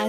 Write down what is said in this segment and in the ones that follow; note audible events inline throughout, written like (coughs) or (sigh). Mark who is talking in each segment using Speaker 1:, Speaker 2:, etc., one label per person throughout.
Speaker 1: À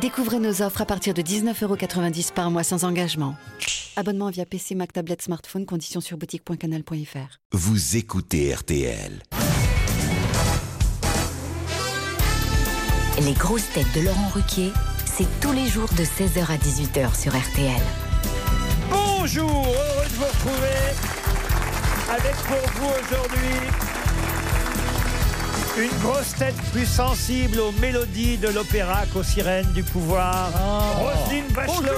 Speaker 1: Découvrez nos offres à partir de 19,90€ par mois sans engagement. Abonnement via PC, Mac, tablette, smartphone, conditions sur boutique.canal.fr.
Speaker 2: Vous écoutez RTL.
Speaker 3: Les grosses têtes de Laurent Ruquier, c'est tous les jours de 16h à 18h sur RTL.
Speaker 4: Bonjour, heureux de vous retrouver avec pour vous aujourd'hui une grosse tête plus sensible aux mélodies de l'opéra qu'aux sirènes du pouvoir,
Speaker 5: Oh.
Speaker 4: Roselyne Bachelot.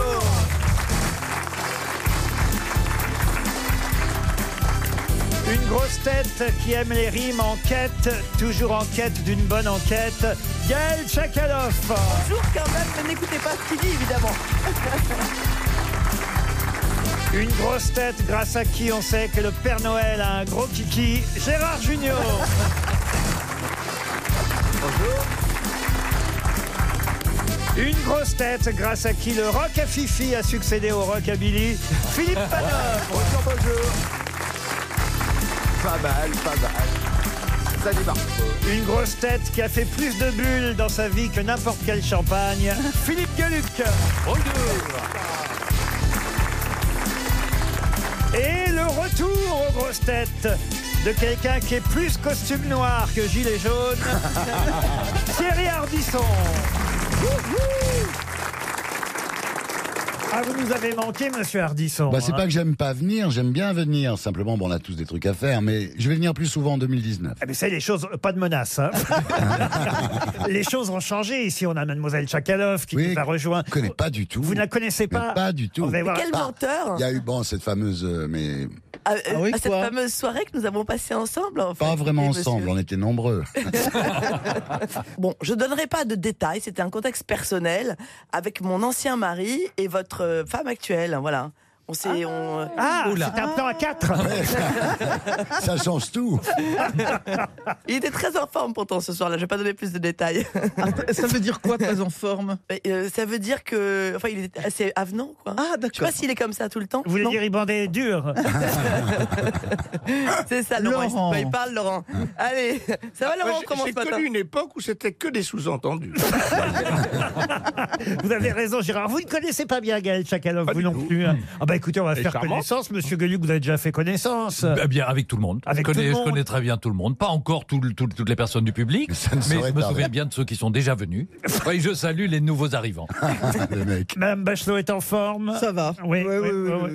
Speaker 4: Une grosse tête qui aime les rimes en quête, toujours en quête d'une bonne enquête, Gaël Tchakaloff.
Speaker 5: Bonjour quand même, mais n'écoutez pas ce qu'il dit évidemment. (laughs)
Speaker 4: Une grosse tête grâce à qui on sait que le Père Noël a un gros kiki, Gérard Junior. Bonjour. Une grosse tête grâce à qui le rock à Fifi a succédé au rock à Billy, Philippe Panoff.
Speaker 6: Bonjour, bonjour. Pas mal, pas mal. Ça démarre.
Speaker 4: Une grosse tête qui a fait plus de bulles dans sa vie que n'importe
Speaker 7: (laughs)
Speaker 4: quel champagne, Philippe Gueluc. Et le retour aux grosses têtes de quelqu'un qui est plus costume noir que
Speaker 7: (laughs)
Speaker 4: gilet jaune, Thierry Ardisson. Ah, vous nous avez manqué, monsieur Ardisson.
Speaker 7: Bah, c'est
Speaker 4: hein.
Speaker 7: pas que j'aime pas venir, j'aime bien venir. Simplement, bon, on a tous des trucs à faire, mais je vais venir plus souvent en 2019.
Speaker 4: Ah, mais c'est les choses, pas de menace. (laughs) hein. les choses ont changé. Ici, on a mademoiselle Chakalov qui
Speaker 7: Oui.
Speaker 4: nous a rejoint.
Speaker 7: Je connais pas du tout.
Speaker 4: Vous ne la connaissez
Speaker 7: Mais
Speaker 4: pas
Speaker 7: pas du tout.
Speaker 4: On va voir. Bah.
Speaker 5: Quel menteur
Speaker 7: Il y a eu, bon, cette fameuse, euh, mais
Speaker 5: à, euh,
Speaker 8: Ah oui,
Speaker 5: à cette
Speaker 8: quoi
Speaker 5: fameuse soirée que nous avons passée ensemble. en
Speaker 7: pas
Speaker 5: fait,
Speaker 7: vraiment
Speaker 5: monsieur.
Speaker 7: ensemble, on était nombreux.
Speaker 5: Bon, je donnerai pas de détails, c'était un contexte personnel avec mon ancien mari et votre euh, femme actuelle, voilà. On s'est... on, euh,
Speaker 4: Ah, c'est un plan à quatre.
Speaker 7: Ça change tout.
Speaker 5: (laughs) Il était très en forme pourtant ce soir-là, je vais pas donner plus de détails.
Speaker 8: Ça veut dire quoi, très en forme
Speaker 5: (laughs) Mais, euh, ça veut dire que... Enfin, il est assez avenant, quoi.
Speaker 8: Ah,
Speaker 5: je sais
Speaker 8: d'accord.
Speaker 5: pas s'il est comme ça tout le temps.
Speaker 4: Vous voulez
Speaker 5: Non, (laughs)
Speaker 4: dire Ibandé est dur
Speaker 5: C'est ça, Laurent.
Speaker 8: Laurent.
Speaker 5: Il, il parle, Laurent. Allez, ça va, Laurent,
Speaker 6: Moi, j'ai-
Speaker 5: comment
Speaker 6: J'ai
Speaker 5: ce matin
Speaker 6: connu une époque où c'était que des sous-entendus.
Speaker 4: Vous avez raison, Gérard. Vous ne connaissez pas bien Gaël Chakalov,
Speaker 6: Pas
Speaker 4: vous
Speaker 6: du
Speaker 4: non
Speaker 6: tout.
Speaker 4: plus. hein. Ah bah écoutez, on va
Speaker 6: Et
Speaker 4: faire
Speaker 6: charmant.
Speaker 4: connaissance. Monsieur Gueluc, vous avez déjà fait connaissance.
Speaker 7: Bah,
Speaker 9: Eh bien, avec tout le monde.
Speaker 4: Avec
Speaker 9: je,
Speaker 4: tout
Speaker 9: connais,
Speaker 4: le
Speaker 9: je
Speaker 4: monde.
Speaker 9: connais très bien tout le monde. Pas encore tout le- tout- toutes les personnes du public,
Speaker 7: Ça ne
Speaker 9: mais
Speaker 7: saurait
Speaker 9: je me
Speaker 7: tarder.
Speaker 9: souviens bien de ceux qui sont déjà
Speaker 4: (laughs)
Speaker 9: venus. Et je salue les nouveaux arrivants.
Speaker 7: Le mec.
Speaker 4: Madame Bachelot est en forme.
Speaker 8: Ça va.
Speaker 4: Oui, oui, oui, oui,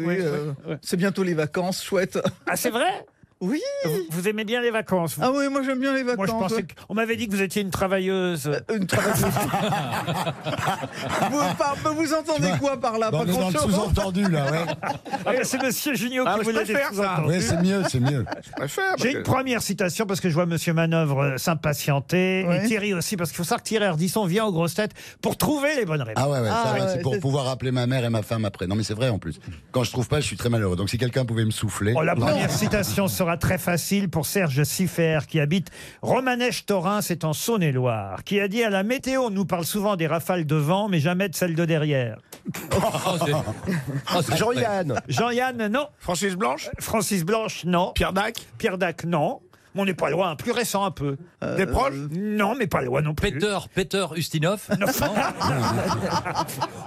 Speaker 4: oui,
Speaker 8: euh,
Speaker 4: oui, oui.
Speaker 8: C'est bientôt les vacances, chouette.
Speaker 4: Ah, c'est vrai
Speaker 8: Oui.
Speaker 4: vous, vous aimez bien les vacances vous
Speaker 8: Ah oui, moi j'aime bien les
Speaker 4: Moi,
Speaker 8: vacances.
Speaker 4: je pensais que- On m'avait dit que vous étiez une travailleuse.
Speaker 8: Une traverse.
Speaker 4: (laughs)
Speaker 8: vous, par- vous entendez quoi par là
Speaker 7: Bon,
Speaker 8: Pas
Speaker 7: bah, on est dans le
Speaker 8: grand-chose
Speaker 7: sous-entendu,
Speaker 8: (laughs)
Speaker 7: là,
Speaker 4: (laughs)
Speaker 7: ouais.
Speaker 4: Ah, mais c'est monsieur Junio
Speaker 6: Ah,
Speaker 4: qui
Speaker 6: mais
Speaker 4: vous
Speaker 6: je
Speaker 4: l'a dit.
Speaker 6: préfère ça.
Speaker 7: Ouais, c'est mieux, c'est mieux.
Speaker 6: Je préfère. parce
Speaker 4: J'ai
Speaker 6: que-
Speaker 4: une première citation parce que je vois Monsieur Manœuvre euh, s'impatienter
Speaker 8: Ouais.
Speaker 4: et Thierry aussi parce qu'il faut savoir que Thierry Ardisson vient aux grosses têtes pour trouver les bonnes réponses.
Speaker 7: Ah ouais, ouais, ça
Speaker 8: Ah
Speaker 7: va,
Speaker 8: ouais,
Speaker 7: c'est pour
Speaker 8: c'est-
Speaker 7: pouvoir appeler ma mère et ma femme après. Non, mais c'est vrai en plus. Quand je trouve pas, je suis très malheureux. Donc si quelqu'un pouvait me souffler.
Speaker 4: Oh, la première citation sera très facile pour Serge Siffer qui habite Romanèche-Torin, c'est en Saône-et-Loire, qui a dit à la météo, on nous parle souvent des rafales de vent, mais jamais de celles de derrière.
Speaker 9: Oh, c'est- oh, c'est-
Speaker 6: Jean-Yann.
Speaker 4: Jean-Yann, non. Euh,
Speaker 6: Francis Blanche.
Speaker 4: Francis Blanche, non.
Speaker 6: Pierre Dac.
Speaker 4: Pierre Dac, non. Mais on n'est pas loin, plus récent un peu.
Speaker 6: des proches.
Speaker 4: Non, mais pas loin non plus.
Speaker 9: Peter, Peter
Speaker 4: (laughs)
Speaker 9: Ustinov.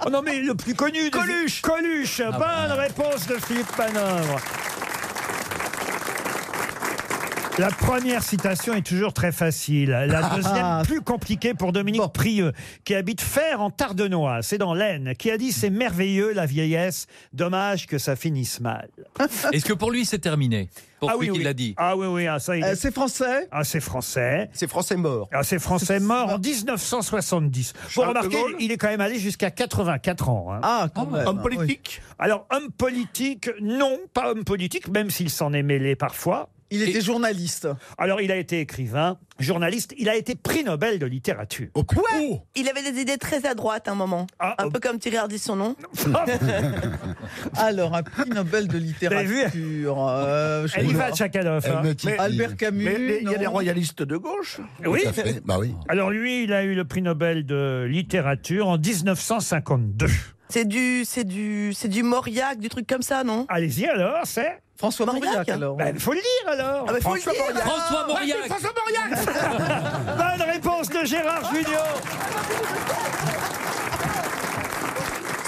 Speaker 4: Oh non, mais le plus connu. des-
Speaker 6: Coluche.
Speaker 4: Coluche. Bonne réponse de Philippe Panovre. La première citation est toujours très facile. La deuxième, plus compliquée pour Dominique Prieux, qui habite Fer en Tardenois, c'est dans l'Aisne, qui a dit C'est merveilleux la vieillesse, dommage que ça finisse mal.
Speaker 9: Est-ce que pour lui, c'est terminé Pour
Speaker 4: ah
Speaker 9: celui
Speaker 4: oui,
Speaker 9: qui
Speaker 4: oui.
Speaker 9: l'a dit. Eh,
Speaker 4: Ah oui, oui, ah, ça, il
Speaker 8: Euh,
Speaker 4: est-
Speaker 8: c'est français
Speaker 4: ah, c'est français.
Speaker 6: C'est français mort.
Speaker 4: Ah, c'est français mort en 1970. Vous
Speaker 6: Charles de
Speaker 4: remarquez,
Speaker 6: Gaulle
Speaker 4: il est quand même allé jusqu'à 84 ans. hein.
Speaker 8: Ah, quand même.
Speaker 6: Homme
Speaker 8: oui.
Speaker 6: politique.
Speaker 4: Alors, homme politique, non, pas homme politique, même s'il s'en est mêlé parfois.
Speaker 8: Il était journaliste.
Speaker 4: Alors, il a été écrivain, journaliste, il a été prix Nobel de littérature.
Speaker 5: Il avait des idées très à droite à un moment.
Speaker 4: Oh. Ah,
Speaker 5: un
Speaker 4: oh.
Speaker 5: peu comme Thierry Hardy, son nom. (laughs)
Speaker 8: Alors, un prix Nobel de littérature. euh, je sais
Speaker 4: Elle y
Speaker 8: pas.
Speaker 4: va, Tchakaloff. hein.
Speaker 7: Elmoti-
Speaker 6: Mais-
Speaker 8: Albert Camus.
Speaker 6: Mais les- il y a
Speaker 8: non
Speaker 6: des royalistes de gauche.
Speaker 4: Oui.
Speaker 7: Tout à fait. Bah oui.
Speaker 4: Alors, lui, il a eu le prix Nobel de littérature en 1952.
Speaker 5: C'est du, c'est du, c'est du Mauriac, du truc comme ça, non
Speaker 4: Allez-y alors, c'est.
Speaker 8: François
Speaker 5: Mauriac.
Speaker 8: Mauriac, alors.
Speaker 4: Il faut le lire alors.
Speaker 5: Ah, mais faut le
Speaker 6: François
Speaker 5: dire.
Speaker 6: Mauriac.
Speaker 9: François Mauriac
Speaker 6: François Mauriac
Speaker 4: Bonne réponse de Gérard Junior.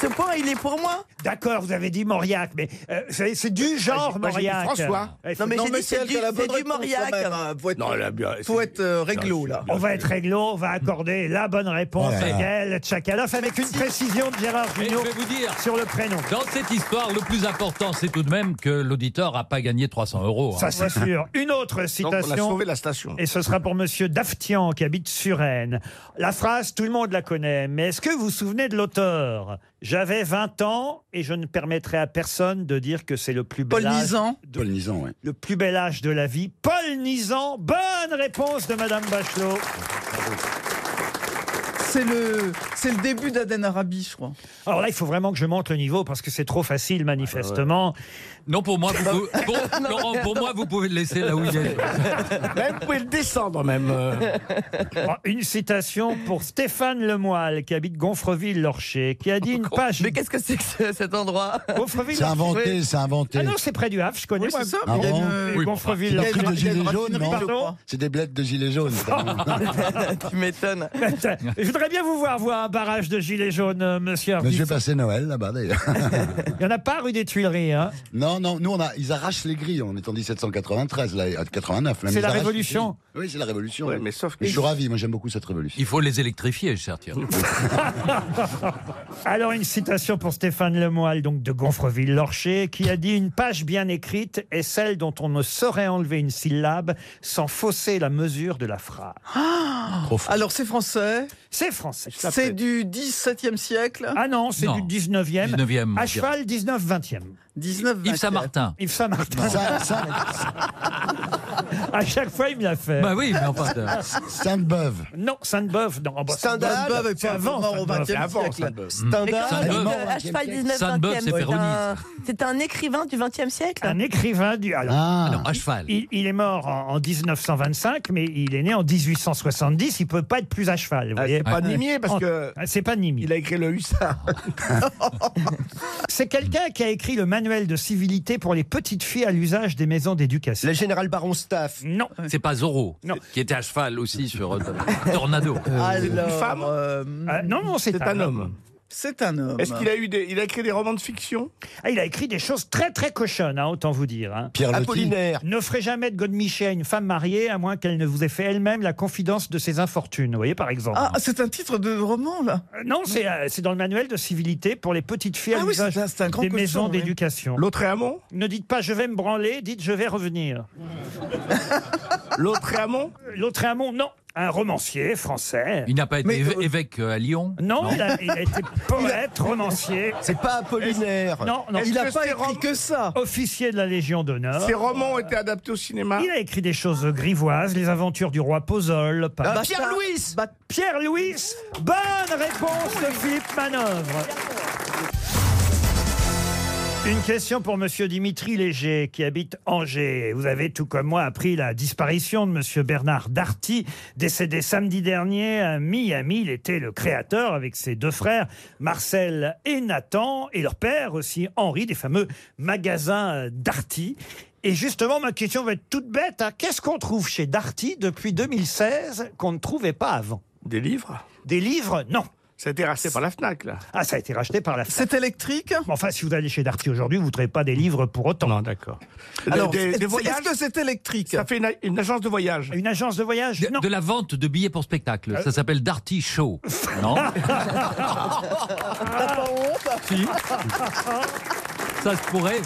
Speaker 5: Ce point, il est pour moi.
Speaker 4: D'accord, vous avez dit Mauriac, mais euh, c'est c'est du genre
Speaker 6: Moi, Ah, j'ai dit
Speaker 4: Mauriac.
Speaker 6: François.
Speaker 4: Eh,
Speaker 5: Non, mais
Speaker 8: Non,
Speaker 5: j'ai
Speaker 8: mais
Speaker 5: dit, c'est
Speaker 8: celle
Speaker 5: du,
Speaker 8: qui a la
Speaker 5: c'est
Speaker 8: bonne
Speaker 5: du
Speaker 8: réponse,
Speaker 5: Mauriac. euh,
Speaker 8: quand même, hein, Faut être,
Speaker 6: Non, là, bien.
Speaker 8: faut être, euh, réglo, là.
Speaker 4: On va être réglo, on va accorder la bonne réponse
Speaker 7: Voilà.
Speaker 4: à Gaël Tchakaloff avec une précision de Gérard
Speaker 9: Et je
Speaker 4: Junior
Speaker 9: vais vous dire,
Speaker 4: sur le prénom.
Speaker 9: dans cette histoire, le plus important, c'est tout de même que l'auditeur n'a pas gagné 300 euros. hein. (laughs)
Speaker 4: Ça, c'est sûr. Une autre
Speaker 6: Donc, on a
Speaker 4: citation.
Speaker 6: sauvé la station.
Speaker 4: Et ce sera pour Monsieur Daftian qui habite Suresnes. La phrase, tout le monde la connaît, mais est-ce que vous vous souvenez de l'auteur J'avais 20 ans et je ne permettrai à personne de dire que c'est le plus bel
Speaker 8: Paul
Speaker 4: âge-
Speaker 8: Nizan.
Speaker 7: Paul Nizan, ouais.
Speaker 4: le plus bel âge de la vie. Paul Nizan, bonne réponse de Madame Bachelot.
Speaker 8: C'est le, c'est le début d'Aden Arabi, je crois.
Speaker 4: Alors là, il faut vraiment que je monte le niveau parce que c'est trop facile manifestement.
Speaker 9: Non, pour moi, vous, pouvez-
Speaker 4: (laughs)
Speaker 9: pour, Laurent, pour moi, vous pouvez le laisser là où il est.
Speaker 6: (laughs) Même, vous pouvez le descendre, même. euh.
Speaker 4: Oh, Une citation pour Stéphane Lemoyle qui habite Gonfreville-Lorcher qui a dit une page.
Speaker 5: Mais qu'est-ce que c'est que ce- cet endroit
Speaker 7: C'est
Speaker 4: Gonfreville-Lorcher.
Speaker 7: inventé, c'est inventé.
Speaker 4: Ah non, c'est près du Havre, je connais. euh,
Speaker 8: Oui, c'est ça. euh,
Speaker 7: Ah
Speaker 8: il y a
Speaker 7: bon
Speaker 8: une-
Speaker 9: Oui, bon,
Speaker 7: c'est des
Speaker 4: Gonfreville-Lorcher.
Speaker 7: trucs de gilets jaunes,
Speaker 8: raffinerie, je
Speaker 7: non
Speaker 8: crois.
Speaker 7: C'est des blettes de
Speaker 8: (laughs)
Speaker 7: gilets
Speaker 4: (laughs)
Speaker 7: jaunes. ça.
Speaker 5: Tu m'étonnes.
Speaker 4: Je voudrais bien vous voir voir un barrage de gilets jaunes, euh, monsieur
Speaker 7: Mais
Speaker 4: Arditi.
Speaker 7: Ben, je vais passer Noël là-bas d'ailleurs.
Speaker 4: (laughs) Il n'y en a pas rue des Tuileries. hein.
Speaker 7: Non, non, nous on a, ils arrachent les grilles. On est en 1793, là, à 89. là, mais
Speaker 4: C'est
Speaker 7: ils
Speaker 4: la
Speaker 7: arrachent les
Speaker 4: Révolution.
Speaker 7: grilles. Oui, c'est la révolution.
Speaker 6: Ouais, mais sauf que-
Speaker 7: je suis ravi. Moi, j'aime beaucoup cette révolution.
Speaker 9: Il faut les électrifier, cher Thierry.
Speaker 7: (laughs)
Speaker 4: Alors, une citation pour Stéphane Lemoyle, donc de Gonfreville-Lorcher, qui a dit Une page bien écrite est celle dont on ne saurait enlever une syllabe sans fausser la mesure de la phrase.
Speaker 7: Trop fort.
Speaker 8: Ah Alors, c'est français.
Speaker 4: C'est français.
Speaker 8: C'est du 17e siècle.
Speaker 4: Ah non, c'est
Speaker 9: Non.
Speaker 4: du 19e.
Speaker 9: 19e,
Speaker 4: à
Speaker 9: on dirait.
Speaker 4: cheval, 19-20e.
Speaker 8: 19
Speaker 9: Yves Saint-Martin.
Speaker 4: Yves Saint-Martin,
Speaker 7: Saint- Saint-
Speaker 4: à chaque fois, il me l'a fait.
Speaker 9: Bah oui, mais enfin. euh,
Speaker 7: Sainte-Beuve.
Speaker 4: Non, Sainte-Beuve. Non, ah bah,
Speaker 8: Stendhal,
Speaker 4: Sainte-Beuve,
Speaker 8: avec
Speaker 4: c'est avant.
Speaker 8: mort au
Speaker 4: Sainte-Beuve.
Speaker 8: 20e siècle.
Speaker 5: Mais
Speaker 8: Stendhal,
Speaker 5: comment on
Speaker 9: Sainte-Beuve,
Speaker 5: dit,
Speaker 7: Sainte-Beuve,
Speaker 5: euh, à cheval
Speaker 7: Sainte-Beuve,
Speaker 5: 19
Speaker 9: c'est
Speaker 5: 20e C'est
Speaker 9: Péronise.
Speaker 5: un, c'est un écrivain du 20e siècle
Speaker 4: Un écrivain du. alors,
Speaker 7: Ah.
Speaker 9: non, à cheval.
Speaker 4: Il, il est mort en, en 1925, mais il est né en 1870. Il peut pas être plus à cheval. Vous
Speaker 6: Ah,
Speaker 4: voyez
Speaker 6: C'est pas Nimier, parce
Speaker 4: En-
Speaker 6: que.
Speaker 4: Ah, C'est pas Nimi.
Speaker 6: Il a écrit le hussard.
Speaker 4: (laughs) C'est quelqu'un qui a écrit le manuel de civilité pour les petites filles à l'usage des maisons d'éducation.
Speaker 6: général Baron Staff.
Speaker 4: Non,
Speaker 9: C'est pas Zorro,
Speaker 4: Non. Ah,
Speaker 9: qui était à cheval aussi sur euh, (laughs) Tornado.
Speaker 8: Alors,
Speaker 6: femme
Speaker 8: euh,
Speaker 4: Euh, non,
Speaker 8: (laughs)
Speaker 4: non, c'est
Speaker 6: C'est un homme.
Speaker 8: c'est un homme.
Speaker 6: Est-ce qu'il a eu des. Il a écrit des romans de fiction
Speaker 4: Ah, il a écrit des choses très très cochonnes, hein, autant vous dire. hein.
Speaker 7: Pierre Loti.
Speaker 6: Apollinaire.
Speaker 4: Ne ferez jamais de godemichet à une femme mariée, à moins qu'elle ne vous ait fait elle-même la confidence de ses infortunes. Vous voyez, par exemple.
Speaker 8: Ah, c'est un titre de roman, là.
Speaker 4: Euh, non, c'est euh, c'est dans le manuel de civilité pour les petites filles
Speaker 8: Ah
Speaker 4: à
Speaker 8: oui,
Speaker 4: l'usage
Speaker 8: c'est un- c'est un grand
Speaker 4: des
Speaker 8: cochon,
Speaker 4: maisons
Speaker 8: oui.
Speaker 4: d'éducation.
Speaker 6: L'autre est amont
Speaker 4: Ne dites pas je vais me branler, dites je vais revenir.
Speaker 6: L'autre est amont
Speaker 4: L'autre est un non. Un romancier français.
Speaker 9: Il n'a pas été
Speaker 8: Mais,
Speaker 9: éve-
Speaker 8: euh,
Speaker 9: évêque euh, à Lyon.
Speaker 4: Non, il a, il a été poète, romancier.
Speaker 6: C'est pas Apollinaire.
Speaker 4: Non, non.
Speaker 8: Il
Speaker 6: Est-ce
Speaker 8: n'a
Speaker 6: que
Speaker 8: pas
Speaker 6: c'est
Speaker 8: écrit
Speaker 6: Rome-
Speaker 8: que ça.
Speaker 4: Officier de la Légion d'honneur.
Speaker 6: Ses romans ont été adaptés au cinéma
Speaker 4: Il a écrit des choses grivoises, Les aventures du roi Pozole. par-
Speaker 8: Bah,
Speaker 6: Pierre
Speaker 8: ça-
Speaker 6: Louis
Speaker 8: bah,
Speaker 4: Pierre Louis, bonne réponse de Philippe Manœuvre. Une question pour Monsieur Dimitri Léger qui habite Angers. Vous avez tout comme moi appris la disparition de Monsieur Bernard Darty, décédé samedi dernier à Miami. Il était le créateur avec ses deux frères Marcel et Nathan et leur père aussi Henri des fameux magasins euh, Darty. Et justement, ma question va être toute bête. hein. Qu'est-ce qu'on trouve chez Darty depuis 2016 qu'on ne trouvait pas avant
Speaker 6: Des livres
Speaker 4: Des livres Non.
Speaker 6: Ça a été racheté par la FNAC, là.
Speaker 4: Ah, ça a été racheté par la.
Speaker 8: C'est électrique
Speaker 4: Enfin, si vous allez chez Darty aujourd'hui, vous ne trouvez pas des livres pour autant.
Speaker 6: Non, d'accord.
Speaker 8: Alors,
Speaker 6: des,
Speaker 8: est-ce
Speaker 6: des voyages
Speaker 8: est-ce que c'est électrique
Speaker 6: Ça fait une, une agence de voyage.
Speaker 4: Une agence de voyage
Speaker 9: De,
Speaker 4: Non. Euh.
Speaker 9: de la vente de billets pour spectacle. Ça s'appelle Darty
Speaker 4: (laughs)
Speaker 9: Show. Non
Speaker 4: Ah.
Speaker 8: T'as pas honte
Speaker 4: Euh,
Speaker 9: Ça se pourrait.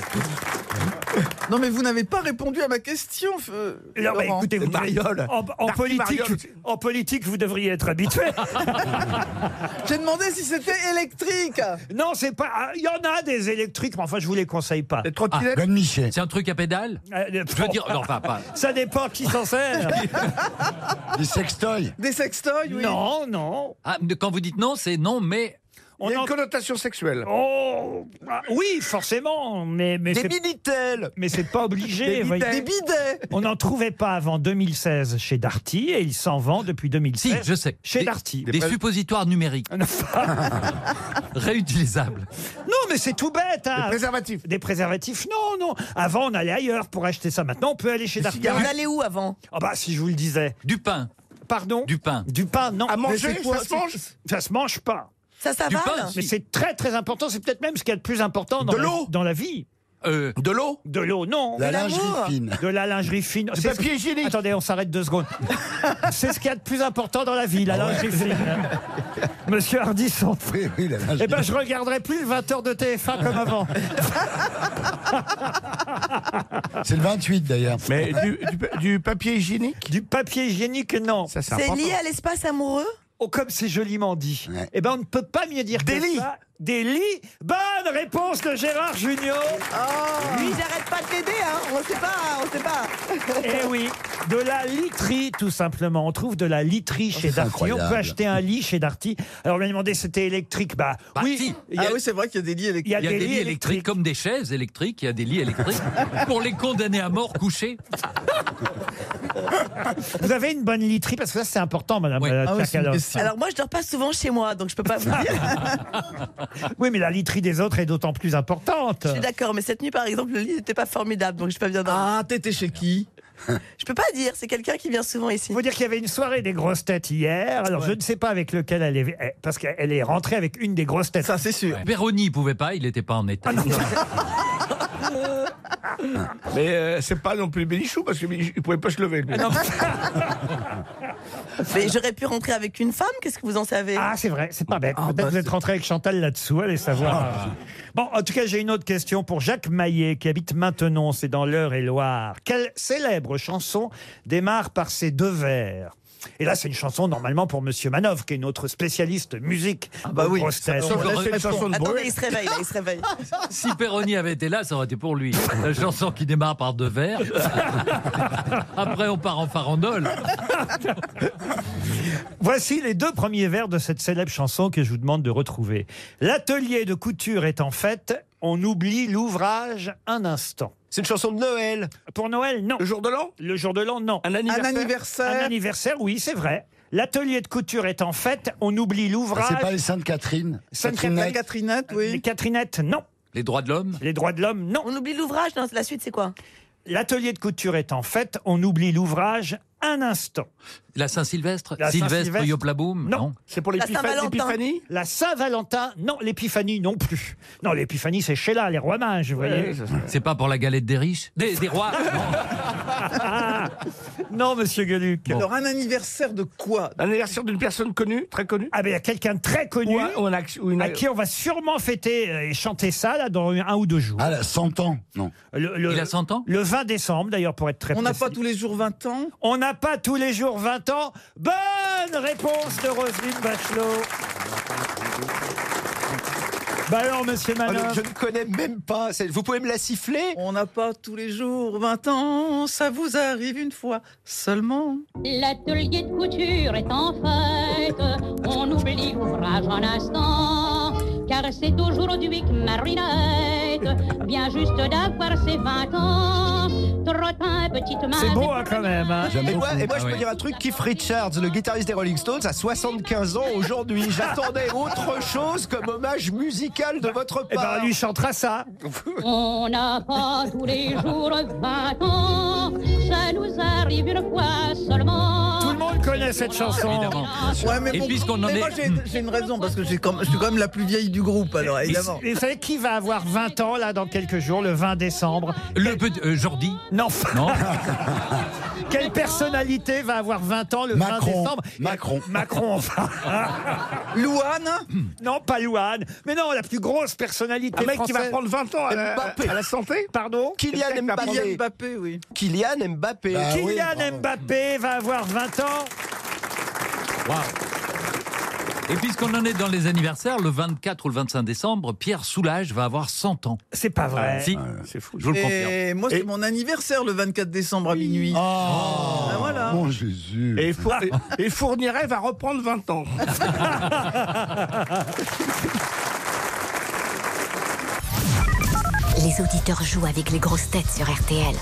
Speaker 8: Non, mais vous n'avez pas répondu à ma question. euh,
Speaker 4: Non, mais
Speaker 8: Laurent.
Speaker 4: écoutez, vous
Speaker 6: Mariole.
Speaker 4: En, en
Speaker 6: Darty
Speaker 4: politique,
Speaker 6: Mariole.
Speaker 4: en politique, vous devriez être habitué. (laughs)
Speaker 8: J'ai demandé si c'était électrique.
Speaker 4: non, c'est pas. ah, Il y en a des électriques, mais enfin, je vous les conseille pas.
Speaker 6: Les trottinettes
Speaker 7: Bonne Michel.
Speaker 9: C'est un truc à pédale
Speaker 4: Euh,
Speaker 9: Je veux dire, non, enfin, pas.
Speaker 4: Ça dépend qui s'en sert.
Speaker 7: Des sextoys.
Speaker 8: (laughs) Des sextoys, oui.
Speaker 4: Non, non.
Speaker 9: Ah, de- quand vous dites non, c'est non, mais
Speaker 4: On
Speaker 6: Il y a
Speaker 4: en-
Speaker 6: une connotation sexuelle.
Speaker 4: Oh, ah, oui, forcément, mais mais
Speaker 8: Des
Speaker 4: c'est
Speaker 8: minitel.
Speaker 4: mais c'est pas obligé.
Speaker 8: Des
Speaker 4: voyez.
Speaker 8: bidets. Des bidets.
Speaker 4: On n'en trouvait pas avant 2016 chez Darty et il s'en vend depuis
Speaker 9: si,
Speaker 4: 2016.
Speaker 9: je sais.
Speaker 4: Chez
Speaker 9: Des-
Speaker 4: Darty.
Speaker 9: Des suppositoires numériques. (laughs) Réutilisables.
Speaker 4: Non, mais c'est tout bête. hein.
Speaker 6: Les préservatifs.
Speaker 4: Des préservatifs Non, non. Avant, on allait ailleurs pour acheter ça. Maintenant, on peut aller chez Darty.
Speaker 5: Et on allait où avant
Speaker 4: Ah bah, si je vous le disais.
Speaker 9: Du pain.
Speaker 4: Pardon
Speaker 9: Du pain.
Speaker 4: Du pain, non.
Speaker 6: À
Speaker 4: Mais
Speaker 6: manger,
Speaker 4: c'est quoi,
Speaker 6: ça se
Speaker 4: c'est-
Speaker 6: mange
Speaker 4: Ça se mange pas.
Speaker 5: Ça
Speaker 9: Du
Speaker 5: s'avale
Speaker 9: pain, si.
Speaker 4: Mais c'est très, très important. C'est peut-être même ce qu'il y a de plus important dans,
Speaker 6: De
Speaker 4: la-
Speaker 6: l'eau
Speaker 4: dans la vie.
Speaker 9: Euh,
Speaker 6: De l'eau
Speaker 4: De l'eau, non.
Speaker 7: La lingerie
Speaker 5: l'amour.
Speaker 7: fine.
Speaker 4: De la lingerie fine.
Speaker 6: Du
Speaker 4: C'est-
Speaker 6: papier hygiénique
Speaker 4: Attendez, on s'arrête deux
Speaker 6: (laughs)
Speaker 4: secondes. c'est ce qu'il y a de plus important dans la vie, la
Speaker 6: Ah
Speaker 4: lingerie fine. (laughs) Monsieur Hardisson.
Speaker 7: Oui, oui,
Speaker 6: Ah,
Speaker 7: la lingerie.
Speaker 4: Eh ben, je regarderai plus le 20h de TF1 comme avant.
Speaker 7: C'est le 28 d'ailleurs.
Speaker 6: Mais du, du- du papier hygiénique
Speaker 4: Du papier hygiénique, non.
Speaker 6: Ça, c'est
Speaker 5: C'est
Speaker 6: important.
Speaker 5: lié à l'espace amoureux
Speaker 4: Oh, comme c'est joliment dit.
Speaker 7: Ouais.
Speaker 4: Eh ben, on ne peut pas mieux dire
Speaker 6: Des
Speaker 4: que
Speaker 6: lits.
Speaker 4: ça. Des lits. Bonne réponse de Gérard Junior.
Speaker 5: Lui, j'arrête pas de l'aider, hein. On sait pas, on sait pas.
Speaker 4: eh oui. De la literie, tout simplement. On trouve de la literie chez
Speaker 7: c'est
Speaker 4: Darty. On
Speaker 7: incroyable.
Speaker 4: peut acheter un lit chez Darty. Alors, on m'a demandé, c'était électrique. Bah,
Speaker 9: Bah,
Speaker 4: oui.
Speaker 9: si.
Speaker 4: Il y a,
Speaker 8: Ah oui, c'est vrai qu'il y a des lits
Speaker 4: il y
Speaker 8: électriques.
Speaker 4: a
Speaker 9: il y a des lits électriques
Speaker 4: électriques.
Speaker 9: comme des chaises électriques, il y a des lits électriques pour les condamnés à mort couchés.
Speaker 4: Vous avez une bonne literie, parce que ça, c'est important, madame.
Speaker 9: Oui.
Speaker 4: euh,
Speaker 8: Ah oui, c'est une
Speaker 4: Tchakaloff.
Speaker 8: question.
Speaker 5: Alors moi, je dors pas souvent chez moi, donc je peux pas vous dire.
Speaker 4: oui, mais la literie des autres est d'autant plus importante.
Speaker 5: Je suis d'accord, mais cette nuit, par exemple, le lit n'était pas formidable, donc je peux pas bien dormir.
Speaker 8: Ah, t'étais chez qui
Speaker 5: (laughs) Je peux pas dire, c'est quelqu'un qui vient souvent ici.
Speaker 4: Il faut dire qu'il y avait une soirée des grosses têtes hier. Alors, je ne sais pas avec lequel elle est. eh, Parce qu'elle est rentrée avec une des grosses têtes.
Speaker 8: Ça, c'est sûr.
Speaker 9: Véroni il pouvait pas, il n'était pas en
Speaker 4: Ah
Speaker 9: état.
Speaker 6: Mais euh, c'est pas non plus Bénichou, parce qu'il ne pouvait pas se lever. lui.
Speaker 4: Ah,
Speaker 6: (laughs)
Speaker 5: Mais j'aurais pu rentrer avec une femme, qu'est-ce que vous en savez
Speaker 4: Ah, c'est vrai, c'est pas bête.
Speaker 8: bah,
Speaker 4: Peut-être vous êtes rentré avec Chantal là-dessous, allez
Speaker 8: Ah.
Speaker 4: savoir. Bon, en tout cas, j'ai une autre question pour Jacques Maillet, qui habite maintenant, c'est dans l'Eure et Loire. Quelle célèbre chanson démarre par ces deux vers et là, c'est une chanson normalement pour Monsieur Manov, qui est notre spécialiste musique.
Speaker 8: bah oui,
Speaker 4: Grosse
Speaker 8: ça,
Speaker 4: tête.
Speaker 6: Ah Sauf que là, Oh, c'est une chanson de
Speaker 5: Attendez,
Speaker 6: Bruel.
Speaker 5: il se réveille, là, il se
Speaker 6: (laughs)
Speaker 5: réveille.
Speaker 9: Si Perroni avait été là, ça aurait été pour lui. La chanson qui démarre par deux vers. Après, on part en farandole.
Speaker 4: Voici les deux premiers vers de cette célèbre chanson que je vous demande de retrouver. L'atelier de couture est en fête, on oublie l'ouvrage un instant.
Speaker 6: C'est une chanson de Noël.
Speaker 4: Pour Noël, non.
Speaker 6: Le jour de l'an
Speaker 4: Le jour de l'an, non.
Speaker 6: Un
Speaker 8: Un
Speaker 6: anniversaire
Speaker 4: Un
Speaker 8: anniversaire.
Speaker 4: anniversaire, oui, c'est vrai. L'atelier de couture est en fête, on
Speaker 7: Ah,
Speaker 4: oublie
Speaker 7: C'est pas
Speaker 4: l'ouvrage.
Speaker 7: les Sainte-Catherine.
Speaker 4: Sainte-Catherine.
Speaker 8: Catherine,
Speaker 4: Les
Speaker 8: oui.
Speaker 4: Catherinettes, non.
Speaker 9: Les droits de l'homme.
Speaker 4: Les droits de l'homme, non.
Speaker 5: On oublie l'ouvrage, non, la suite c'est quoi
Speaker 4: L'atelier de couture est en fête, on oublie l'ouvrage un instant.
Speaker 9: La Saint-Sylvestre.
Speaker 4: La
Speaker 9: Sylvestre,
Speaker 4: Saint-Sylvestre.
Speaker 9: Yoplaboum.
Speaker 4: Non.
Speaker 6: C'est pour
Speaker 5: La
Speaker 6: l'épipha-
Speaker 5: Saint-Valentin.
Speaker 6: l'épiphanie
Speaker 4: La Saint-Valentin, non. L'épiphanie, non plus. Non, l'épiphanie, c'est chez là, les rois mages, vous voyez.
Speaker 9: C'est pas pour la galette des riches. Des, des rois. non.
Speaker 4: Non, monsieur Gueluc.
Speaker 8: Alors, un anniversaire de quoi
Speaker 6: L'anniversaire d'une personne connue, très connue
Speaker 4: Ah, ben, il y a quelqu'un de très connu.
Speaker 6: Ou un- ou un act- ou une-
Speaker 4: À qui on va sûrement fêter euh, et chanter ça là, dans un ou deux jours.
Speaker 7: Ah, la 100 ans. Non.
Speaker 4: Le, le-
Speaker 9: Il a 100 ans
Speaker 4: le 20 décembre, d'ailleurs, pour être très
Speaker 8: On n'a
Speaker 4: précis.
Speaker 8: pas tous les jours 20 ans.
Speaker 4: On n'a pas tous les jours 20 ans. Bonne réponse de Roselyne Bachelot. Bah alors, monsieur Manon,
Speaker 10: Ah, Je ne connais même pas. C'est- Vous pouvez me la siffler
Speaker 8: On n'a pas tous les jours 20 ans. Ça vous arrive une fois seulement.
Speaker 11: L'atelier de couture est en fête, on oublie l'ouvrage en instant, car c'est aujourd'hui que Marinette, bien juste d'avoir ses 20 ans, trottin petite main.
Speaker 4: c'est beau hein, quand même. hein.
Speaker 7: J'aime
Speaker 10: et moi,
Speaker 7: beaucoup.
Speaker 10: et moi, je
Speaker 9: Ah
Speaker 10: peux
Speaker 9: ouais.
Speaker 10: dire un truc, Keith Richards, le guitariste des Rolling Stones, a 75 ans aujourd'hui.
Speaker 4: (laughs)
Speaker 10: J'attendais autre chose comme hommage musical de votre
Speaker 4: Eh ben,
Speaker 10: part.
Speaker 4: on lui chantera ça.
Speaker 11: On n'a pas tous les jours 20 ans, ça nous arrive une fois seulement.
Speaker 4: Tout le monde connaît cette chanson.
Speaker 9: Évidemment.
Speaker 8: Ouais, mais
Speaker 9: Et
Speaker 8: bon,
Speaker 9: puisqu'on en
Speaker 8: mais
Speaker 9: est-
Speaker 8: moi, j'ai- j'ai une raison, parce que j'ai comme- je suis quand même la plus vieille du groupe, alors,
Speaker 4: Et-
Speaker 8: Ah, évidemment.
Speaker 4: Et vous savez qui va avoir 20 ans là dans quelques jours, le 20 décembre
Speaker 9: Le petit euh, Jordi.
Speaker 4: Non.
Speaker 9: Non.
Speaker 4: (laughs) Quelle personnalité va avoir 20 ans le 20
Speaker 7: Macron.
Speaker 4: décembre
Speaker 7: Macron.
Speaker 4: Macron, enfin. Hmm.
Speaker 8: Louane
Speaker 4: Non, pas Louane. Mais non, la plus grosse personnalité
Speaker 6: Un mec qui
Speaker 4: française.
Speaker 6: va prendre 20 ans à la,
Speaker 10: Mbappé.
Speaker 6: à la santé
Speaker 4: Pardon
Speaker 10: Kylian
Speaker 8: Kylian
Speaker 10: Mbappé.
Speaker 8: Mbappé, oui.
Speaker 10: Kylian Mbappé.
Speaker 7: Bah, Ah oui,
Speaker 4: Kylian
Speaker 7: bravo.
Speaker 4: Mbappé va avoir 20 ans.
Speaker 9: Waouh. Et puisqu'on en est dans les anniversaires, le 24 ou le 25 décembre, Pierre Soulages va avoir 100 ans. Ah,
Speaker 4: C'est pas vrai.
Speaker 9: Si,
Speaker 6: C'est fou.
Speaker 9: je vous le confirme.
Speaker 8: Et moi, c'est
Speaker 6: Et-
Speaker 8: mon anniversaire le 24 décembre à minuit.
Speaker 7: Oh,
Speaker 8: Ben voilà.
Speaker 7: Mon Jésus.
Speaker 6: Et, Four- et- et Fourniret va reprendre 20 ans.
Speaker 3: Les auditeurs jouent avec les grosses têtes sur RTL.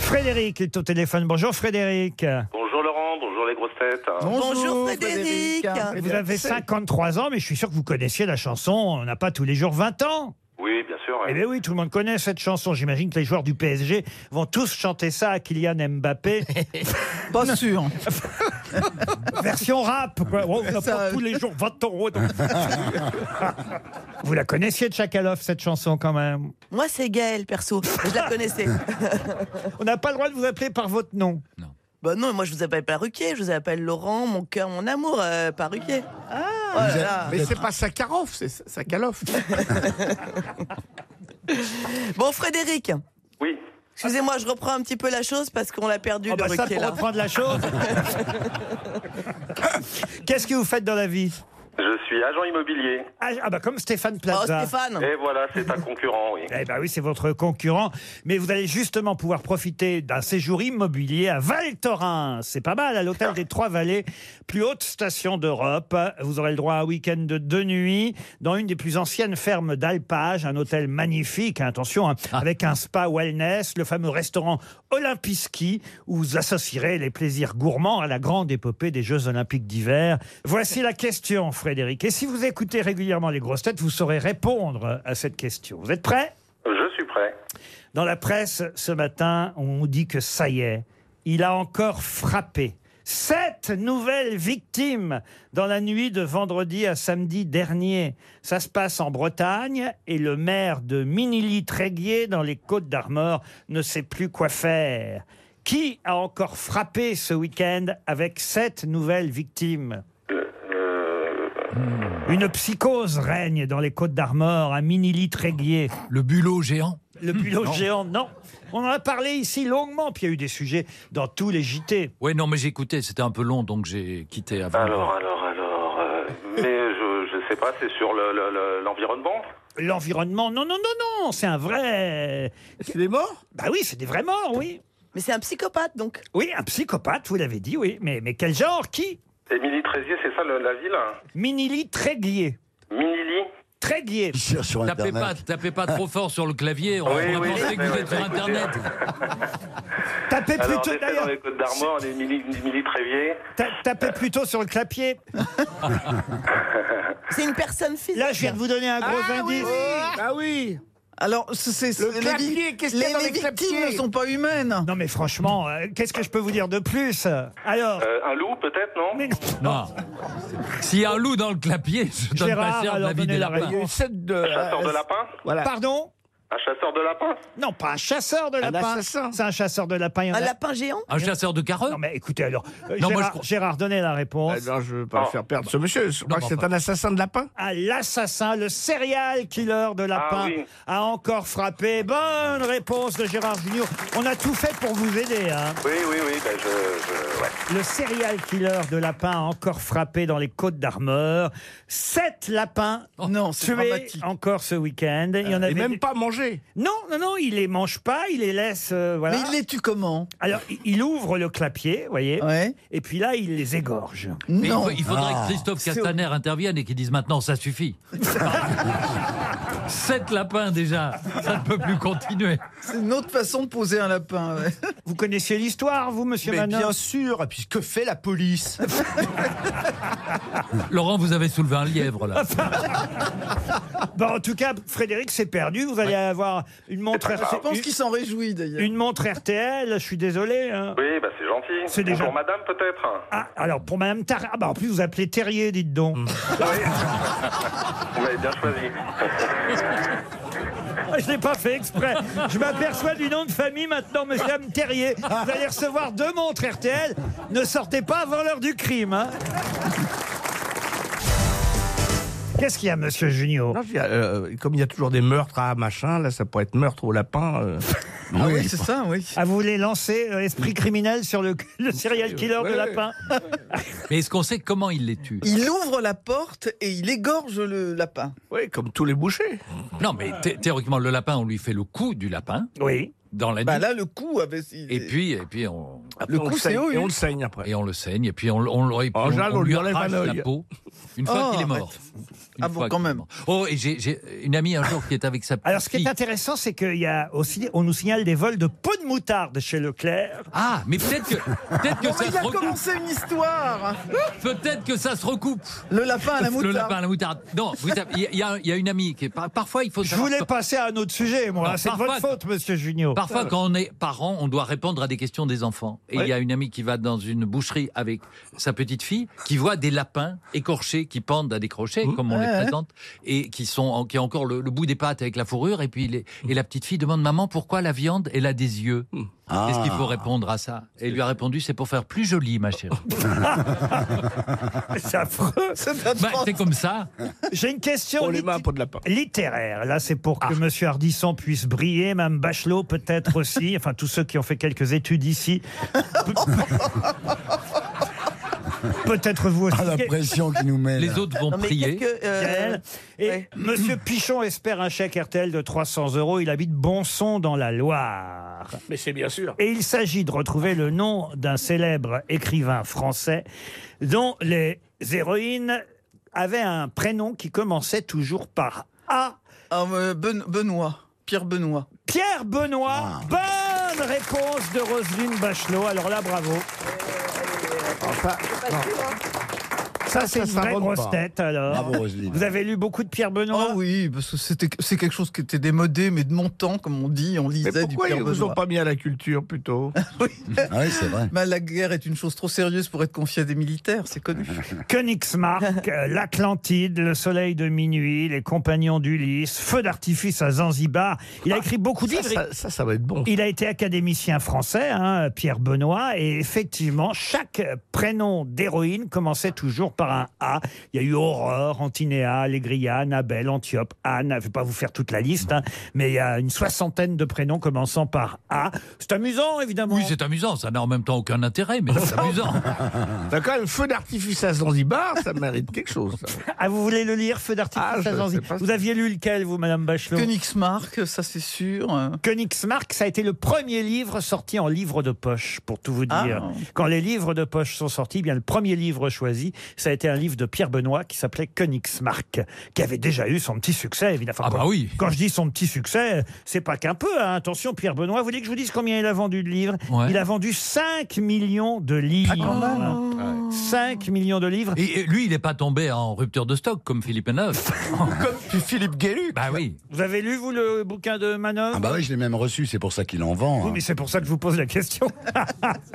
Speaker 4: Frédéric est au téléphone. Bonjour Frédéric.
Speaker 12: Bonjour Laurent, bonjour les grosses têtes.
Speaker 6: Oh,
Speaker 5: Bonjour, Frédéric.
Speaker 4: Vous avez 53 ans, mais je suis sûr que vous connaissiez la chanson On n'a pas tous les jours 20 ans.
Speaker 12: Oui, bien sûr.
Speaker 4: Eh bien oui, tout le monde connaît cette chanson. J'imagine que les joueurs du PSG vont tous chanter ça à Kylian Mbappé.
Speaker 8: (laughs) Pas sûr.
Speaker 4: (laughs) Version rap, quoi. Oh, on n'a
Speaker 8: Ça-
Speaker 4: pas tous les jours 20 euros. donc. Vous la connaissiez de Chakalov, cette chanson, quand même.
Speaker 5: Moi, c'est Gaël, perso. Je la connaissais.
Speaker 4: (laughs) On n'a pas le droit de vous appeler par votre nom.
Speaker 5: bah non, moi, je vous appelle pas Ruquier, je vous appelle Laurent, mon cœur, mon amour, euh, pas Ruquier. Ah,
Speaker 7: Vous êtes-
Speaker 6: Mais c'est pas Sakharov, c'est Sakhalov.
Speaker 5: (laughs) Bon, Frédéric,
Speaker 12: Oui.
Speaker 5: excusez-moi, je reprends un petit peu la chose parce qu'on l'a perdu
Speaker 4: Ah
Speaker 5: de
Speaker 4: bah ça,
Speaker 5: Ruquier,
Speaker 4: pour
Speaker 5: là.
Speaker 4: reprendre la
Speaker 5: (laughs)
Speaker 4: chose. Qu'est-ce que vous faites dans la vie
Speaker 12: Je suis agent immobilier.
Speaker 4: ah, ah bah comme Stéphane
Speaker 5: Oh,
Speaker 4: Plaza.
Speaker 5: Stéphane.
Speaker 10: Eh
Speaker 12: Et voilà, c'est un concurrent, oui.
Speaker 4: Eh ben oui, c'est votre concurrent. Mais vous allez justement pouvoir profiter d'un séjour immobilier à Val Thorens. C'est pas mal, à l'hôtel des Trois Vallées, plus haute station d'Europe. Vous aurez le droit à un week-end de deux nuits dans une des plus anciennes fermes d'alpage, un hôtel magnifique, hein, attention, hein, avec un spa wellness, le fameux restaurant Olympiski, où vous associerez les plaisirs gourmands à la grande épopée des Jeux Olympiques d'hiver. Voici la question, Frédéric. Et si vous écoutez régulièrement les grosses têtes, vous saurez répondre à cette question. Vous êtes prêts
Speaker 12: Je suis prêt.
Speaker 4: dans la presse ce matin, on dit que ça y est, il a encore frappé. Sept nouvelles victimes dans la nuit de vendredi à samedi dernier. Ça se passe en Bretagne et le maire de Minilly-Tréguier dans les Côtes d'Armor ne sait plus quoi faire. Qui a encore frappé ce week-end avec sept nouvelles victimes Une psychose règne dans les Côtes d'Armor à Minilly-Tréguier.
Speaker 9: Le bulot géant.
Speaker 4: Le bulot géant, non. On en a parlé ici longuement, puis il y a eu des sujets dans tous les JT.
Speaker 9: Ouais, non, mais j'écoutais, c'était un peu long, donc j'ai quitté avant.
Speaker 12: Alors, alors, alors. euh, mais je ne sais pas, c'est sur le- le- le- l'environnement
Speaker 4: L'environnement, non, non, non, non, c'est un vrai.
Speaker 6: C'est des morts
Speaker 4: Bah oui, c'est des vrais morts, oui.
Speaker 5: Mais c'est un psychopathe, donc.
Speaker 4: Oui, un psychopathe, vous l'avez dit, oui. Mais, mais quel genre Qui
Speaker 12: Émilie Trézier, c'est ça le- la ville
Speaker 4: Minili Tréguier.
Speaker 12: Minili
Speaker 4: Tréguier.
Speaker 7: Il cherche sur
Speaker 9: Tapez pas,
Speaker 7: Internet.
Speaker 9: tapez pas trop fort sur le clavier, on
Speaker 12: Oui,
Speaker 9: va
Speaker 12: oui,
Speaker 9: penser
Speaker 12: oui,
Speaker 9: que vous
Speaker 12: oui,
Speaker 9: êtes
Speaker 12: oui,
Speaker 9: sur
Speaker 12: écoutez.
Speaker 9: Internet.
Speaker 4: Tapez
Speaker 12: Alors,
Speaker 4: plutôt,
Speaker 12: en effet, dans
Speaker 4: d'ailleurs,
Speaker 12: les Côtes d'Armor, on est Émilie Émilie (laughs) Trézier.
Speaker 4: ta- tapez plutôt sur le clapier.
Speaker 8: (laughs)
Speaker 12: Euh,
Speaker 5: C'est une personne physique.
Speaker 4: Là, je viens de vous donner un gros indice.
Speaker 6: Ah oui
Speaker 8: Alors, c'est- c'est
Speaker 6: Le
Speaker 8: les,
Speaker 6: clapier,
Speaker 8: vi-
Speaker 6: qu'est-ce qu'il y a
Speaker 8: les-
Speaker 6: dans
Speaker 8: les
Speaker 6: les
Speaker 8: victimes
Speaker 6: clapiers
Speaker 8: ne sont pas humaines.
Speaker 4: Non, mais franchement, euh, qu'est-ce que je peux vous dire de plus Alors.
Speaker 12: Euh, un loup, peut-être, non
Speaker 4: mais-
Speaker 9: Non. S'il y a un loup dans le clapier, je donne
Speaker 4: Gérard,
Speaker 9: pas cher de
Speaker 4: alors
Speaker 9: la vie
Speaker 4: donnez
Speaker 9: des
Speaker 4: la
Speaker 9: lapins.
Speaker 6: Il y a eu sept de. euh,
Speaker 12: Un chasseur de lapins
Speaker 6: Voilà.
Speaker 4: Pardon
Speaker 12: Un chasseur de lapins
Speaker 4: Non, pas un chasseur de
Speaker 6: Un
Speaker 4: lapin.
Speaker 6: assassin.
Speaker 4: C'est un chasseur de lapin. il y en
Speaker 5: Un
Speaker 4: a-
Speaker 5: lapin géant
Speaker 6: Ah,
Speaker 9: Un chasseur de carottes
Speaker 4: Non, mais écoutez, alors, euh,
Speaker 9: Non, moi,
Speaker 4: Gérard,
Speaker 9: je crois-
Speaker 4: Gérard, donnez la réponse.
Speaker 6: Ah non, je veux pas
Speaker 12: Oh.
Speaker 6: le faire perdre ce monsieur. Je crois
Speaker 9: Non,
Speaker 6: que c'est
Speaker 9: enfin.
Speaker 6: un assassin de lapin.
Speaker 4: À l'assassin, le serial killer de lapin
Speaker 12: Ah oui.
Speaker 4: a encore frappé. Bonne réponse de Gérard Junior. On a tout fait pour vous aider. hein.
Speaker 12: Oui, oui, oui, ben je, je- ouais.
Speaker 4: Le serial killer de lapin a encore frappé dans les côtes d'Armor. Sept lapins
Speaker 8: Non, c'est
Speaker 4: tués
Speaker 8: dramatique.
Speaker 4: encore ce week-end. Il y en
Speaker 6: Euh, Et
Speaker 4: avait
Speaker 6: même pas mangé.
Speaker 4: Non, non, non, il les mange pas, il les laisse. euh, voilà.
Speaker 8: Mais il les tue comment
Speaker 4: Alors, il- il ouvre le clapier, voyez,
Speaker 8: Ouais.
Speaker 4: et puis là, il les égorge.
Speaker 9: Mais il,
Speaker 8: Non.
Speaker 9: faut- il faudrait
Speaker 7: Ah.
Speaker 9: que Christophe
Speaker 8: C'est
Speaker 9: Castaner intervienne et qu'il dise maintenant ça
Speaker 4: (laughs)
Speaker 9: suffit. Sept lapins déjà, ça ne peut plus continuer.
Speaker 8: C'est une autre façon de poser un lapin. ouais.
Speaker 4: Vous connaissiez l'histoire, vous, monsieur
Speaker 10: Mais
Speaker 4: Manon
Speaker 10: bien sûr, et puis que fait la police
Speaker 9: Laurent,
Speaker 4: (laughs)
Speaker 9: vous avez soulevé un lièvre là.
Speaker 4: Ah. Bon, en tout cas, Frédéric s'est perdu. Vous allez avoir une montre.
Speaker 8: Je pense qu'il
Speaker 4: s'en réjouit d'ailleurs. Une montre RTL, je suis désolé. hein.
Speaker 12: Oui, bah c'est gentil.
Speaker 4: C'est déjà-
Speaker 12: Pour madame, peut-être
Speaker 4: Ah, alors pour Madame Tar, ah bah en plus vous appelez Terrier, dites donc.
Speaker 12: (laughs)
Speaker 8: Mm.
Speaker 12: Vous m'avez bien choisi.
Speaker 4: Ah, (laughs) Je l'ai pas fait exprès. Je m'aperçois du nom de famille maintenant, Monsieur M. Terrier. Vous allez recevoir deux montres RTL. Ne sortez pas avant l'heure du crime. hein. Qu'est-ce qu'il y a, monsieur Junio
Speaker 6: euh, Comme il y a toujours des meurtres à machin, là, ça pourrait être meurtre au lapin.
Speaker 8: (laughs)
Speaker 6: euh.
Speaker 4: Ah oui, c'est ça, oui. Ah, vous voulez lancer euh, esprit criminel sur le, le serial killer de
Speaker 8: Ouais.
Speaker 4: lapin
Speaker 9: Mais est-ce qu'on sait comment il les tue
Speaker 8: Il ouvre la porte et il égorge le lapin.
Speaker 6: Oui, comme tous les bouchers.
Speaker 9: Non, mais thé- théoriquement, le lapin, on lui fait le coup du lapin.
Speaker 4: Oui.
Speaker 9: Dans la nuit.
Speaker 8: Bah là, le coup avait. il-
Speaker 9: Et puis, et puis on.
Speaker 8: Le on coup, le c'est saigne, au et on hue. le
Speaker 6: saigne après.
Speaker 9: Et on le saigne, et puis on, on, le- et puis
Speaker 6: En
Speaker 9: on-
Speaker 6: général,
Speaker 9: on
Speaker 6: on lui
Speaker 9: lui
Speaker 6: enlève
Speaker 9: arrache
Speaker 6: un
Speaker 9: la
Speaker 6: œil.
Speaker 9: peau une fois
Speaker 4: Oh,
Speaker 9: qu'il est mort.
Speaker 4: arrête.
Speaker 9: ah bon, quand même. Oh, et j'ai j'ai une amie un jour qui est avec sa petite
Speaker 4: Alors, ce qui est intéressant, c'est qu'il y a aussi, on nous signale des vols de pots de moutarde chez Leclerc.
Speaker 9: Ah, mais peut-être que, peut-être que
Speaker 4: (laughs) Non, mais
Speaker 9: ça
Speaker 4: il
Speaker 9: se
Speaker 4: a
Speaker 9: recoupe.
Speaker 4: commencé
Speaker 8: une histoire.
Speaker 9: Peut-être que ça se recoupe.
Speaker 8: Le lapin à la
Speaker 9: Le
Speaker 8: moutarde.
Speaker 9: lapin à la moutarde. Non, vous savez, il y, a- il y a une amie qui est. par- Parfois, il faut.
Speaker 4: Je voulais passer à un autre sujet, moi.
Speaker 9: Non,
Speaker 4: C'est de
Speaker 9: parfois-
Speaker 4: votre faute, monsieur Junio.
Speaker 9: Parfois, quand on est parent, on doit répondre à des questions des enfants. Et il
Speaker 4: Ouais.
Speaker 9: y a une amie qui va dans une boucherie avec sa petite fille, qui voit des lapins écorchés qui pendent à des crochets, comme on
Speaker 8: Ouais, ouais.
Speaker 9: les présente, et qui sont en- qui ont encore le, le bout des pattes avec la fourrure. Et puis les- et la petite fille demande maman pourquoi la viande elle a des yeux.
Speaker 4: Hmm.
Speaker 9: Qu'est-ce qu'il faut répondre à ça Et il lui a répondu c'est pour faire plus joli, ma
Speaker 4: (laughs)
Speaker 9: chérie.
Speaker 4: (laughs)
Speaker 9: (laughs)
Speaker 4: C'est affreux.
Speaker 9: Bah, c'est comme ça.
Speaker 4: J'ai une question litt- littéraire. Là, c'est pour
Speaker 9: Ah.
Speaker 4: que Monsieur Ardisson puisse briller, Mme Bachelot peut-être
Speaker 9: (laughs)
Speaker 4: aussi. Enfin, tous ceux qui ont fait quelques études ici. Pe- Peut-être vous aussi.
Speaker 7: Ah, la pression qui nous met. là.
Speaker 8: euh,
Speaker 4: Gaël. Et (coughs) Monsieur Pichon espère un chèque RTL de 300 euros. Il habite Bonson dans la Loire.
Speaker 6: Mais c'est bien sûr.
Speaker 4: Et il s'agit de retrouver le nom d'un célèbre écrivain français dont les héroïnes avaient un prénom qui commençait toujours par A.
Speaker 8: Ah, euh, Ben-, Benoît. Pierre Benoît. Ah.
Speaker 4: Pierre Benoît. Bonne réponse de Roselyne Bachelot. Alors là, bravo. Ça, c'est une
Speaker 8: ça
Speaker 4: vraie
Speaker 8: remonte
Speaker 4: grosse
Speaker 8: pas.
Speaker 4: tête, alors.
Speaker 8: Bravo, Roselyne.
Speaker 4: Vous avez lu beaucoup de Pierre Benoît
Speaker 8: Ah oui, parce que c'était- c'est quelque chose qui était démodé, mais de mon temps, comme on dit, on lisait
Speaker 6: Mais
Speaker 8: du
Speaker 6: pourquoi
Speaker 8: Pierre
Speaker 6: ils vous
Speaker 8: Benoît.
Speaker 6: ont pas mis à la culture
Speaker 4: (laughs)
Speaker 6: plutôt
Speaker 7: Ah oui, c'est vrai.
Speaker 8: Bah, la guerre est une chose trop sérieuse pour être confiée à des militaires, c'est
Speaker 4: (laughs)
Speaker 8: connu.
Speaker 4: Königsmarck, euh, l'Atlantide, le soleil de minuit, les compagnons d'Ulysse, feu d'artifice à Zanzibar. Il a écrit beaucoup de
Speaker 6: Ah, ça,
Speaker 4: livres.
Speaker 6: ça- ça, ça va être bon.
Speaker 4: Il a été académicien français, hein, Pierre Benoît, et effectivement, chaque prénom d'héroïne commençait toujours par un A. Il y a eu Aurore, Antinéa, Légria, Annabelle, Antiope, Anne. Je ne vais pas vous faire toute la liste, hein, mais il y a une soixantaine de prénoms commençant par A. Ah, C'est amusant, évidemment.
Speaker 9: Oui, c'est amusant. Ça n'a en même temps aucun intérêt, mais
Speaker 4: (laughs)
Speaker 9: c'est amusant.
Speaker 6: T'as quand même feu d'artifice à Zanzibar, ça mérite quelque chose. ça.
Speaker 4: (laughs) Ah, vous voulez le lire, Feu d'artifice
Speaker 6: Ah, je
Speaker 4: à Zanzibar
Speaker 6: sais pas.
Speaker 4: Vous aviez lu lequel, vous, Madame Bachelot
Speaker 8: Königsmarck, ça c'est sûr.
Speaker 4: Königsmarck, ça a été le premier livre sorti en livre de poche, pour tout vous
Speaker 8: Ah.
Speaker 4: dire. Quand les livres de poche sont sortis, eh bien le premier livre choisi, ça a été un livre de Pierre Benoît qui s'appelait Königsmarck, qui avait déjà eu son petit succès, évidemment. Enfin,
Speaker 9: Ah bah
Speaker 4: quand,
Speaker 9: oui.
Speaker 4: Quand je dis son petit succès, c'est pas qu'un peu. hein. Attention, Pierre Benoît, vous voulez que je vous dise combien il a vendu de livres
Speaker 9: Ouais.
Speaker 4: Il a vendu 5 millions de livres.
Speaker 8: Ah,
Speaker 4: 5 millions de livres.
Speaker 9: Et et lui, il n'est pas tombé en rupture de stock comme Philippe
Speaker 4: (laughs)
Speaker 9: Neuf.
Speaker 6: comme Philippe Guélu.
Speaker 9: Bah oui.
Speaker 4: Vous avez lu, vous, le bouquin de Manon
Speaker 7: Ah bah oui, je l'ai même reçu, c'est pour ça qu'il en vend.
Speaker 4: Oui,
Speaker 7: hein.
Speaker 4: mais c'est pour ça que je vous pose la question.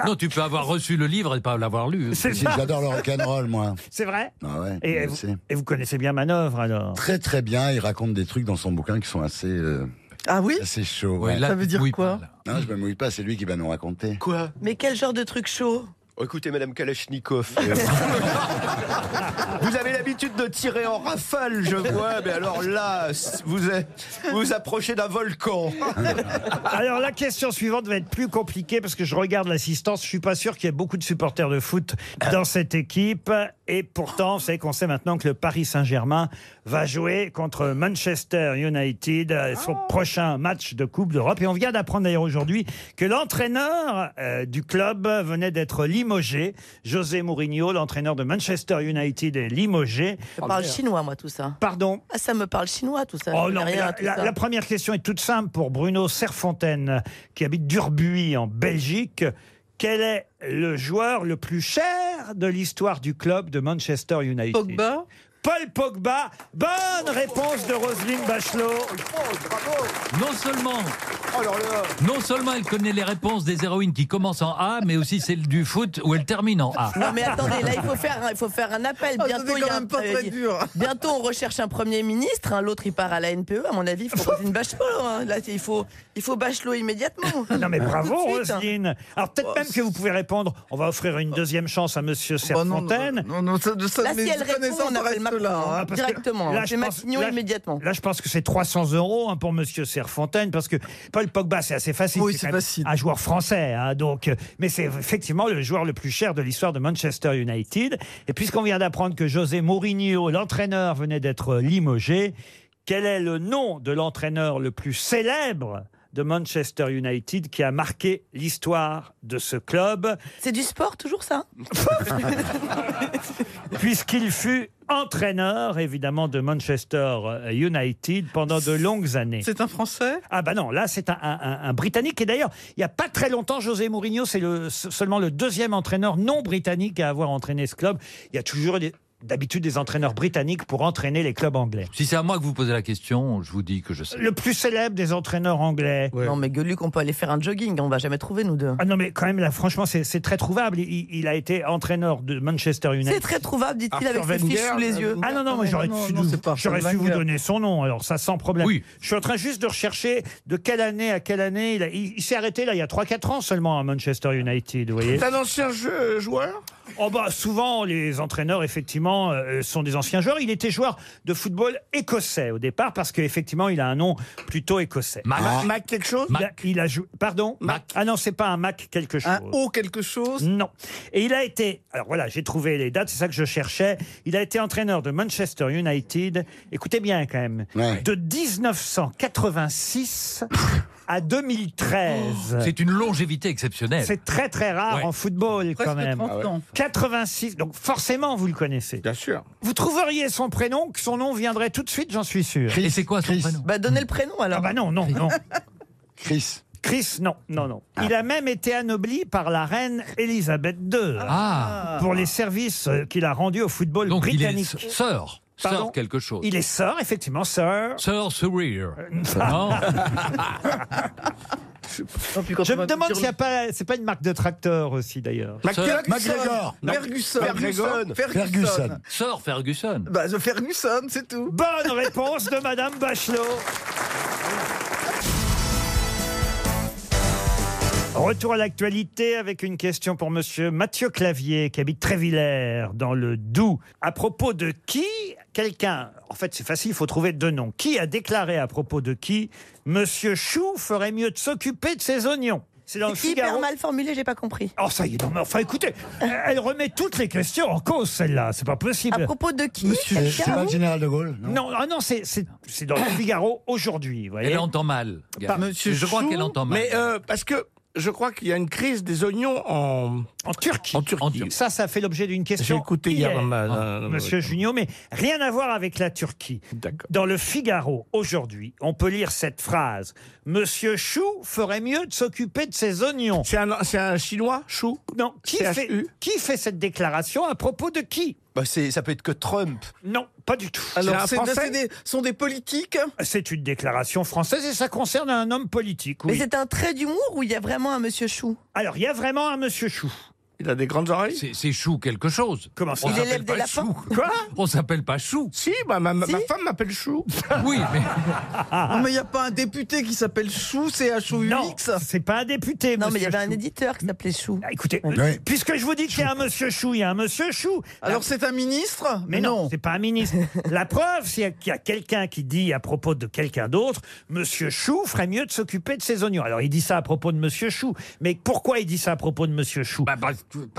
Speaker 9: Non, tu peux avoir reçu le livre et pas l'avoir lu.
Speaker 4: Ah. C'est
Speaker 7: Si,
Speaker 4: ça.
Speaker 7: J'adore le rock'n'roll, moi.
Speaker 4: C'est vrai
Speaker 7: Ah ouais,
Speaker 4: Et
Speaker 7: je
Speaker 4: vous-
Speaker 7: sais.
Speaker 4: Et vous connaissez bien
Speaker 7: (laughs)
Speaker 4: Manœuvre alors
Speaker 7: Très très bien, il raconte des trucs dans son bouquin qui sont assez, euh,
Speaker 8: Ah oui
Speaker 7: assez chauds.
Speaker 9: Ouais,
Speaker 7: ouais.
Speaker 9: là,
Speaker 8: Ça veut dire
Speaker 9: oui,
Speaker 8: quoi
Speaker 7: Non, je me mouille pas, c'est lui qui va nous raconter.
Speaker 10: Quoi
Speaker 5: Mais quel genre de truc chaud
Speaker 10: Oh, Écoutez, Madame Kalachnikov, euh, (laughs) vous avez l'habitude de tirer en rafale, je vois, mais alors là, vous êtes- vous vous approchez d'un volcan.
Speaker 4: Alors la question suivante va être plus compliquée parce que je regarde l'assistance, je suis pas sûr qu'il y ait beaucoup de supporters de foot dans cette équipe et pourtant, vous savez qu'on sait maintenant que le Paris Saint-Germain va jouer contre Manchester United euh, son prochain match de Coupe d'Europe et on vient d'apprendre d'ailleurs aujourd'hui que l'entraîneur euh, du club venait d'être limogé, José Mourinho, l'entraîneur de Manchester United est limogé.
Speaker 5: Ça me parle chinois, moi, tout ça.
Speaker 4: Pardon
Speaker 5: Ah, ça me parle chinois, tout ça.
Speaker 4: Oh
Speaker 5: Je
Speaker 4: non,
Speaker 5: connais
Speaker 4: mais
Speaker 5: rien à
Speaker 4: la,
Speaker 5: tout
Speaker 4: la-
Speaker 5: ça.
Speaker 4: la première question est toute simple pour Bruno Serfontaine, qui habite Durbuy en Belgique. Quel est le joueur le plus cher de l'histoire du club de Manchester United
Speaker 8: Pogba
Speaker 4: Paul Pogba. Bonne réponse de Roselyne Bachelot.
Speaker 9: Non seulement.
Speaker 4: Oh,
Speaker 9: Non seulement elle connaît les réponses des héroïnes qui commencent en A, mais aussi celles du foot où elles terminent en A.
Speaker 5: Non mais attendez, là il faut faire, un- il faut faire un appel.
Speaker 8: Oh,
Speaker 5: Bientôt, il
Speaker 8: c'était
Speaker 5: y
Speaker 8: quand
Speaker 5: a un-
Speaker 8: même pas très
Speaker 5: euh,
Speaker 8: dur. (laughs)
Speaker 5: bientôt on recherche un premier ministre. hein, L'autre il part à la NPE. À mon avis, il
Speaker 8: (laughs)
Speaker 5: faut Roselyne Bachelot. hein. Là il faut, il faut Bachelot immédiatement.
Speaker 4: (laughs) Non mais bravo
Speaker 5: Tout de suite, hein.
Speaker 4: Roselyne. Alors peut-être même que vous pouvez répondre. On va offrir une deuxième chance à Monsieur Serfontaine.
Speaker 8: Oh, bah Non, non, ça, ça,
Speaker 5: Là,
Speaker 8: mais
Speaker 5: si elle répond,
Speaker 8: connaissant
Speaker 5: on
Speaker 8: le
Speaker 5: appelle
Speaker 8: reste
Speaker 5: Macron
Speaker 8: là, hein.
Speaker 5: hein,
Speaker 4: parce que
Speaker 5: directement.
Speaker 4: là,
Speaker 5: hein.
Speaker 4: je
Speaker 5: Chez
Speaker 4: pense-
Speaker 5: Matignon
Speaker 4: là, je-
Speaker 5: immédiatement.
Speaker 4: Là, je pense que c'est 300 euros hein, pour Monsieur Serfontaine, parce que Paul Pogba, c'est assez facile.
Speaker 8: Oui, c'est
Speaker 4: quand même
Speaker 8: facile.
Speaker 4: Un joueur français, hein, donc. euh, Mais c'est effectivement le joueur le plus cher de l'histoire de Manchester United. Et puisqu'on vient d'apprendre que José Mourinho, l'entraîneur, venait d'être euh, limogé, quel est le nom de l'entraîneur le plus célèbre de Manchester United qui a marqué l'histoire de ce club
Speaker 5: C'est du sport toujours
Speaker 4: (laughs)
Speaker 5: ça
Speaker 4: puisqu'il fut entraîneur évidemment de Manchester euh, United pendant de longues années.
Speaker 8: C'est un Français
Speaker 4: Ah bah non, là c'est un, un- un- un Britannique et d'ailleurs il n'y a pas très longtemps José Mourinho c'est le, se- seulement le deuxième entraîneur non britannique à avoir entraîné ce club. Il y a toujours des- d'habitude des entraîneurs britanniques pour entraîner les clubs anglais.
Speaker 9: (laughs) Si c'est à moi que vous posez la question, je vous dis que je sais.
Speaker 4: Le plus célèbre des entraîneurs anglais.
Speaker 5: Non mais Gueuluc, on peut aller faire un jogging. On va jamais trouver nous deux.
Speaker 4: Ah non mais quand même là franchement c'est c'est très trouvable. Il, il a été entraîneur de Manchester United.
Speaker 5: C'est très trouvable, dit-il,
Speaker 6: Arthur
Speaker 5: avec ses fiches
Speaker 6: Wenger,
Speaker 5: sous les
Speaker 6: euh,
Speaker 5: yeux.
Speaker 4: Ah non, non, moi, j'aurais
Speaker 8: non,
Speaker 4: su,
Speaker 8: non,
Speaker 4: vous-
Speaker 8: c'est pas Arsène
Speaker 4: j'aurais su vous
Speaker 8: Wenger.
Speaker 4: donner son nom, alors ça sans problème.
Speaker 9: Oui.
Speaker 4: Je suis en train juste de rechercher de quelle année à quelle année. Il, a- il- il s'est arrêté là il y a 3-4 ans seulement à Manchester United, vous voyez.
Speaker 6: C'est un ancien jeu- euh, joueur
Speaker 4: Oh bah, souvent, les entraîneurs, effectivement, euh, sont des anciens joueurs. Il était joueur de football écossais au départ parce qu'effectivement, il a un nom plutôt écossais.
Speaker 9: Mac,
Speaker 6: Mac, Mac quelque chose
Speaker 4: Il a, il a joué. Pardon
Speaker 6: Mac.
Speaker 4: Ah non, c'est pas un Mac quelque chose.
Speaker 8: Un haut quelque chose
Speaker 4: Non. Et il a été, alors voilà, j'ai trouvé les dates, c'est ça que je cherchais. Il a été entraîneur de Manchester United, écoutez bien quand même,
Speaker 7: Ouais.
Speaker 4: de 1986 à 2013.
Speaker 9: C'est une longévité exceptionnelle.
Speaker 4: c'est très très rare
Speaker 9: Ouais.
Speaker 4: en football quand
Speaker 8: Presque
Speaker 4: même.
Speaker 8: 30 ans.
Speaker 4: 86, donc forcément vous le connaissez.
Speaker 6: Bien sûr.
Speaker 4: Vous trouveriez son prénom, que son nom viendrait tout de suite, j'en suis sûr.
Speaker 9: Et c'est quoi son
Speaker 7: Chris.
Speaker 9: prénom
Speaker 5: Bah donnez le prénom
Speaker 4: Ah
Speaker 5: alors.
Speaker 4: bah non,
Speaker 5: (laughs)
Speaker 4: non, non.
Speaker 7: Chris.
Speaker 4: Chris, non, non, non.
Speaker 5: Ah.
Speaker 4: Il a même été anobli par la reine Elisabeth II
Speaker 9: Ah,
Speaker 4: pour les services euh, qu'il a rendus au football
Speaker 9: donc il est
Speaker 4: britannique.
Speaker 9: sœur.
Speaker 4: Pardon
Speaker 9: Sœur quelque chose.
Speaker 4: Il est sœur, effectivement, sœur.
Speaker 9: Sœur Sourire. (laughs) Non
Speaker 4: Je me demande s'il n'y a pas, c'est pas une marque de tracteur aussi d'ailleurs.
Speaker 9: Sœur-
Speaker 7: McGregor.
Speaker 8: Non. Ferguson.
Speaker 6: Ferguson.
Speaker 7: Ferguson.
Speaker 9: Sœur Ferguson.
Speaker 8: Bah, The Ferguson, c'est tout.
Speaker 4: Bonne réponse de Madame Bachelot. Retour à l'actualité avec une question pour Monsieur Mathieu Clavier qui habite Trévillers dans le Doubs. À propos de qui quelqu'un, en fait c'est facile, il faut trouver deux noms. Qui a déclaré à propos de qui Monsieur Chou ferait mieux de s'occuper de ses oignons C'est dans le
Speaker 5: C'est hyper
Speaker 4: Figaro.
Speaker 5: mal formulé, j'ai pas compris.
Speaker 4: Oh, ça y est, non, mais enfin, écoutez, elle elle remet toutes les questions en cause, celle-là. C'est pas
Speaker 5: À
Speaker 4: possible.
Speaker 5: propos de qui
Speaker 7: C'est c'est pas
Speaker 5: Quelqu'un
Speaker 7: le général de Gaulle
Speaker 4: Non, ah non, c'est c'est- c'est dans le Figaro aujourd'hui, vous voyez.
Speaker 9: Elle entend mal. Gaël.
Speaker 6: Monsieur
Speaker 9: je crois
Speaker 6: Chou,
Speaker 9: qu'elle entend mal.
Speaker 6: Mais euh, parce que je crois qu'il y a une crise des oignons en,
Speaker 4: En Turquie.
Speaker 6: en Turquie.
Speaker 9: En Turquie.
Speaker 4: Ça, ça fait l'objet d'une
Speaker 6: J'ai
Speaker 4: question.
Speaker 6: écouté hier, ma-
Speaker 9: Ah,
Speaker 6: ma-
Speaker 4: Monsieur Junio, mais rien à voir avec la Turquie.
Speaker 6: D'accord.
Speaker 4: Dans le Figaro, aujourd'hui, on peut lire cette phrase. Monsieur Chou ferait mieux de s'occuper de ses oignons.
Speaker 6: C'est un, c'est un chinois, Chou
Speaker 4: Non, qui fait,
Speaker 6: CHU?
Speaker 4: qui fait cette déclaration à propos de qui
Speaker 10: Bah, c'est- ça peut être que Trump.
Speaker 4: Non, pas du tout.
Speaker 6: C'est un
Speaker 8: Alors, c'est
Speaker 6: Français
Speaker 8: c'est des, sont des politiques
Speaker 4: C'est une déclaration française et ça concerne un homme politique.
Speaker 5: Mais
Speaker 4: Oui.
Speaker 5: c'est un trait d'humour ou il y a vraiment un monsieur chou
Speaker 4: Alors, il y a vraiment un monsieur Chou.
Speaker 6: Il a des grandes oreilles
Speaker 9: C'est c'est Chou quelque chose.
Speaker 4: Comment ça
Speaker 9: On
Speaker 5: Il
Speaker 9: s'appelle
Speaker 5: élève des
Speaker 9: pas
Speaker 5: lapins.
Speaker 9: Chou.
Speaker 4: Quoi
Speaker 9: (laughs) On s'appelle pas Chou.
Speaker 6: Si, bah, ma, ma-
Speaker 5: Si
Speaker 6: ma femme m'appelle Chou.
Speaker 9: (laughs) Oui, mais
Speaker 4: Ah,
Speaker 8: Non, mais il n'y a pas un député qui s'appelle Chou, c'est
Speaker 4: Non,
Speaker 8: H-O-U-X
Speaker 4: c'est pas un député.
Speaker 5: Non, mais il y
Speaker 4: monsieur
Speaker 5: avait un
Speaker 4: Chou.
Speaker 5: éditeur qui s'appelait Chou.
Speaker 4: Ah, Écoutez,
Speaker 7: Ouais.
Speaker 4: puisque je vous dis qu'il y a un monsieur Chou, il y a un monsieur Chou.
Speaker 8: Alors, c'est un ministre
Speaker 4: Mais non, c'est pas
Speaker 8: (laughs)
Speaker 4: un ministre. La preuve, c'est qu'il y a quelqu'un qui dit à propos de quelqu'un d'autre, Monsieur Chou ferait mieux de s'occuper de ses oignons. Alors il dit ça à propos de Monsieur Chou, mais pourquoi il dit ça à propos de Monsieur Chou
Speaker 9: bah, bah,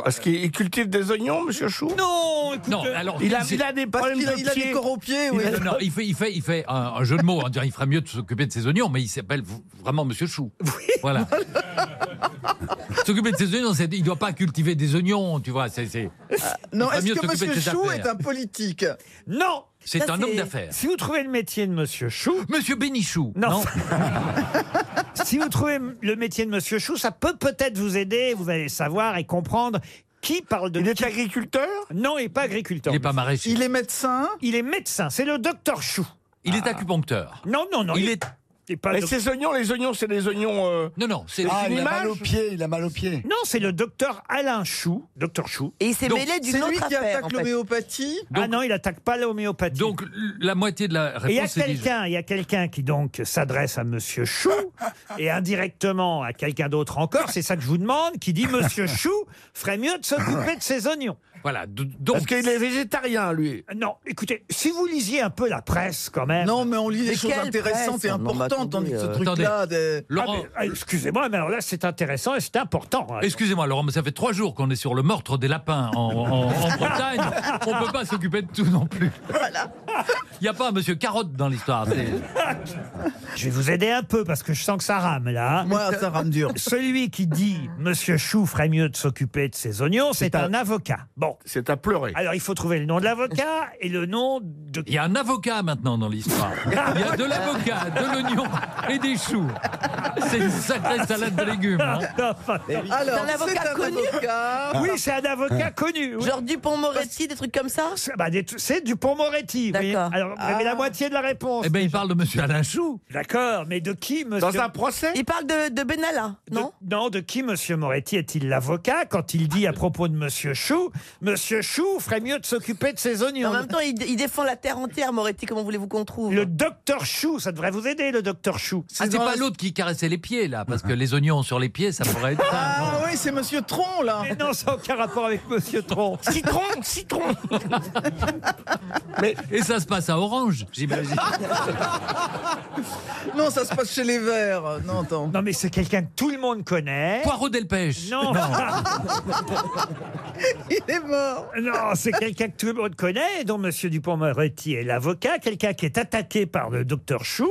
Speaker 6: Parce qu'il il cultive des oignons, monsieur Chou
Speaker 4: Non, écoute,
Speaker 9: non.
Speaker 4: euh,
Speaker 9: Alors
Speaker 6: il a,
Speaker 9: c'est-
Speaker 6: il a des
Speaker 8: Parce
Speaker 6: problèmes
Speaker 8: qu'il a,
Speaker 6: de
Speaker 8: il a
Speaker 6: pieds.
Speaker 8: des corps aux pieds, oui.
Speaker 9: Non, non, il fait, il fait, il fait un, un jeu de mots. On dirait il ferait mieux de s'occuper de ses oignons, mais il s'appelle v- vraiment Monsieur Chou. Voilà. s'occuper de ses oignons, c'est- il ne doit pas cultiver des oignons, tu vois. c'est- C'est
Speaker 8: Euh,
Speaker 4: Euh,
Speaker 8: Non,
Speaker 9: Il vaut
Speaker 8: est-ce que
Speaker 9: mieux s'occuper de
Speaker 8: monsieur
Speaker 9: ses
Speaker 8: Chou
Speaker 9: affaires.
Speaker 8: est un politique
Speaker 4: non.
Speaker 9: c'est
Speaker 5: Ça,
Speaker 9: un homme
Speaker 5: c'est-
Speaker 9: d'affaires.
Speaker 4: Si vous trouvez le métier de Monsieur Chou,
Speaker 9: Monsieur Bénichou.
Speaker 4: Non. (laughs) si vous trouvez le métier de Monsieur Chou, ça peut peut-être vous aider. Vous allez savoir et comprendre. Qui parle de Il est agriculteur Non, il n'est pas agriculteur. Il n'est
Speaker 9: pas maraîcher.
Speaker 4: Il est médecin Il est médecin, c'est le docteur Chou.
Speaker 9: Il est acupuncteur.
Speaker 4: Non, non, non.
Speaker 9: Il est.
Speaker 4: pas
Speaker 6: Et
Speaker 4: doc-
Speaker 6: ces oignons, les oignons, c'est des oignons. euh,
Speaker 9: Non, non,
Speaker 7: Ah, il a mal au pied, il a mal au pied.
Speaker 4: Non, c'est le docteur Alain Chou. Docteur Chou.
Speaker 5: Et il s'est
Speaker 9: Donc, mêlé d'une c'est lui autre qui affaire, attaque en fait.
Speaker 4: l'homéopathie Ah
Speaker 9: Donc-
Speaker 4: non, il attaque pas l'homéopathie.
Speaker 9: Donc la moitié de la
Speaker 4: Et il y a
Speaker 9: réponse est déjà-
Speaker 4: quelqu'un, il y a quelqu'un qui donc s'adresse à Monsieur Chou et indirectement à quelqu'un d'autre encore. C'est ça que je vous demande, qui dit
Speaker 9: (laughs)
Speaker 4: Monsieur Chou ferait mieux de s'occuper de ses oignons.
Speaker 9: Voilà. d- Donc
Speaker 4: Parce qu'il est végétarien, lui. Non, écoutez, si vous lisiez un peu la presse, quand même.
Speaker 8: Non, mais on lit des Mais choses quelle intéressantes presse et Non, mais importantes, attendez, tandis que ce euh, truc-là,
Speaker 4: Attendez.
Speaker 8: des-
Speaker 9: Laurent-
Speaker 4: Ah, mais, ah, Excusez-moi, mais alors là, c'est intéressant et c'est important. hein.
Speaker 9: Excusez-moi, Laurent, mais ça fait trois jours qu'on est sur le meurtre des lapins en, en- en Bretagne. On ne peut pas s'occuper de tout non plus. Il n'y a pas un monsieur carotte dans l'histoire.
Speaker 4: Je vais vous aider un peu parce que je sens que ça rame là.
Speaker 8: Moi, ça rame dur.
Speaker 4: Celui qui dit Monsieur Chou ferait mieux de s'occuper de ses oignons, c'est un avocat. Bon.
Speaker 6: C'est à pleurer.
Speaker 4: Alors il faut trouver le nom de l'avocat et le nom de.
Speaker 9: Il y a un avocat maintenant dans l'histoire. Il y a de l'avocat, (laughs) de l'oignon et des choux. C'est une sacrée salade de légumes. hein.
Speaker 5: Alors, un avocat connu
Speaker 4: Oui, c'est un avocat connu. oui.
Speaker 5: Genre Dupont-Moretti, des trucs comme ça
Speaker 4: C'est bah, des tru- c'est Dupont-Moretti. vous voyez. Alors, vous avez la moitié de la réponse.
Speaker 9: Eh bien, il parle de monsieur Alain Chou.
Speaker 4: D'accord, mais de qui, monsieur
Speaker 6: procès
Speaker 5: Il parle de, de Benalla, Ah, non
Speaker 4: Non, de qui Monsieur Moretti est-il l'avocat quand il dit à propos de Monsieur Chou, Monsieur Chou ferait mieux de s'occuper de ses oignons
Speaker 5: En même temps, il, il défend la terre entière, Moretti, comment voulez-vous qu'on trouve
Speaker 4: Le docteur Chou, ça devrait vous aider, le docteur Chou.
Speaker 9: Ah, c'est pas l'autre qui caressait les pieds, là, parce que les oignons sur les pieds, ça pourrait être ça.
Speaker 8: Ah oui, c'est Monsieur Tron, là
Speaker 4: Mais non, ça n'a aucun rapport avec Monsieur Tron.
Speaker 8: (laughs) Citron, citron
Speaker 9: Et ça se passe à Orange, j'imagine.
Speaker 8: Non, ça se passe chez les Verts. Non, attends.
Speaker 4: Non, mais c'est quelqu'un que tout le monde connaît.
Speaker 9: Poireau d'Elpèche.
Speaker 4: Non,
Speaker 9: (laughs)
Speaker 4: (laughs) Ah,
Speaker 8: Il est mort
Speaker 4: non c'est quelqu'un que tout le monde connaît, dont Monsieur Dupont-Moretti est l'avocat, quelqu'un qui est attaqué par le docteur Chou.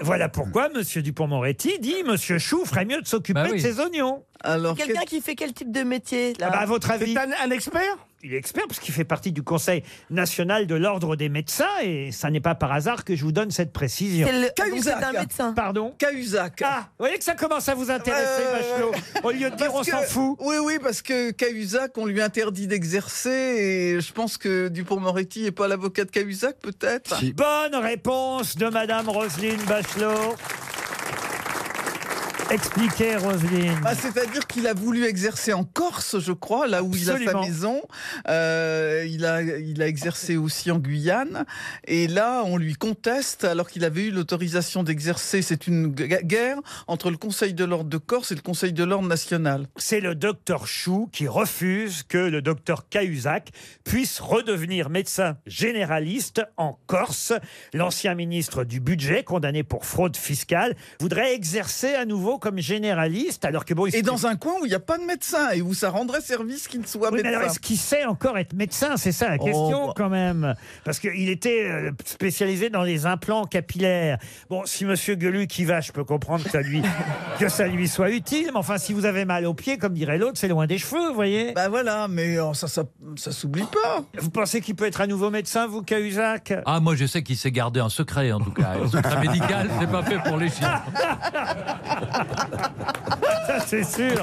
Speaker 4: Voilà pourquoi Monsieur Dupont-Moretti dit Monsieur Chou ferait mieux de s'occuper
Speaker 9: Bah oui.
Speaker 4: de ses oignons.
Speaker 8: Alors,
Speaker 5: Quelqu'un qui fait quel type de métier là
Speaker 4: Ah bah, à votre avis,
Speaker 6: un, expert
Speaker 4: il est expert parce qu'il fait partie du Conseil national de l'ordre des médecins et ça n'est pas par hasard que je vous donne cette précision.
Speaker 5: C'est le- donc, c'est
Speaker 8: Cahuzac.
Speaker 5: un médecin.
Speaker 4: Pardon
Speaker 8: Cahuzac.
Speaker 4: Ah, vous voyez que ça commence à vous intéresser,
Speaker 8: Euh,
Speaker 4: Bachelot. Au lieu de dire on
Speaker 8: Parce
Speaker 4: s'en
Speaker 8: que-
Speaker 4: fout.
Speaker 8: Oui, oui, parce que Cahuzac, on lui interdit d'exercer et je pense que Dupont-Moretti n'est pas l'avocat de Cahuzac, peut-être.
Speaker 7: Si.
Speaker 4: Bonne réponse de Madame Roselyne Bachelot. Expliquez, Roselyne.
Speaker 8: Ah, C'est-à-dire qu'il a voulu exercer en Corse, je crois, là où il a
Speaker 4: Absolument.
Speaker 8: sa maison. Euh, il, a, il a exercé aussi en Guyane. Et là, on lui conteste, alors qu'il avait eu l'autorisation d'exercer. C'est une gu- guerre entre le Conseil de l'Ordre de Corse et le Conseil de l'Ordre national.
Speaker 4: C'est le docteur Chou qui refuse que le docteur Cahuzac puisse redevenir médecin généraliste en Corse. L'ancien ministre du Budget, condamné pour fraude fiscale, voudrait exercer à nouveau comme généraliste, alors que bon, il
Speaker 8: Et
Speaker 4: se-
Speaker 8: dans un coin où il n'y a pas de médecin et où ça rendrait service qu'il soit
Speaker 4: Oui, mais alors
Speaker 8: médecin.
Speaker 4: est-ce qu'il sait encore être médecin C'est ça la question
Speaker 8: bah.
Speaker 4: quand même. Parce qu'il était euh, spécialisé dans les implants capillaires. Bon, si Monsieur Gueulu qui va, je peux comprendre que ça,
Speaker 8: (laughs)
Speaker 4: lui, que ça lui soit utile. Mais enfin, si vous avez mal aux pieds, comme dirait l'autre, c'est loin des cheveux, vous voyez.
Speaker 8: Bah voilà, mais oh, ça, ça, ça s'oublie pas.
Speaker 4: Vous pensez qu'il peut être un nouveau médecin, vous, Cahuzac
Speaker 9: Ah, moi, je sais qu'il s'est gardé un secret, en tout cas. Un secret médical, c'est pas fait pour les
Speaker 4: (laughs)
Speaker 9: chiens.
Speaker 4: Ça, (laughs) c'est sûr.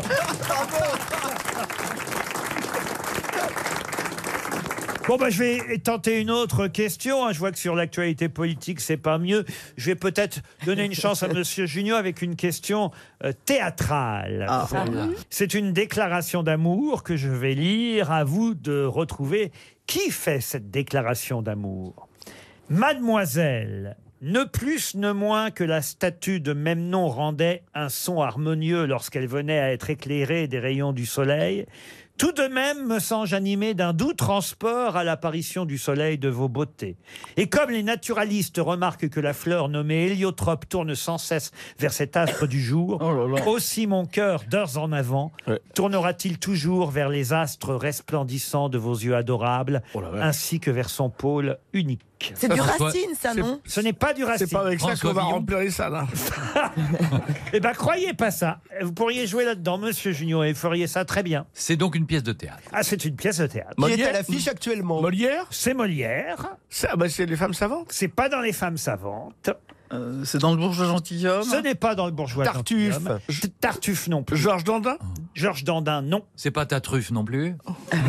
Speaker 4: Bon, bah, je vais tenter une autre question. hein. Je vois que sur l'actualité politique, c'est pas mieux. Je vais peut-être donner une chance à Monsieur Junior avec une question euh, théâtrale. C'est une déclaration d'amour que je vais lire. À vous de retrouver qui fait cette déclaration d'amour. Mademoiselle, ne plus ne moins que la statue de même nom rendait un son harmonieux lorsqu'elle venait à être éclairée des rayons du soleil, tout de même me sens animé d'un doux transport à l'apparition du soleil de vos beautés. Et comme les naturalistes remarquent que la fleur nommée héliotrope tourne sans cesse vers cet astre du jour, aussi mon cœur, d'heures en avant, tournera-t-il toujours vers les astres resplendissants de vos yeux adorables, ainsi que vers son pôle unique.
Speaker 5: C'est du
Speaker 9: François-
Speaker 5: racine, ça, non
Speaker 4: Ce n'est pas du
Speaker 6: C'est
Speaker 4: racisme.
Speaker 6: pas avec ça
Speaker 9: François
Speaker 6: qu'on va
Speaker 9: Villon.
Speaker 6: remplir ça, là.
Speaker 4: (laughs) Eh ben, croyez pas ça. Vous pourriez jouer là-dedans, monsieur Junior, et vous feriez ça très bien.
Speaker 9: C'est donc une pièce de théâtre.
Speaker 4: Ah, c'est une pièce de théâtre.
Speaker 10: Qui est à l'affiche actuellement.
Speaker 6: Molière
Speaker 4: C'est Molière.
Speaker 6: ça, bah, C'est les femmes savantes.
Speaker 4: C'est pas dans Les Femmes Savantes.
Speaker 8: Euh, c'est dans le bourgeois gentilhomme.
Speaker 4: Ce n'est pas dans Le Bourgeois.
Speaker 6: Tartuffe.
Speaker 4: gentilhomme. T- Tartuffe non plus. Oh.
Speaker 6: Georges Dandin
Speaker 4: Georges Dandin, non. Oh.
Speaker 9: C'est pas ta truffe non plus.
Speaker 4: (laughs)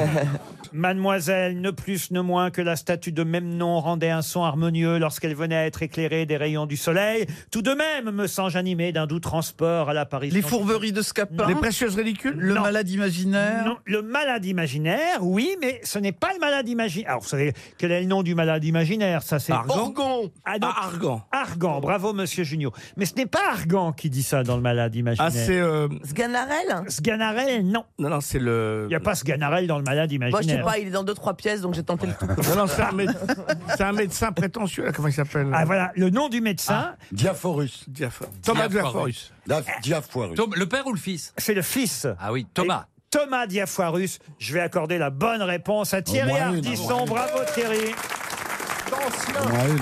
Speaker 4: Mademoiselle, ne plus ne moins que la statue de même nom rendait un son harmonieux lorsqu'elle venait à être éclairée des rayons du soleil. Tout de même, me sens-je animé d'un doux transport à l'apparition.
Speaker 8: Les fourberies de Scapin.
Speaker 4: Non.
Speaker 8: ridicules. Le malade imaginaire.
Speaker 4: Non, le malade imaginaire, oui, mais ce n'est pas le malade imaginaire. Alors, vous savez, quel est le nom du malade imaginaire Ça, c'est
Speaker 6: Argan.
Speaker 4: Ah, non.
Speaker 6: Argan.
Speaker 4: Argan, bravo, monsieur Junio. Mais ce n'est pas Argan qui dit ça dans le malade imaginaire.
Speaker 6: Ah, c'est, euh,
Speaker 5: Sganarelle
Speaker 4: Sganarelle, non.
Speaker 6: Non, non, c'est le.
Speaker 4: Il n'y a pas Sganarelle dans le malade
Speaker 5: Moi, Bah, je sais
Speaker 4: imaginaire.
Speaker 5: pas, il est dans deux, trois pièces, donc j'ai
Speaker 4: (laughs)
Speaker 5: tenté le tout.
Speaker 6: (laughs) Non, non, c'est un, méde- (laughs) c'est un médecin prétentieux, là, comment il s'appelle
Speaker 4: Ah, voilà, le nom du médecin.
Speaker 7: Diaphorus.
Speaker 6: Thomas
Speaker 9: Diaphorus.
Speaker 6: Diaphorus.
Speaker 7: Daf- Diaphorus.
Speaker 9: Tom- le père ou le fils
Speaker 4: C'est le fils.
Speaker 9: Ah oui, Thomas.
Speaker 4: Thomas Diafoirus. Je vais accorder la bonne réponse à Thierry
Speaker 7: moins une, au moins
Speaker 4: Ardisson.
Speaker 7: une.
Speaker 4: Bravo Thierry.
Speaker 7: Ouais, une.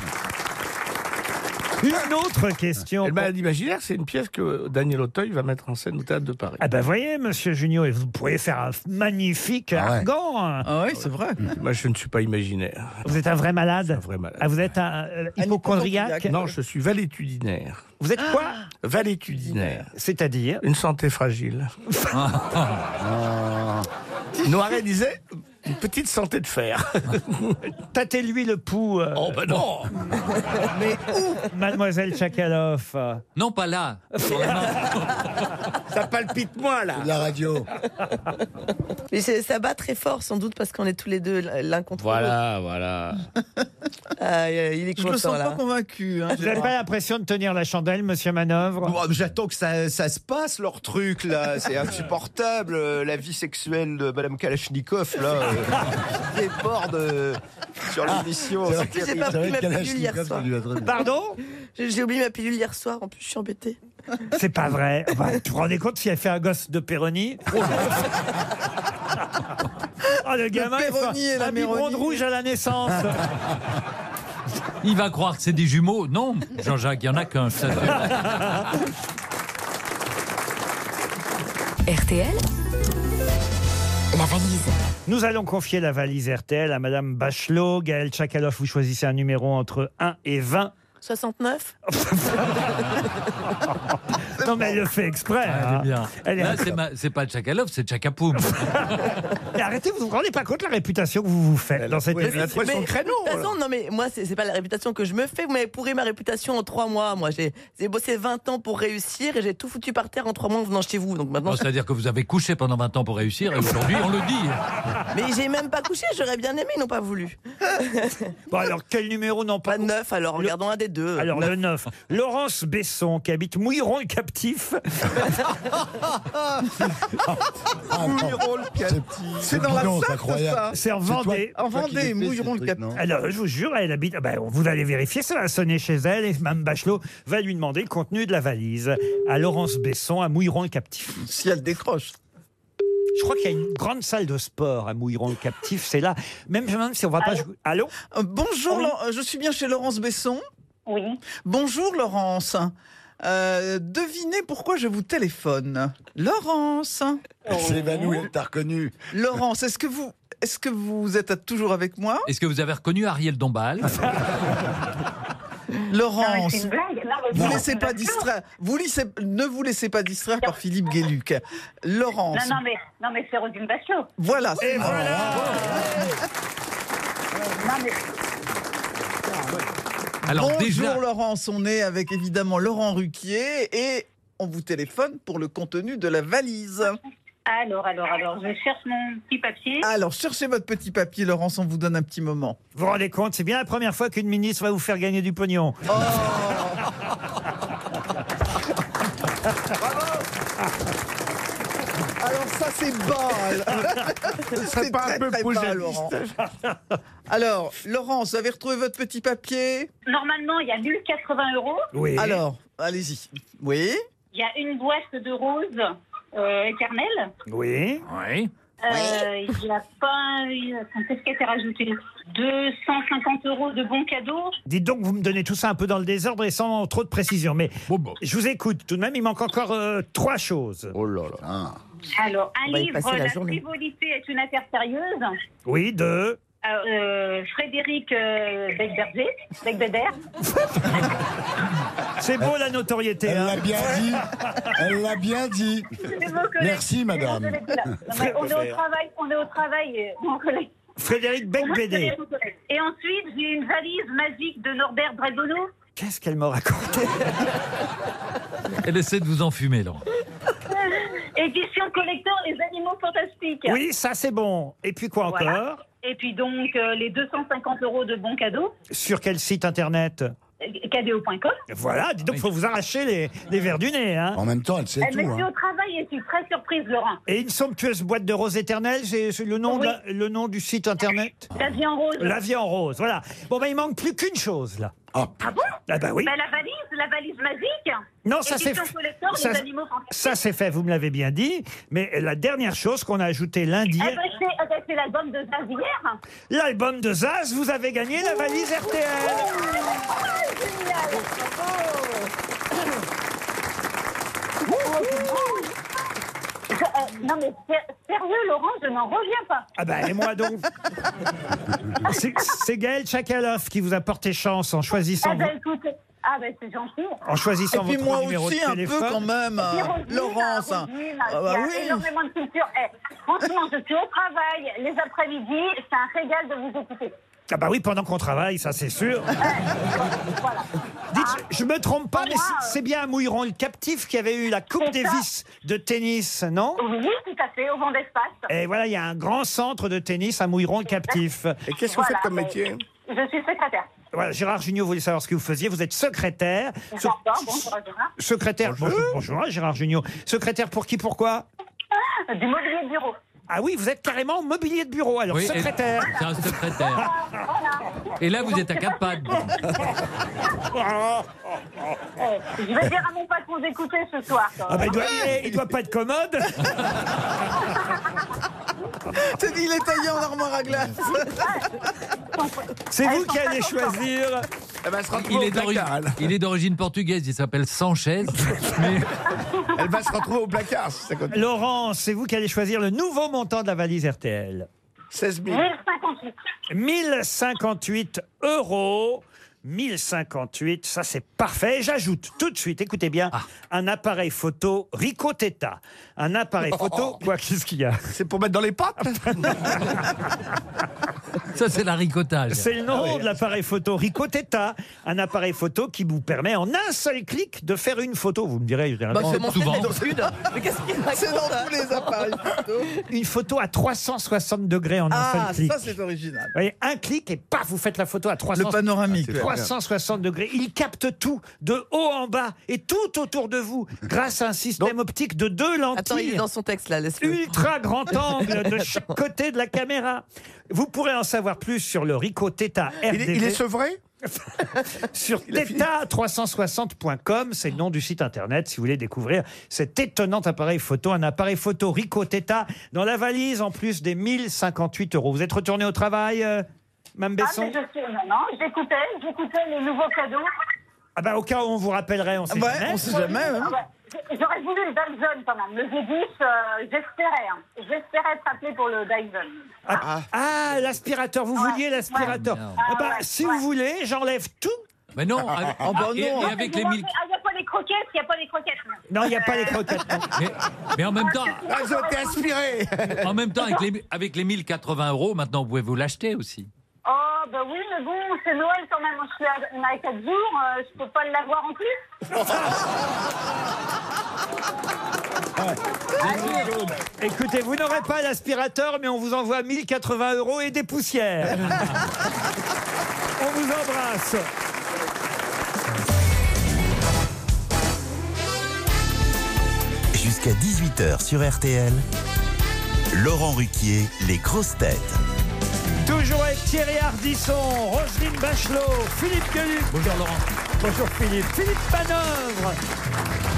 Speaker 4: Une autre question.
Speaker 6: Et le malade imaginaire, ben, c'est une pièce que Daniel Auteuil va mettre en scène au théâtre de Paris.
Speaker 4: Ah ben voyez, monsieur Junio, et vous pourriez faire un magnifique
Speaker 7: Ah ouais.
Speaker 4: argan. hein.
Speaker 8: Ah oui, c'est vrai.
Speaker 6: Moi, je ne suis pas imaginaire.
Speaker 4: Vous êtes un vrai
Speaker 6: Un
Speaker 4: malade.
Speaker 6: vrai malade.
Speaker 4: Ah, vous êtes un euh, hypochondriaque.
Speaker 6: Non, je suis valétudinaire.
Speaker 4: Vous êtes quoi
Speaker 6: Valétudinaire.
Speaker 4: C'est-à-dire
Speaker 6: Une santé fragile.
Speaker 10: Ah.
Speaker 6: Noiret disait une petite santé de fer.
Speaker 4: Tâtez-lui le pouls, euh,
Speaker 6: oh ben non
Speaker 4: (laughs) mais où, mademoiselle Tchakaloff
Speaker 9: Non, pas là.
Speaker 6: Ça palpite moins là
Speaker 7: La radio.
Speaker 5: Mais c'est- ça bat très fort, sans doute, parce qu'on est tous les deux l'un contre l'autre.
Speaker 6: Voilà, voilà.
Speaker 5: Ah, il est
Speaker 8: Je me
Speaker 5: content,
Speaker 8: sens
Speaker 5: là.
Speaker 8: pas convaincu. hein.
Speaker 4: Vous n'avez pas l'impression de tenir la chandelle, monsieur Manœuvre
Speaker 10: Oh, J'attends que ça, ça se passe, leur truc, là. C'est insupportable. euh, La vie sexuelle de Madame Kalachnikov, là. euh, qui déborde euh, sur l'émission.
Speaker 5: En plus, j'ai pas
Speaker 7: Ça va
Speaker 5: pris ma
Speaker 7: être
Speaker 5: pilule hier
Speaker 7: Kalachnikov, ça
Speaker 5: soir.
Speaker 7: lui va très bien.
Speaker 4: Pardon
Speaker 5: J'ai j'ai oublié ma pilule hier soir, en plus, je suis
Speaker 4: (laughs)
Speaker 5: embêtée.
Speaker 4: C'est pas vrai. Ah bah, tu te rendais compte s'il avait fait un gosse de Péroni Ah, le gamin, il
Speaker 8: Péroni
Speaker 4: fait
Speaker 8: et la
Speaker 4: un biberon
Speaker 8: Méroni.
Speaker 4: de rouge à la naissance.
Speaker 9: Il va croire que c'est des jumeaux. Non, Jean-Jacques, il n'y en a qu'un. ça, c'est-
Speaker 4: (laughs)
Speaker 3: RTL, la valise.
Speaker 4: Nous allons confier la valise RTL à Madame Bachelot. Gaël Tchakaloff, vous choisissez un numéro entre 1 et 20.
Speaker 5: 69
Speaker 4: Ah Non, mais elle le fait exprès.
Speaker 9: Ah,
Speaker 4: hein.
Speaker 9: c'est bien.
Speaker 4: Elle est
Speaker 9: Là,
Speaker 4: incroyable.
Speaker 9: c'est ma- c'est pas Tchakalov, c'est Tchakapoum.
Speaker 4: Mais arrêtez, vous vous rendez pas compte de la réputation que vous vous faites dans cette
Speaker 6: Oui, elle a
Speaker 4: émission.
Speaker 6: trouvé son
Speaker 5: Mais,
Speaker 6: créneau.
Speaker 5: De toute façon, non, mais moi, c'est c'est pas la réputation que je me fais. Vous m'avez pourri ma réputation en trois mois. Moi, j'ai j'ai bossé 20 ans pour réussir et j'ai tout foutu par terre en trois mois en venant chez vous. Donc maintenant,
Speaker 9: Non, C'est-à-dire que vous avez couché pendant 20 ans pour réussir et aujourd'hui, on le dit.
Speaker 4: Ah,
Speaker 5: mais j'ai même pas couché. J'aurais bien aimé, ils n'ont pas
Speaker 4: (laughs)
Speaker 5: voulu.
Speaker 4: Bon, alors, quel numéro n'en
Speaker 5: Pas
Speaker 4: parle
Speaker 5: de neuf, alors regardons un des deux.
Speaker 4: Alors, le 9. Laurence Besson, qui habite Mouilleron le Captif.
Speaker 7: Ah,
Speaker 8: Mouilleron le
Speaker 7: c'est-
Speaker 8: captif. (laughs) C'est dans la
Speaker 7: bidon, c'est
Speaker 8: Sarthe,
Speaker 7: incroyable.
Speaker 8: ça.
Speaker 4: C'est en
Speaker 7: C'est toi-
Speaker 4: Vendée.
Speaker 8: En
Speaker 7: toi qui
Speaker 8: Vendée,
Speaker 7: l'as fait,
Speaker 8: Mouilleron le
Speaker 7: ce truc,
Speaker 8: captif.
Speaker 7: non
Speaker 4: Alors, je vous jure, elle habite. ah ben, vous allez vérifier, ça va sonner chez elle et Mme Bachelot va lui demander le contenu de la valise à Laurence Besson à Mouilleron-le-Captif.
Speaker 8: Si elle décroche.
Speaker 4: Je crois qu'il y a une grande salle de sport à Mouilleron-le-Captif, c'est là. Même je me demande si on va pas jouer. Allô
Speaker 8: Euh, Bonjour, Lau- euh, je suis bien chez Laurence Besson.
Speaker 13: Oui.
Speaker 8: Bonjour Laurence. Euh, devinez pourquoi je vous téléphone. Laurence.
Speaker 7: Elle s'est évanouie, elle t'a reconnu.
Speaker 8: Laurence, est-ce que vous est-ce que vous êtes à- toujours avec moi
Speaker 9: Est-ce que vous avez reconnu Ariel Dombal
Speaker 13: Non, mais
Speaker 8: Laurence.
Speaker 13: c'est une blague. Non, mais
Speaker 8: Vous
Speaker 13: non,
Speaker 8: laissez pas
Speaker 13: non,
Speaker 8: distraire. Vous laissez- ne vous laissez pas distraire par Philippe Guéluc. Laurence.
Speaker 13: Non, non, mais, non, mais c'est Rosine Bachelot. Ah,
Speaker 8: Voilà. c'est-
Speaker 13: Non, mais
Speaker 9: Alors
Speaker 8: Bonjour
Speaker 9: déjà,
Speaker 8: Laurence, on est avec évidemment Laurent Ruquier et on vous téléphone pour le contenu de la valise.
Speaker 13: alors, alors, alors, je cherche mon petit papier.
Speaker 8: Alors cherchez votre petit papier Laurence, on vous donne un petit moment.
Speaker 4: Vous vous rendez compte, c'est bien la première fois qu'une ministre va vous faire gagner du pognon.
Speaker 8: Alors ça c'est
Speaker 4: (laughs)
Speaker 8: bas.
Speaker 6: serait pas un peu
Speaker 8: bas,
Speaker 6: projetiste.
Speaker 8: Laurent. Alors Laurence, vous avez retrouvé votre petit papier
Speaker 13: Normalement, il y a 1080 euros.
Speaker 4: Oui.
Speaker 8: Alors, allez-y. Oui.
Speaker 13: Il y a une boîte de roses euh, éternelles.
Speaker 4: Oui.
Speaker 9: oui.
Speaker 13: Euh, Il n'y a pas. une- attends, Qu'est-ce qui a été rajouté 250 euros de bons cadeaux.
Speaker 4: Dites donc, vous me donnez tout ça un peu dans le désordre et sans trop de précision. Mais
Speaker 9: Bon, bon.
Speaker 4: je vous écoute. Tout de même, il manque encore euh, trois choses.
Speaker 6: Oh là là.
Speaker 7: Ah.
Speaker 13: Alors, un
Speaker 5: va y
Speaker 13: livre,
Speaker 5: passer la
Speaker 13: La
Speaker 5: journée.
Speaker 13: frivolité est une affaire sérieuse.
Speaker 4: Oui, deux.
Speaker 13: euh, Frédéric euh, Becberger, Becbeder.
Speaker 4: C'est beau la notoriété.
Speaker 7: Elle
Speaker 4: hein.
Speaker 7: l'a bien dit.
Speaker 4: (laughs)
Speaker 7: Elle l'a bien dit.
Speaker 13: C'est vos collègues.
Speaker 7: (laughs) Merci, madame.
Speaker 13: C'est vos collègues, là.
Speaker 7: (laughs)
Speaker 13: Non, mais On est au travail, on est au travail, euh, mon collègue.
Speaker 4: Frédéric Becbédé.
Speaker 13: Et ensuite, j'ai une valise magique de Norbert Dragono.
Speaker 4: (laughs)
Speaker 13: (laughs)
Speaker 4: Qu'est-ce qu'elle m'a raconté
Speaker 9: Elle essaie de vous enfumer, Laurent.
Speaker 13: Édition collector, les animaux fantastiques.
Speaker 4: Oui, ça c'est bon. Et puis quoi encore
Speaker 13: Voilà. Et puis donc, euh, les 250 euros de bons cadeaux,
Speaker 4: Sur quel site internet
Speaker 13: euh, kdo.com.
Speaker 4: Voilà, dis donc, faut vous arracher les, les verres du nez. Hein.
Speaker 7: En même temps, elle
Speaker 13: Elle me dit au travail et Eh, je suis très surprise, Laurent.
Speaker 4: Et une somptueuse boîte de rose éternelle, j'ai j'ai le, nom de la- le nom du site internet
Speaker 13: La vie en rose.
Speaker 4: La vie en rose, voilà. Bon, ben il manque plus qu'une chose, là.
Speaker 13: Ah bon
Speaker 4: Ah bah oui.
Speaker 13: Bah, la valise, la valise magique.
Speaker 4: Non, ça c'est
Speaker 13: Édition collector,
Speaker 4: ça,
Speaker 13: les animaux fantastiques.
Speaker 4: ça, c'est fait, vous me l'avez bien dit. Mais la dernière chose qu'on a ajoutée lundi,
Speaker 13: Ah bah, c'est ah bah, c'est l'album de Zaz hier.
Speaker 4: l'album de Zaz, vous avez gagné la valise RTL.
Speaker 13: Je- Oh. euh, non mais ser- sérieux Laurent, je n'en reviens pas.
Speaker 4: Ah bah et moi donc
Speaker 13: (laughs)
Speaker 4: C'est- C'est Gaël Chakalov qui vous a porté chance en
Speaker 13: Ah
Speaker 4: choisissant.
Speaker 13: bah
Speaker 4: vo-
Speaker 13: écoute, ah bah c'est gentil.
Speaker 4: En choisissant
Speaker 8: Et puis
Speaker 4: votre
Speaker 8: moi
Speaker 4: numéro
Speaker 8: aussi,
Speaker 4: de
Speaker 8: un peu
Speaker 4: téléphone.
Speaker 8: quand même, euh,
Speaker 13: Et puis, Roselyne,
Speaker 8: Laurence, hein.
Speaker 13: Roselyne,
Speaker 8: Ah bah
Speaker 13: il y a
Speaker 8: oui.
Speaker 13: énormément de culture. Eh, franchement, je suis au travail les après-midi, c'est un régal de vous écouter.
Speaker 4: Ah bah oui, pendant qu'on travaille, ça
Speaker 13: (laughs)
Speaker 4: c'est sûr. Dites, je me trompe pas, mais c'est- c'est bien à Mouilleron le captif qui avait eu la Coupe
Speaker 13: euh, C'est ça.
Speaker 4: Davis de tennis, non
Speaker 13: Oui, tout à fait, au vent d'espace.
Speaker 4: Et voilà, il y a un grand centre de tennis à Mouilleron le captif. Et
Speaker 13: qu'est-ce que vous faites Voilà, comme mais- métier hein Je suis secrétaire.
Speaker 4: Voilà, Gérard Junior voulait savoir ce que vous faisiez. Vous êtes secrétaire. Sec-
Speaker 13: Bonsoir, bonjour à Gérard.
Speaker 4: secrétaire. Bonjour, bonjour hein, Gérard Junior. Secrétaire pour qui, pourquoi
Speaker 13: Du mobilier de bureau.
Speaker 4: Ah oui, vous êtes carrément mobilier de bureau, alors
Speaker 9: Oui, et-
Speaker 4: secrétaire.
Speaker 9: C'est un
Speaker 4: (laughs)
Speaker 9: secrétaire. Et là, vous êtes à quatre pattes.
Speaker 13: Eh, je vais dire à mon patron d'écouter ce soir. quand
Speaker 4: Ah bah,
Speaker 13: même.
Speaker 4: il, doit, il doit pas être commode.
Speaker 8: T'as dit, il est taillé en armoire à glace.
Speaker 4: C'est vous qui allez choisir.
Speaker 9: Il est d'origine- il est d'origine portugaise, il s'appelle Sanchez. Mais
Speaker 10: (laughs) Elle va se retrouver au placard si ça continue.
Speaker 4: Laurence, c'est vous qui allez choisir le nouveau montant de la valise RTL.
Speaker 10: 16 000.
Speaker 13: Hein 1058.
Speaker 4: 1058 euros. 1058, ça c'est parfait. J'ajoute tout de suite, écoutez bien,
Speaker 8: Ah.
Speaker 4: un appareil photo Rico Teta. Un appareil
Speaker 8: Oh.
Speaker 4: photo, quoi, qu'est-ce qu'il y a
Speaker 10: C'est pour mettre dans les pattes
Speaker 9: ça, c'est la ricotage.
Speaker 4: C'est le nom
Speaker 8: Ah
Speaker 4: de l'appareil photo Rico Teta. Un appareil photo qui vous permet en un seul clic de faire une photo. Vous me direz,
Speaker 8: Bah,
Speaker 4: évidemment,
Speaker 8: c'est mon
Speaker 9: souvent.
Speaker 8: frère d'habitude. Mais qu'est-ce qu'il raconte (laughs) C'est dans tous les appareils photo.
Speaker 4: une photo à 360 degrés en un
Speaker 8: Ah,
Speaker 4: seul clic.
Speaker 8: ça c'est original.
Speaker 4: Vous voyez, un clic et paf, vous faites la photo à 300
Speaker 8: Le
Speaker 10: Ah,
Speaker 8: panoramique. ouais.
Speaker 4: 360 degrés. Il capte tout, de haut en bas et tout autour
Speaker 10: (laughs)
Speaker 4: de vous, grâce à un système optique de deux
Speaker 5: Attends, il
Speaker 4: lentilles.
Speaker 5: est dans son texte là, laisse-le. (laughs)
Speaker 4: Ultra grand angle de chaque côté de la caméra. Vous pourrez en savoir plus sur le Rico Theta
Speaker 10: il est,
Speaker 4: RDV
Speaker 10: il est sevré
Speaker 4: (laughs) sur
Speaker 10: il a fini.
Speaker 4: theta360.com. C'est le nom du site internet si vous voulez découvrir cet étonnant appareil photo. Un appareil photo Rico Theta dans la valise en plus des 1058 euros. Vous êtes retourné au travail, euh, Mme
Speaker 13: Ah,
Speaker 4: Besson
Speaker 13: mais je suis... Non, non, j'écoutais, j'écoutais les nouveaux cadeaux.
Speaker 4: Ah bah, au cas où on vous rappellerait, on sait
Speaker 8: Bah Ouais,
Speaker 4: jamais.
Speaker 8: on sait jamais. hein.
Speaker 13: Ah Ouais, J'aurais voulu le Dyson quand même. Le G10, euh, j'espérais. hein. J'espérais être appelé pour le Dyson.
Speaker 4: Ah, ah, l'aspirateur, vous vouliez l'aspirateur.
Speaker 9: ouais.
Speaker 4: Ah bah, si vous voulez, j'enlève tout.
Speaker 9: Mais
Speaker 8: (laughs)
Speaker 9: non, avec,
Speaker 8: bah
Speaker 9: et-
Speaker 8: non.
Speaker 9: et avec les
Speaker 13: il
Speaker 9: mille.
Speaker 13: n'y a pas les croquettes, il n'y a pas les croquettes.
Speaker 4: Non, il n'y a pas les croquettes. non.
Speaker 9: Mais, mais en même temps,
Speaker 10: Ah, ils ont été aspirés
Speaker 9: en même temps, avec les, avec les 1080 euros, maintenant, vous pouvez vous l'acheter aussi.
Speaker 13: (laughs) Oh, bah oui, mais bon, c'est Noël quand même. Je suis à, on a 4 jours, euh, je peux pas l'avoir en plus.
Speaker 4: (laughs)
Speaker 6: Ah,
Speaker 4: Écoutez, vous n'aurez pas l'aspirateur, mais on vous envoie 1080 euros et
Speaker 8: (laughs)
Speaker 4: des poussières.
Speaker 7: (laughs)
Speaker 4: on vous embrasse.
Speaker 2: Jusqu'à 18h sur RTL. Laurent Ruquier, les grosses têtes.
Speaker 4: Toujours avec Thierry Ardisson, Roselyne Bachelot, Philippe Gueluc.
Speaker 9: Bonjour Laurent.
Speaker 4: Bonjour Philippe. Philippe Manœuvre,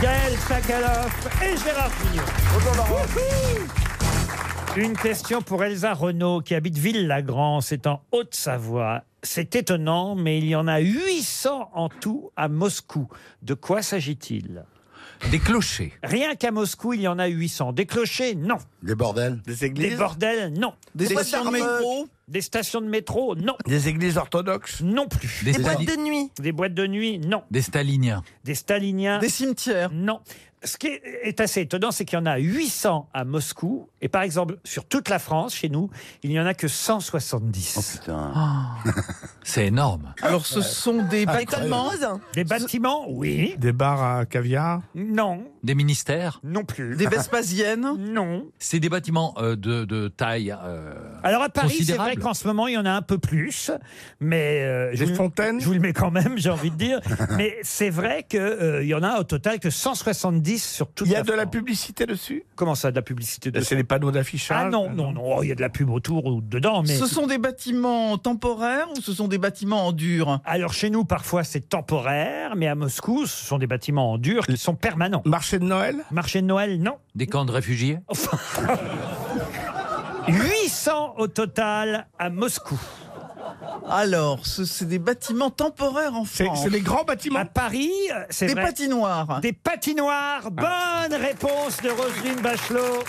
Speaker 4: Gaël Sakaloff et Gérard Pignot. Une question pour Elsa Renault qui habite Ville-Lagrand, c'est en Haute-Savoie. C'est étonnant, mais il y en a 800 en tout à Moscou. De quoi s'agit-il
Speaker 9: Des clochers.
Speaker 4: Rien qu'à Moscou, il y en a 800. Des clochers, non.
Speaker 7: Des bordels.
Speaker 10: Des
Speaker 4: Des bordels, non.
Speaker 8: Des
Speaker 10: Des
Speaker 8: stations de
Speaker 10: Starbucks.
Speaker 8: métro.
Speaker 4: Des stations de métro Non.
Speaker 6: Des églises orthodoxes
Speaker 4: Non plus.
Speaker 9: Des Des boîtes stali- de
Speaker 4: nuit Des boîtes de nuit Non.
Speaker 9: Des staliniens.
Speaker 4: Des staliniens
Speaker 8: Des cimetières
Speaker 4: Non. Ce qui est- est assez étonnant, c'est qu'il y en a 800 à Moscou. Et par exemple, sur toute la France, chez nous, il n'y en a que 170. Ah.
Speaker 9: C'est énorme.
Speaker 8: Alors, ce sont des bâtiments.
Speaker 4: Des bâtiments, oui.
Speaker 6: Des bars à caviar
Speaker 4: Non.
Speaker 9: Des ministères
Speaker 4: Non plus.
Speaker 8: Des Vespasiennes
Speaker 4: Non.
Speaker 9: C'est des bâtiments euh, de, de taille. euh,
Speaker 4: Alors à Paris, c'est
Speaker 9: considérable.
Speaker 4: vrai qu'en ce moment, il y en a un peu plus, mais euh, je,
Speaker 9: Des
Speaker 4: vous, le-
Speaker 9: fontaines
Speaker 4: je vous le mets quand même, j'ai envie de
Speaker 6: (laughs)
Speaker 4: dire. mais c'est vrai qu'il y en a au total que 170 sur toute
Speaker 6: Il y a
Speaker 4: la
Speaker 6: de la
Speaker 4: France.
Speaker 6: publicité dessus
Speaker 4: Comment ça, de la publicité dessus
Speaker 6: C'est les panneaux d'affichage
Speaker 4: Ah non, non, non, oh, il y a de la pub autour ou dedans, mais...
Speaker 8: Ce sont des bâtiments temporaires ou ce sont des bâtiments en dur
Speaker 4: Alors chez nous, parfois c'est temporaire, mais à Moscou, ce sont des bâtiments en dur qui sont permanents.
Speaker 6: Marché de Noël
Speaker 4: Marché de Noël, non.
Speaker 9: Des camps de réfugiés
Speaker 4: (laughs) 800 au total à Moscou.
Speaker 8: Alors, ce- c'est des bâtiments temporaires en France.
Speaker 6: c'est les grands bâtiments
Speaker 4: À Paris, euh, c'est
Speaker 8: Des
Speaker 4: vrai.
Speaker 8: patinoires.
Speaker 4: Des patinoires.
Speaker 6: Ah.
Speaker 4: Bonne réponse de Roselyne Bachelot.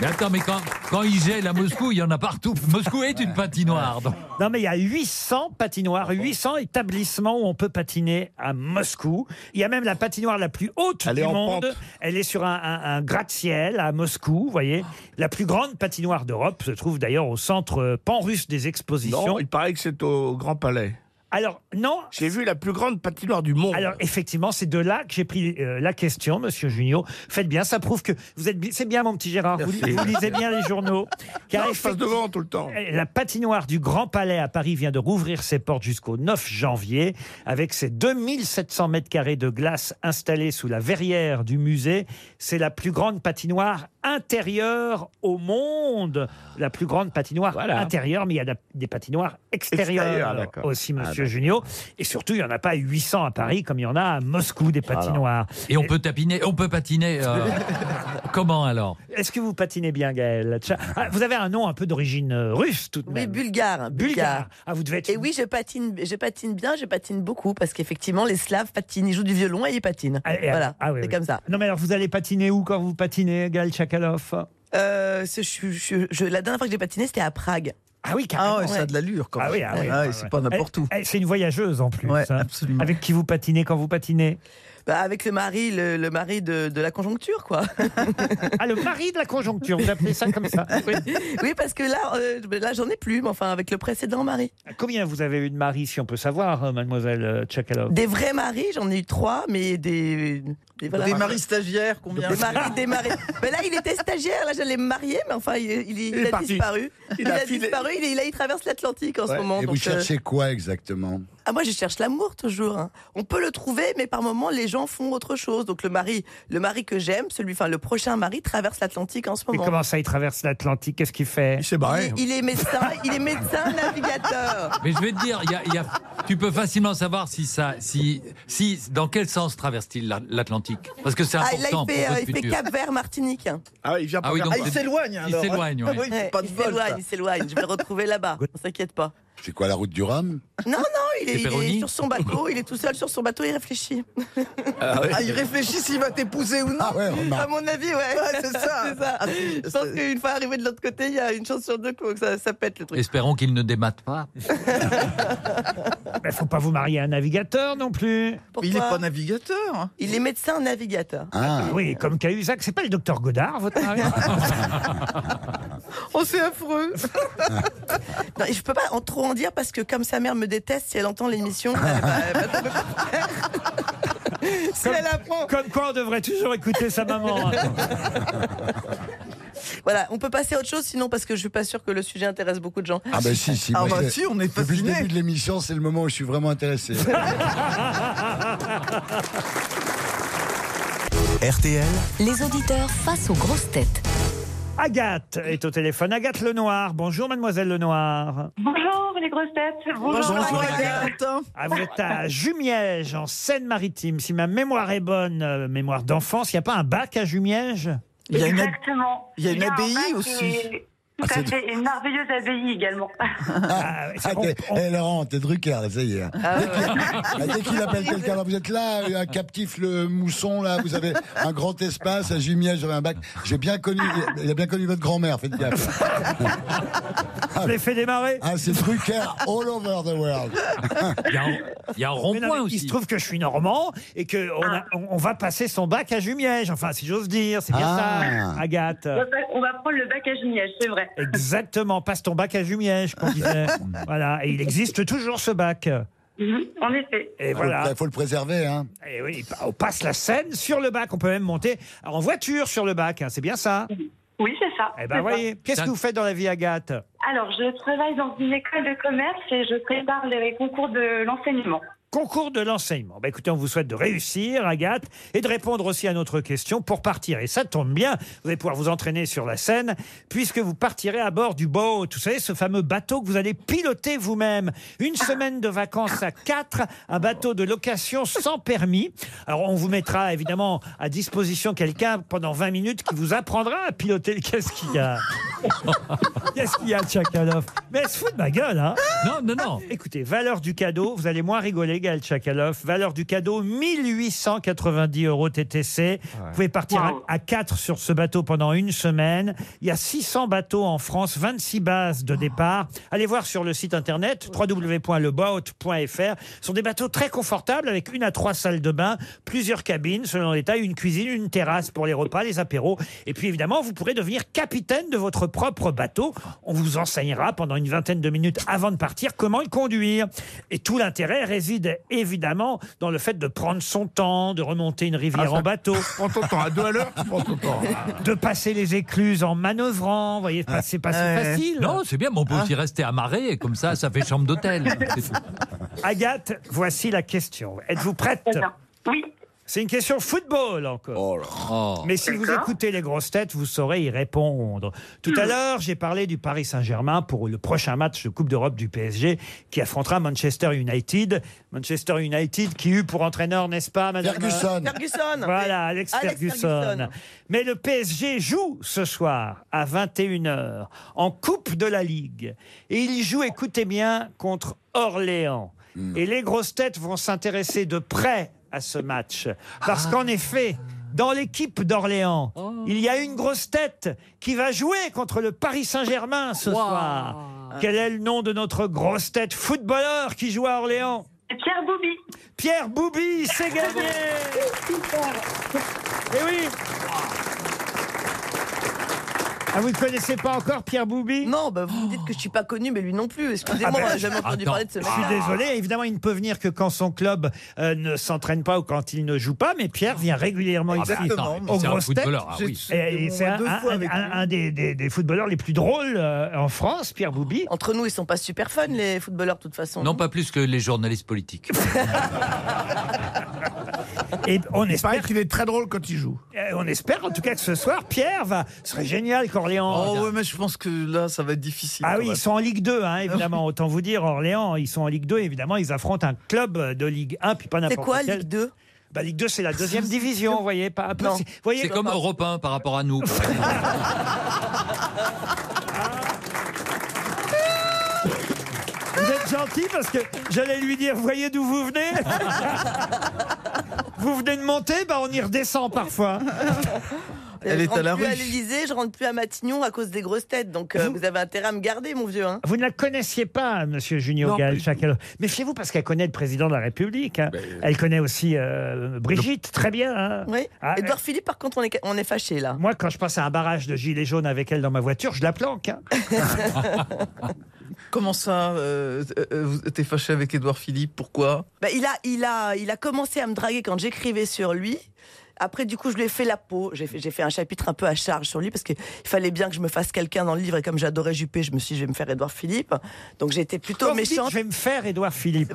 Speaker 9: Mais attends, mais quand, quand ils gèlent à Moscou, il y en a partout. Moscou est une patinoire. donc.
Speaker 4: Non, mais il y a 800
Speaker 6: Ah
Speaker 4: patinoires, 800 établissements où on peut patiner à Moscou. Il y a même la patinoire la plus haute
Speaker 6: Elle
Speaker 4: du
Speaker 6: est en
Speaker 4: monde.
Speaker 6: pente.
Speaker 4: Elle est sur un, un- un gratte-ciel à Moscou, vous voyez. La plus grande patinoire d'Europe se trouve d'ailleurs au centre euh, pan-russe des expositions.
Speaker 6: Non, il paraît que c'est au Grand Palais.
Speaker 4: Alors, non.
Speaker 6: J'ai vu la plus grande patinoire du monde.
Speaker 4: Alors effectivement, c'est de là que j'ai pris euh, la question, Monsieur Junio. Faites bien, ça prouve que vous êtes. bi- C'est bien, mon petit Gérard. Vous,
Speaker 6: Merci.
Speaker 4: vous lisez bien les journaux.
Speaker 6: Non, je
Speaker 4: effectivement-
Speaker 6: passe devant tout le temps.
Speaker 4: La patinoire du Grand Palais à Paris vient de rouvrir ses portes jusqu'au 9 janvier avec ses 2700 mètres carrés de glace installés sous la verrière du musée. C'est la plus grande patinoire intérieure au monde. La plus grande patinoire
Speaker 6: Voilà.
Speaker 4: intérieure, mais il y a la- des patinoires extérieures
Speaker 6: Extérieures, d'accord.
Speaker 4: aussi,
Speaker 6: Ah,
Speaker 4: monsieur
Speaker 6: d'accord.
Speaker 4: Junio. Et surtout, il n'y en a pas 800 à Paris comme il y en a à Moscou des patinoires.
Speaker 9: Et on peut tapiner, on peut patiner.
Speaker 4: (laughs)
Speaker 9: euh, comment alors
Speaker 4: Est-ce que vous patinez bien, Gaël
Speaker 6: (laughs)
Speaker 4: Tcha- Ah, Vous avez un nom un peu d'origine euh, russe tout de
Speaker 5: Oui,
Speaker 4: même.
Speaker 5: bulgare.
Speaker 4: Bulgare. Ah, vous devez être
Speaker 5: Et oui, je patine, je patine bien, je patine beaucoup parce qu'effectivement, les Slaves patinent. Ils jouent du violon et ils patinent.
Speaker 4: Ah, et-
Speaker 5: voilà,
Speaker 4: ah oui,
Speaker 5: c'est
Speaker 4: oui.
Speaker 5: comme ça.
Speaker 4: Non, mais alors vous allez patiner où quand vous patinez, Gal Chakalov
Speaker 5: Euh, ce- je- je- je- la dernière fois que j'ai patiné, c'était à Prague.
Speaker 4: Ah oui, carrément.
Speaker 8: Ah ouais, ça a de l'allure quand même.
Speaker 4: Ah oui, ah oui,
Speaker 8: Ah ouais,
Speaker 4: ah
Speaker 8: c'est
Speaker 4: ouais.
Speaker 8: pas n'importe
Speaker 4: Elle-
Speaker 8: où.
Speaker 4: elle- C'est une voyageuse en plus.
Speaker 8: Ouais,
Speaker 4: hein.
Speaker 8: absolument.
Speaker 4: Avec qui vous patinez quand vous patinez
Speaker 5: Bah, avec le mari, le, le mari de, de la conjoncture, quoi.
Speaker 4: Ah, le mari de la conjoncture, vous appelez ça comme ça Oui.
Speaker 5: oui, parce que là, euh, là, (laughs) j'en ai plus, mais enfin, avec le précédent mari.
Speaker 4: Combien vous avez eu de maris, si on peut savoir, euh, mademoiselle euh, Chakalov
Speaker 5: Des vrais maris, j'en ai eu trois, mais des. Des, voilà.
Speaker 8: Des maris stagiaires, combien
Speaker 5: Des maris, des maris. Mais là, il était stagiaire, là, j'allais me marier, mais enfin, il, il- il
Speaker 6: Il est
Speaker 5: a
Speaker 6: parti.
Speaker 5: disparu.
Speaker 6: Il
Speaker 5: Il,
Speaker 6: a
Speaker 5: a,
Speaker 6: filé.
Speaker 5: disparu, il, est- là, il traverse l'Atlantique en
Speaker 6: Ouais,
Speaker 5: ce moment.
Speaker 7: Et vous
Speaker 5: donc, euh,
Speaker 7: cherchez quoi exactement
Speaker 5: Ah, moi, je cherche l'amour toujours. hein. On peut le trouver, mais par moments, les gens font autre chose. Donc, le mari, le mari que j'aime, celui, enfin, le prochain mari traverse l'Atlantique en ce
Speaker 4: Mais
Speaker 5: moment.
Speaker 4: comment ça, il traverse l'Atlantique Qu'est-ce qu'il fait
Speaker 6: Il s'est
Speaker 5: il,
Speaker 6: barré.
Speaker 5: est- il est médecin, il est médecin navigateur.
Speaker 9: Mais je vais te dire, il y a- il y a- tu peux facilement savoir si ça, si, si, dans quel sens traverse-t-il la- l'Atlantique Parce (laughs) que c'est
Speaker 5: Ah, là,
Speaker 9: important
Speaker 5: il fait,
Speaker 9: pour
Speaker 5: euh,
Speaker 9: votre
Speaker 5: il fait
Speaker 9: futur.
Speaker 5: Cap Vert, Martinique.
Speaker 6: Ah oui, il vient
Speaker 9: Ah
Speaker 6: pas
Speaker 9: oui,
Speaker 6: faire-
Speaker 9: donc-
Speaker 8: Ah, il s'éloigne
Speaker 9: Il
Speaker 8: alors.
Speaker 9: s'éloigne, oui.
Speaker 8: Oui,
Speaker 5: Ouais,
Speaker 8: pas de
Speaker 5: il
Speaker 8: vol.
Speaker 5: s'éloigne, il s'éloigne. Je vais le retrouver là-bas. On s'inquiète pas.
Speaker 7: C'est quoi la route du Rhum
Speaker 5: Non, non, il
Speaker 9: C'est
Speaker 5: est, il
Speaker 9: Péroni
Speaker 5: est sur son bateau, il est tout seul sur son bateau, il réfléchit.
Speaker 8: Ah, il réfléchit s'il va t'épouser ou non.
Speaker 7: Ah ouais, remarque.
Speaker 5: À mon avis, ouais.
Speaker 8: Ouais, c'est ça.
Speaker 5: C'est ça.
Speaker 8: Ah,
Speaker 5: Je pense qu'une fois arrivé de l'autre côté, il y a une chance sur deux que ça, ça pète le truc.
Speaker 9: Espérons qu'il ne démate pas.
Speaker 4: Il faut pas vous marier à un navigateur non plus.
Speaker 8: Mais il est
Speaker 5: Pourquoi
Speaker 8: pas navigateur.
Speaker 5: Il est médecin navigateur.
Speaker 7: Ah,
Speaker 4: Oui, comme Cahuzac, c'est pas le docteur Godard, Ah,
Speaker 5: (laughs)
Speaker 4: votre mari
Speaker 8: Oh, c'est
Speaker 7: (laughs)
Speaker 8: affreux.
Speaker 5: Non, et je peux pas en trop en dire parce que comme sa mère me déteste, si elle entend
Speaker 7: (laughs)
Speaker 5: l'émission, elle va- elle va- elle va pas faire. si elle apprend.
Speaker 4: Comme quoi, on devrait toujours écouter
Speaker 5: (laughs)
Speaker 4: sa maman. hein.
Speaker 5: Voilà, on peut passer à autre chose sinon parce que je suis pas sûre que le sujet intéresse beaucoup de gens.
Speaker 7: ah bah si, si.
Speaker 8: Ah
Speaker 7: moi,
Speaker 8: bah
Speaker 7: je-
Speaker 8: si, on est
Speaker 7: Depuis le
Speaker 8: fasciné.
Speaker 7: début de l'émission, c'est le moment où je suis vraiment intéressé.
Speaker 2: RTL,
Speaker 3: Les auditeurs face aux grosses têtes.
Speaker 4: Agathe est au téléphone. Agathe Lenoir. Bonjour, mademoiselle Lenoir.
Speaker 13: Bonjour les grosses têtes.
Speaker 8: Bonjour
Speaker 13: Agathe.
Speaker 8: Agathe.
Speaker 4: Ah, vous êtes à Jumièges, en Seine-Maritime. Si ma mémoire est bonne, euh, mémoire d'enfance, il n'y a pas un bac à Jumièges
Speaker 8: Il y a une-
Speaker 13: Exactement.
Speaker 8: il y a une
Speaker 13: un
Speaker 8: abbaye
Speaker 13: bac
Speaker 8: aussi.
Speaker 13: et- Tout à fait. Et une merveilleuse abbaye également.
Speaker 7: Ah, t'es- eh, Laurent, t'es Drucker, là, ça y est.
Speaker 13: Ah, ouais.
Speaker 7: Ah, Dès qu'il appelle quelqu'un, alors, vous êtes là, euh, un captif, le mousson, là, vous avez un grand espace, à Jumièges, j'avais un bac. J'ai bien connu, il a bien connu votre grand-mère, faites gaffe.
Speaker 4: Je l'ai fait démarrer.
Speaker 7: Ah, c'est Drucker all over the world.
Speaker 4: Il y a,
Speaker 9: un
Speaker 4: rond-point aussi. Ah. Il se trouve que je suis normand et que on, a- on- on va passer son bac à Jumièges. Enfin, si j'ose dire, c'est bien
Speaker 13: Ah.
Speaker 4: ça, Agathe.
Speaker 13: On va- On va prendre le bac à Jumièges, c'est vrai.
Speaker 4: Exactement. Passe ton bac à Jumièges, qu'on disait. (laughs) voilà. Et il existe toujours ce bac.
Speaker 13: Mhm, En effet.
Speaker 4: Et voilà.
Speaker 7: Il faut le préserver, hein.
Speaker 4: Et oui, on passe la Seine sur le bac. On peut même monter en voiture sur le bac. hein. C'est bien ça
Speaker 13: Oui, c'est ça.
Speaker 4: Eh
Speaker 13: c'est
Speaker 4: ben,
Speaker 13: ça.
Speaker 4: voyez. Qu'est-ce que vous faites dans la vie, Agathe
Speaker 13: Alors, je travaille dans une école de commerce et je prépare les concours de l'enseignement.
Speaker 4: Concours de l'enseignement. Bah, écoutez, on vous souhaite de réussir, Agathe, et de répondre aussi à notre question pour partir. Et ça tombe bien, vous allez pouvoir vous entraîner sur la scène, puisque vous partirez à bord du boat. Vous savez, ce fameux bateau que vous allez piloter vous-même. Une semaine de vacances à quatre, un bateau de location sans permis. Alors, on vous mettra évidemment à disposition quelqu'un pendant 20 minutes qui vous apprendra à piloter le qu'est-ce qu'il
Speaker 9: (laughs)
Speaker 4: y a. Qu'est-ce qu'il y a, Tchakalov Mais elle se fout de ma gueule, hein
Speaker 9: Non, non, non.
Speaker 4: Écoutez, valeur du cadeau, vous allez moins rigoler, Gaël Tchakalov. Valeur du cadeau, 1890 euros TTC. Vous pouvez partir à- à 4 sur ce bateau pendant une semaine. Il y a 600 bateaux en France, 26 bases de départ. Allez voir sur le site internet www.leboat.fr. Ce sont des bateaux très confortables avec une à trois salles de bain, plusieurs cabines selon les tailles, une cuisine, une terrasse pour les repas, les apéros. Et puis évidemment, vous pourrez devenir capitaine de votre propre bateau. On vous enseignera pendant une vingtaine de minutes avant de partir comment le conduire. Et tout l'intérêt réside évidemment dans le fait de prendre son temps, de remonter une rivière
Speaker 6: Ah, ça-
Speaker 4: en bateau.
Speaker 6: (laughs) Prends ton temps, à deux à l'heure, tu prends ton temps.
Speaker 4: De passer les écluses en manœuvrant, vous voyez, c'est pas- Ah, c'est pas si facile.
Speaker 9: Non, c'est bien, mais on peut
Speaker 4: Hein
Speaker 9: aussi rester amarré, et comme ça, ça fait chambre d'hôtel.
Speaker 5: (laughs)
Speaker 9: C'est tout.
Speaker 4: Agathe, voici la question. Êtes-vous prête
Speaker 13: Oui.
Speaker 4: C'est une question football encore.
Speaker 10: Oh
Speaker 4: Oh. Mais si vous
Speaker 9: D'accord.
Speaker 4: écoutez les grosses têtes, vous saurez y répondre. Tout à l'heure, j'ai parlé du Paris Saint-Germain pour le prochain match de Coupe d'Europe du PSG qui affrontera Manchester United. Manchester United qui eut pour entraîneur, n'est-ce pas, madame euh,
Speaker 7: Ferguson.
Speaker 5: Ferguson.
Speaker 4: Voilà, Alex,
Speaker 5: Alex
Speaker 4: Ferguson.
Speaker 5: Ferguson.
Speaker 4: Hein. Mais le PSG joue ce soir à 21h en Coupe de la Ligue. Et il joue, écoutez bien, contre Orléans. Et les grosses têtes vont s'intéresser de près à ce match. Parce qu'en effet, dans l'équipe d'Orléans, il y a une grosse tête qui va jouer contre le Paris Saint-Germain ce soir. Quel est le nom de notre grosse tête footballeur qui joue à Orléans
Speaker 13: Pierre Boubi.
Speaker 4: Pierre Boubi, c'est gagné (laughs) Eh oui Ah, vous ne connaissez pas encore Pierre Boubi
Speaker 5: Non, bah, vous me dites que je suis pas connu, mais lui non plus. Excusez-moi,
Speaker 4: Ah ben,
Speaker 5: on n'a jamais entendu
Speaker 4: attends,
Speaker 5: parler de ce
Speaker 4: Je suis désolé, évidemment, il ne peut venir que quand son club euh, ne s'entraîne pas ou quand il ne joue pas, mais Pierre vient régulièrement
Speaker 9: Ah
Speaker 4: ici
Speaker 9: bah attends, mais
Speaker 4: aux
Speaker 9: c'est un
Speaker 4: grosses têtes.
Speaker 9: footballeur, ah oui.
Speaker 4: Et- et C'est un,
Speaker 5: Deux
Speaker 4: un-
Speaker 5: fois avec
Speaker 4: un- un des, des- des footballeurs les plus drôles euh, en France, Pierre Boubi.
Speaker 5: Entre nous, ils sont pas super fun, les footballeurs, de toute façon.
Speaker 9: Non, pas plus que les journalistes politiques.
Speaker 4: Et on espère qu'il est très drôle quand il joue. on espère en tout cas que ce soir, Pierre va. Ce serait génial qu'Orléans.
Speaker 8: Oh ouais, mais je pense que là, ça va être difficile.
Speaker 4: Ah
Speaker 8: quand
Speaker 4: oui,
Speaker 8: même.
Speaker 4: ils sont en Ligue 2, hein, évidemment. Autant vous dire, Orléans, ils sont en Ligue 2, évidemment. Ils affrontent un club de Ligue 1, puis pas n'importe
Speaker 5: quoi,
Speaker 4: quel.
Speaker 5: Ligue 2
Speaker 4: bah, Ligue 2, c'est la deuxième division, vous voyez. Pas, un peu- Ah, vous voyez
Speaker 9: C'est comme Europe 1 par rapport à nous. par exemple.
Speaker 4: Vous êtes gentil parce que j'allais lui dire, voyez d'où vous
Speaker 5: (laughs)
Speaker 4: venez Vous venez de monter, bah on y redescend parfois.
Speaker 5: Elle je rentre plus à l'Elysée, je rentre plus à Matignon à cause des grosses têtes. Donc euh, vous... avez intérêt à me garder, mon vieux. Hein.
Speaker 4: Vous ne la connaissiez pas, Monsieur Junio
Speaker 5: Non,
Speaker 4: Gaël
Speaker 5: pas du Ben,
Speaker 4: Chacal. Méfiez-vous parce qu'elle connaît le président de la République. hein. Elle connaît aussi euh, Brigitte, très bien. hein.
Speaker 5: Oui.
Speaker 4: Ah,
Speaker 5: Edouard Philippe, par contre, on est, on est fâché là.
Speaker 4: Moi, quand je passe à un barrage de gilets jaunes avec elle dans ma voiture, je la planque. hein.
Speaker 8: Comment ça euh, euh, vous- T'es fâché avec Édouard Philippe Pourquoi
Speaker 5: Bah, il, a, il, a, il a commencé à me draguer quand j'écrivais sur lui. Après, du coup, je lui ai fait la peau. J'ai fait, j'ai fait un chapitre un peu à charge sur lui parce qu'il fallait bien que je me fasse quelqu'un dans le livre. Et comme j'adorais Juppé, je me suis dit, je vais me faire Édouard Philippe. Donc j'ai été plutôt
Speaker 4: Quand vous dites,
Speaker 5: méchante. Bah
Speaker 4: je vais me faire Édouard Philippe.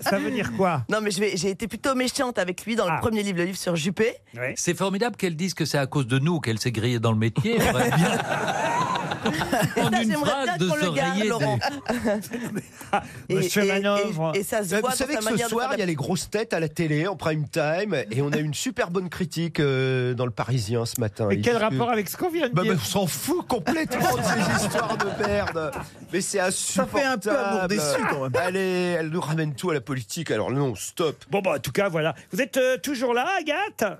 Speaker 4: Ça veut dire quoi Ah.
Speaker 5: Non, mais je vais- j'ai été plutôt méchante avec lui dans le premier livre, le livre sur Juppé.
Speaker 9: C'est formidable qu'elle dise que c'est à cause de nous qu'elle s'est grillée dans le métier. Faudrait bien-
Speaker 5: Et ça,
Speaker 9: une
Speaker 5: j'aimerais
Speaker 9: phrase
Speaker 5: bien
Speaker 9: de
Speaker 5: qu'on le garde,
Speaker 9: s'oreiller
Speaker 5: Laurent.
Speaker 10: (laughs)
Speaker 5: Et-
Speaker 4: Monsieur
Speaker 5: et-
Speaker 4: Manœuvre.
Speaker 5: et- et ça se
Speaker 10: Mais
Speaker 5: voit
Speaker 10: vous
Speaker 5: dans
Speaker 10: savez
Speaker 5: sa
Speaker 10: que
Speaker 5: manière
Speaker 10: ce
Speaker 5: de
Speaker 10: soir,
Speaker 5: faire
Speaker 10: il y a les grosses têtes à la télé en prime time et on a une super bonne critique euh, dans le Parisien ce matin.
Speaker 4: Mais
Speaker 10: Il
Speaker 4: quel
Speaker 10: dit que-
Speaker 4: rapport avec ce qu'on vient de
Speaker 10: Bah,
Speaker 4: dire
Speaker 10: bah, on s'en fout complètement de ces histoires de merde. Mais c'est insupportable.
Speaker 4: fait un peu amour déçu, quand même.
Speaker 10: Allez, elle nous ramène tout à la politique. Alors non, stop.
Speaker 4: Bon bah en tout cas voilà. Vous êtes euh, toujours là,
Speaker 5: (laughs)
Speaker 4: Agathe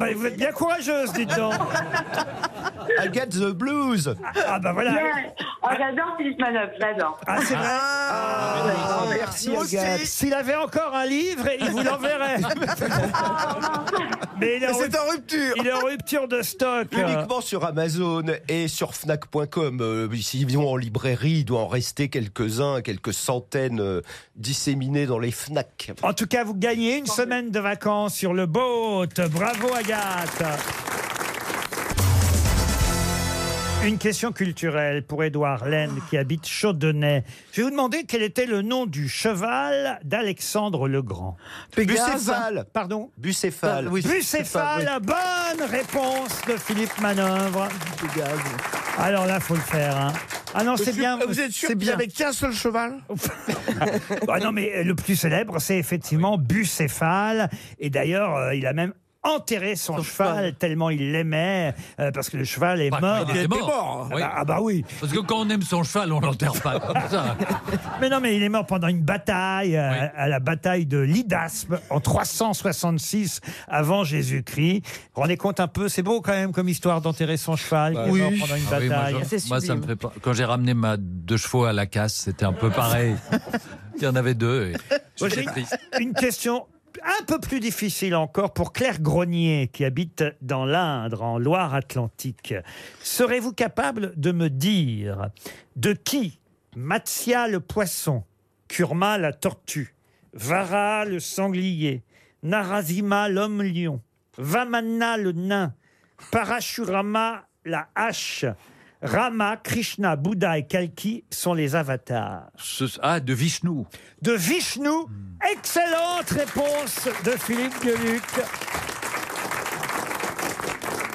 Speaker 4: Bah, Vous êtes bien courageuse, dites donc.
Speaker 10: Agathe the blues.
Speaker 4: Ah bah voilà.
Speaker 13: Yeah. Oh, j'adore Philippe Manœuvre, j'adore.
Speaker 4: Ah, c'est vrai.
Speaker 10: Ah, merci
Speaker 4: Nous aussi.
Speaker 10: Agathe.
Speaker 4: S'il avait encore un livre, il
Speaker 10: (laughs)
Speaker 4: vous l'enverrait. (laughs) Mais il est, en
Speaker 8: C'est en rupture.
Speaker 4: il est en rupture de stock.
Speaker 10: Uniquement sur Amazon et sur Fnac.com. Euh, S'ils vont en librairie, il doit en rester quelques-uns, quelques centaines euh, disséminés dans les Fnac.
Speaker 4: En tout cas, vous gagnez une semaine de vacances sur le boat. Bravo Agathe. Une question culturelle pour Édouard Laine qui habite Chaudenay. Je vais vous demander quel était le nom du cheval d'Alexandre le Grand.
Speaker 8: Pégase.
Speaker 10: Bucéphale.
Speaker 4: Pardon
Speaker 10: Bucéphale.
Speaker 8: Oui,
Speaker 4: Bucéphale,
Speaker 8: Bucéphale,
Speaker 4: bonne réponse de Philippe Manœuvre.
Speaker 8: Pégase.
Speaker 4: Alors là, faut le faire. hein. Ah non, c'est bien.
Speaker 6: Vous êtes sûr
Speaker 4: c'est
Speaker 6: que vous
Speaker 4: bien.
Speaker 6: avez qu'un
Speaker 4: (laughs)
Speaker 6: seul cheval
Speaker 4: Ah non, mais le plus célèbre, c'est effectivement Bucéphale. Et d'ailleurs, euh, il a même enterré son, cheval, tellement il l'aimait, euh, parce que le cheval est
Speaker 9: Pas quand
Speaker 4: mort.
Speaker 9: Bah, il était mort. hein.
Speaker 4: Ah,
Speaker 9: Oui.
Speaker 4: bah, ah bah oui.
Speaker 9: Parce que quand on aime son cheval, on l'enterre pas comme ça.
Speaker 4: Mais non, mais il est mort pendant une bataille, euh, à, la bataille de l'Idaspe, en 366 avant Jésus-Christ. Vous vous rendez compte un peu, c'est beau quand même comme histoire d'enterrer son cheval qui est
Speaker 8: oui.
Speaker 4: mort pendant une
Speaker 9: Ah oui, moi,
Speaker 4: bataille.
Speaker 9: je-
Speaker 5: C'est
Speaker 9: moi, ça
Speaker 5: sublime.
Speaker 9: me fait pas. Quand j'ai ramené ma deux chevaux à la casse, c'était un
Speaker 4: (laughs)
Speaker 9: peu pareil. Il y en avait deux. et
Speaker 4: Moi,
Speaker 9: j'étais
Speaker 4: j'ai-
Speaker 9: triste.
Speaker 4: Une question un peu plus difficile encore pour Claire Grenier, qui habite dans l'Indre, en Loire-Atlantique. Serez-vous capable de me dire de qui Matzia le poisson, Kurma la tortue, Vara le sanglier, Narazima l'homme lion, Vamana le nain, Parashurama la hache, Rama, Krishna, Bouddha et Kalki sont les avatars
Speaker 9: Ce- Ah, de Vishnu.
Speaker 4: de Vishnu. Excellente réponse de Philippe Gueluc.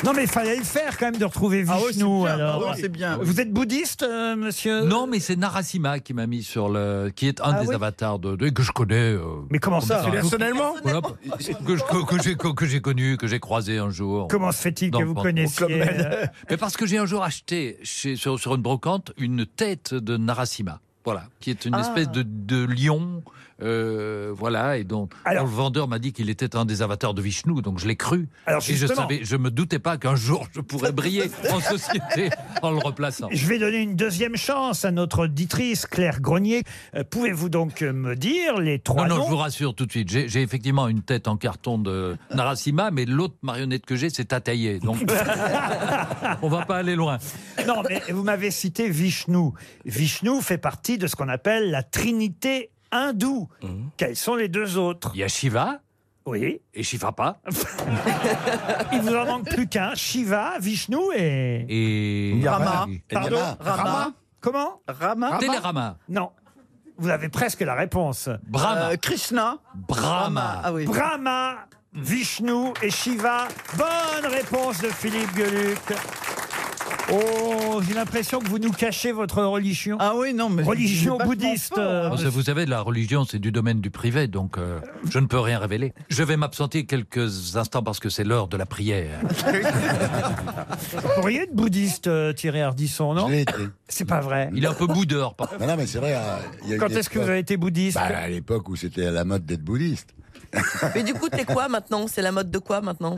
Speaker 4: Non mais il fallait le faire quand même de retrouver
Speaker 8: Ah ouais, c'est
Speaker 4: Vishnu
Speaker 8: bien,
Speaker 4: alors.
Speaker 8: ah ouais, c'est bien.
Speaker 4: Vous êtes bouddhiste, euh, monsieur
Speaker 9: Non, mais c'est Narasimha qui m'a mis sur le. qui est un
Speaker 4: Ah
Speaker 9: des
Speaker 4: oui
Speaker 9: avatars de, de- que je connais. euh,
Speaker 4: Mais comment ça
Speaker 9: Vous-
Speaker 6: Personnellement
Speaker 9: voilà, bah, que je- que- que j'ai que j'ai connu, que j'ai croisé un jour.
Speaker 4: Comment se fait-il
Speaker 9: Dans
Speaker 4: que
Speaker 9: le
Speaker 4: vous
Speaker 9: Panthéon.
Speaker 4: connaissiez euh,
Speaker 9: Mais parce que j'ai un jour acheté chez, sur, sur une brocante une tête de Narasimha. Voilà, qui est une
Speaker 5: Ah.
Speaker 9: espèce de, de lion, euh, voilà, et donc
Speaker 4: Alors-
Speaker 9: le vendeur m'a dit qu'il était un des avatars de Vishnu, donc je l'ai cru.
Speaker 4: Alors,
Speaker 9: et je
Speaker 4: justement.
Speaker 9: savais, je me doutais pas qu'un jour je pourrais briller en société (laughs) en le replaçant.
Speaker 4: Je vais donner une deuxième chance à notre auditrice Claire Grenier. Euh, Pouvez-vous donc euh, me dire les
Speaker 9: Non,
Speaker 4: trois
Speaker 9: non,
Speaker 4: noms
Speaker 9: je vous rassure tout de suite. J'ai j'ai effectivement une tête en carton de Narasimha, mais l'autre marionnette que j'ai, c'est Tataillé.
Speaker 4: (laughs)
Speaker 9: Donc, on va pas aller loin.
Speaker 4: Non, mais vous m'avez cité Vishnu. Vishnu fait partie de ce qu'on appelle la Trinité hindoue. Quels sont les deux autres
Speaker 9: Il y a Shiva
Speaker 4: Oui.
Speaker 9: et Shivapa
Speaker 4: (laughs) Il vous en manque plus qu'un. Shiva, Vishnu et...
Speaker 9: et
Speaker 8: Rama.
Speaker 4: Pardon
Speaker 7: Rama.
Speaker 8: Rama.
Speaker 4: Comment
Speaker 8: Rama.
Speaker 9: Télérama.
Speaker 4: Non. Vous avez presque la réponse.
Speaker 9: Brahma.
Speaker 8: Euh, Krishna.
Speaker 9: Brahma.
Speaker 8: Ah oui.
Speaker 4: Brahma, Vishnu et Shiva. Bonne réponse de Philippe Gueluc. Oh, j'ai l'impression que vous nous cachez votre religion.
Speaker 8: Ah oui, non, mais.
Speaker 4: (laughs) Religion
Speaker 8: c'est vachement
Speaker 4: bouddhiste,
Speaker 8: fort, hein.
Speaker 9: Vous, savez- Oh, vous savez, la religion, c'est du domaine du privé, donc euh, je ne peux rien révéler. Je vais m'absenter quelques instants parce que c'est l'heure de la prière.
Speaker 4: Vous pourriez être bouddhiste, euh, Thierry Ardisson, non
Speaker 7: Je l'ai été.
Speaker 4: C'est pas vrai.
Speaker 9: Il est un peu boudeur. par-
Speaker 7: Non, non, mais c'est vrai. euh, il y a eu
Speaker 4: Quand
Speaker 7: des
Speaker 4: est-ce que vous avez été bouddhiste
Speaker 7: Bah, à l'époque où c'était à la mode d'être bouddhiste. (laughs)
Speaker 5: Mais du coup, t'es quoi maintenant C'est la mode de quoi maintenant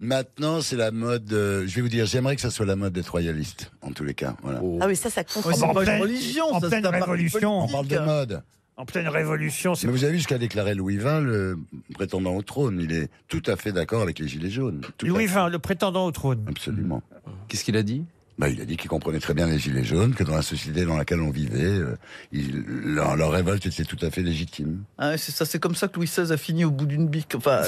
Speaker 7: Maintenant, c'est la mode. euh, je vais vous dire, j'aimerais que ça soit la mode d'être royaliste, en tous les cas. Voilà.
Speaker 8: Oh.
Speaker 5: Ah oui, ça, ça compte.
Speaker 8: Ouais, c'est
Speaker 4: Oh, En
Speaker 8: pas
Speaker 4: pleine-
Speaker 8: une religion,
Speaker 4: en
Speaker 8: ça,
Speaker 4: pleine
Speaker 8: c'est un parti
Speaker 4: révolution.
Speaker 7: On
Speaker 8: politique.
Speaker 7: parle de mode.
Speaker 4: En pleine révolution, c'est
Speaker 7: Mais vous avez vu ce qu'a déclaré Louis XX, le prétendant au trône. Il est tout à fait d'accord avec les Gilets jaunes. Tout à
Speaker 4: Louis
Speaker 7: fait.
Speaker 4: XX, le prétendant au trône.
Speaker 7: Absolument.
Speaker 9: Mmh. Qu'est-ce qu'il a dit
Speaker 7: Bah, il a dit qu'il comprenait très bien les Gilets jaunes, que dans la société dans laquelle on vivait, euh, il- leur, leur révolte était tout à fait légitime.
Speaker 8: Ah, c'est ça, c'est comme ça que Louis XVI a fini au bout d'une bique.
Speaker 6: (laughs)
Speaker 8: Enfin,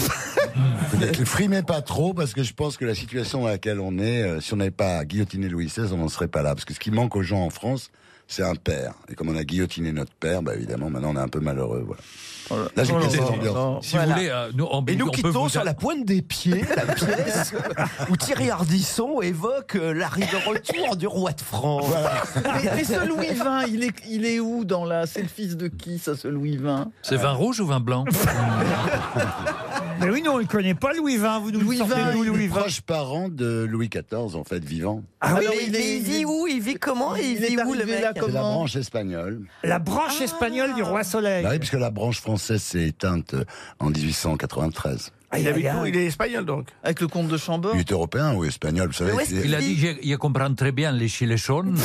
Speaker 7: Peut-être le frimez pas trop, parce que je pense que la situation dans laquelle on est, euh, si on n'avait pas guillotiné Louis XVI, on n'en serait pas là. Parce que ce qui manque aux gens en France, c'est un père. Et comme on a guillotiné notre père, bah évidemment, maintenant on est un peu malheureux. Voilà. Là, j'ai
Speaker 9: Oh là
Speaker 7: quitté
Speaker 9: là
Speaker 7: cette
Speaker 9: là.
Speaker 7: ambiance.
Speaker 9: Si vous voulez, euh, nous, en
Speaker 10: Et nous
Speaker 9: on peut
Speaker 10: quittons
Speaker 9: vous
Speaker 10: sur
Speaker 9: dire-
Speaker 10: la pointe des pieds
Speaker 9: (laughs)
Speaker 10: la pièce où Thierry Ardisson évoque euh, l'arrivée de retour du roi de France.
Speaker 8: Mais, mais ce Louis XX, il est, il est où dans la. C'est le fils de qui, ça, ce Louis XX
Speaker 9: C'est vin rouge ou vin blanc
Speaker 4: Mais oui, non, on ne connaît pas Louis XX. Vous nous
Speaker 7: Louis
Speaker 4: sortez
Speaker 7: XX,
Speaker 4: d'où,
Speaker 7: Louis
Speaker 4: Louis XX
Speaker 7: proche parent de Louis XIV, en fait, vivant.
Speaker 5: Ah oui, mais il, vit où Il vit comment Il,
Speaker 8: il est
Speaker 5: vit où le
Speaker 8: arrivé
Speaker 5: mec
Speaker 8: là
Speaker 7: C'est
Speaker 5: (laughs)
Speaker 7: la branche espagnole.
Speaker 4: La branche espagnole du roi Soleil.
Speaker 7: Bah oui, puisque la branche française s'est éteinte euh, en 1893.
Speaker 4: Ah,
Speaker 8: il,
Speaker 6: est espagnol donc.
Speaker 8: Avec le comte de Chambord.
Speaker 7: Il est européen ou espagnol, vous savez. c'est-
Speaker 9: Il a dit je, je comprends très bien les gilets jaunes.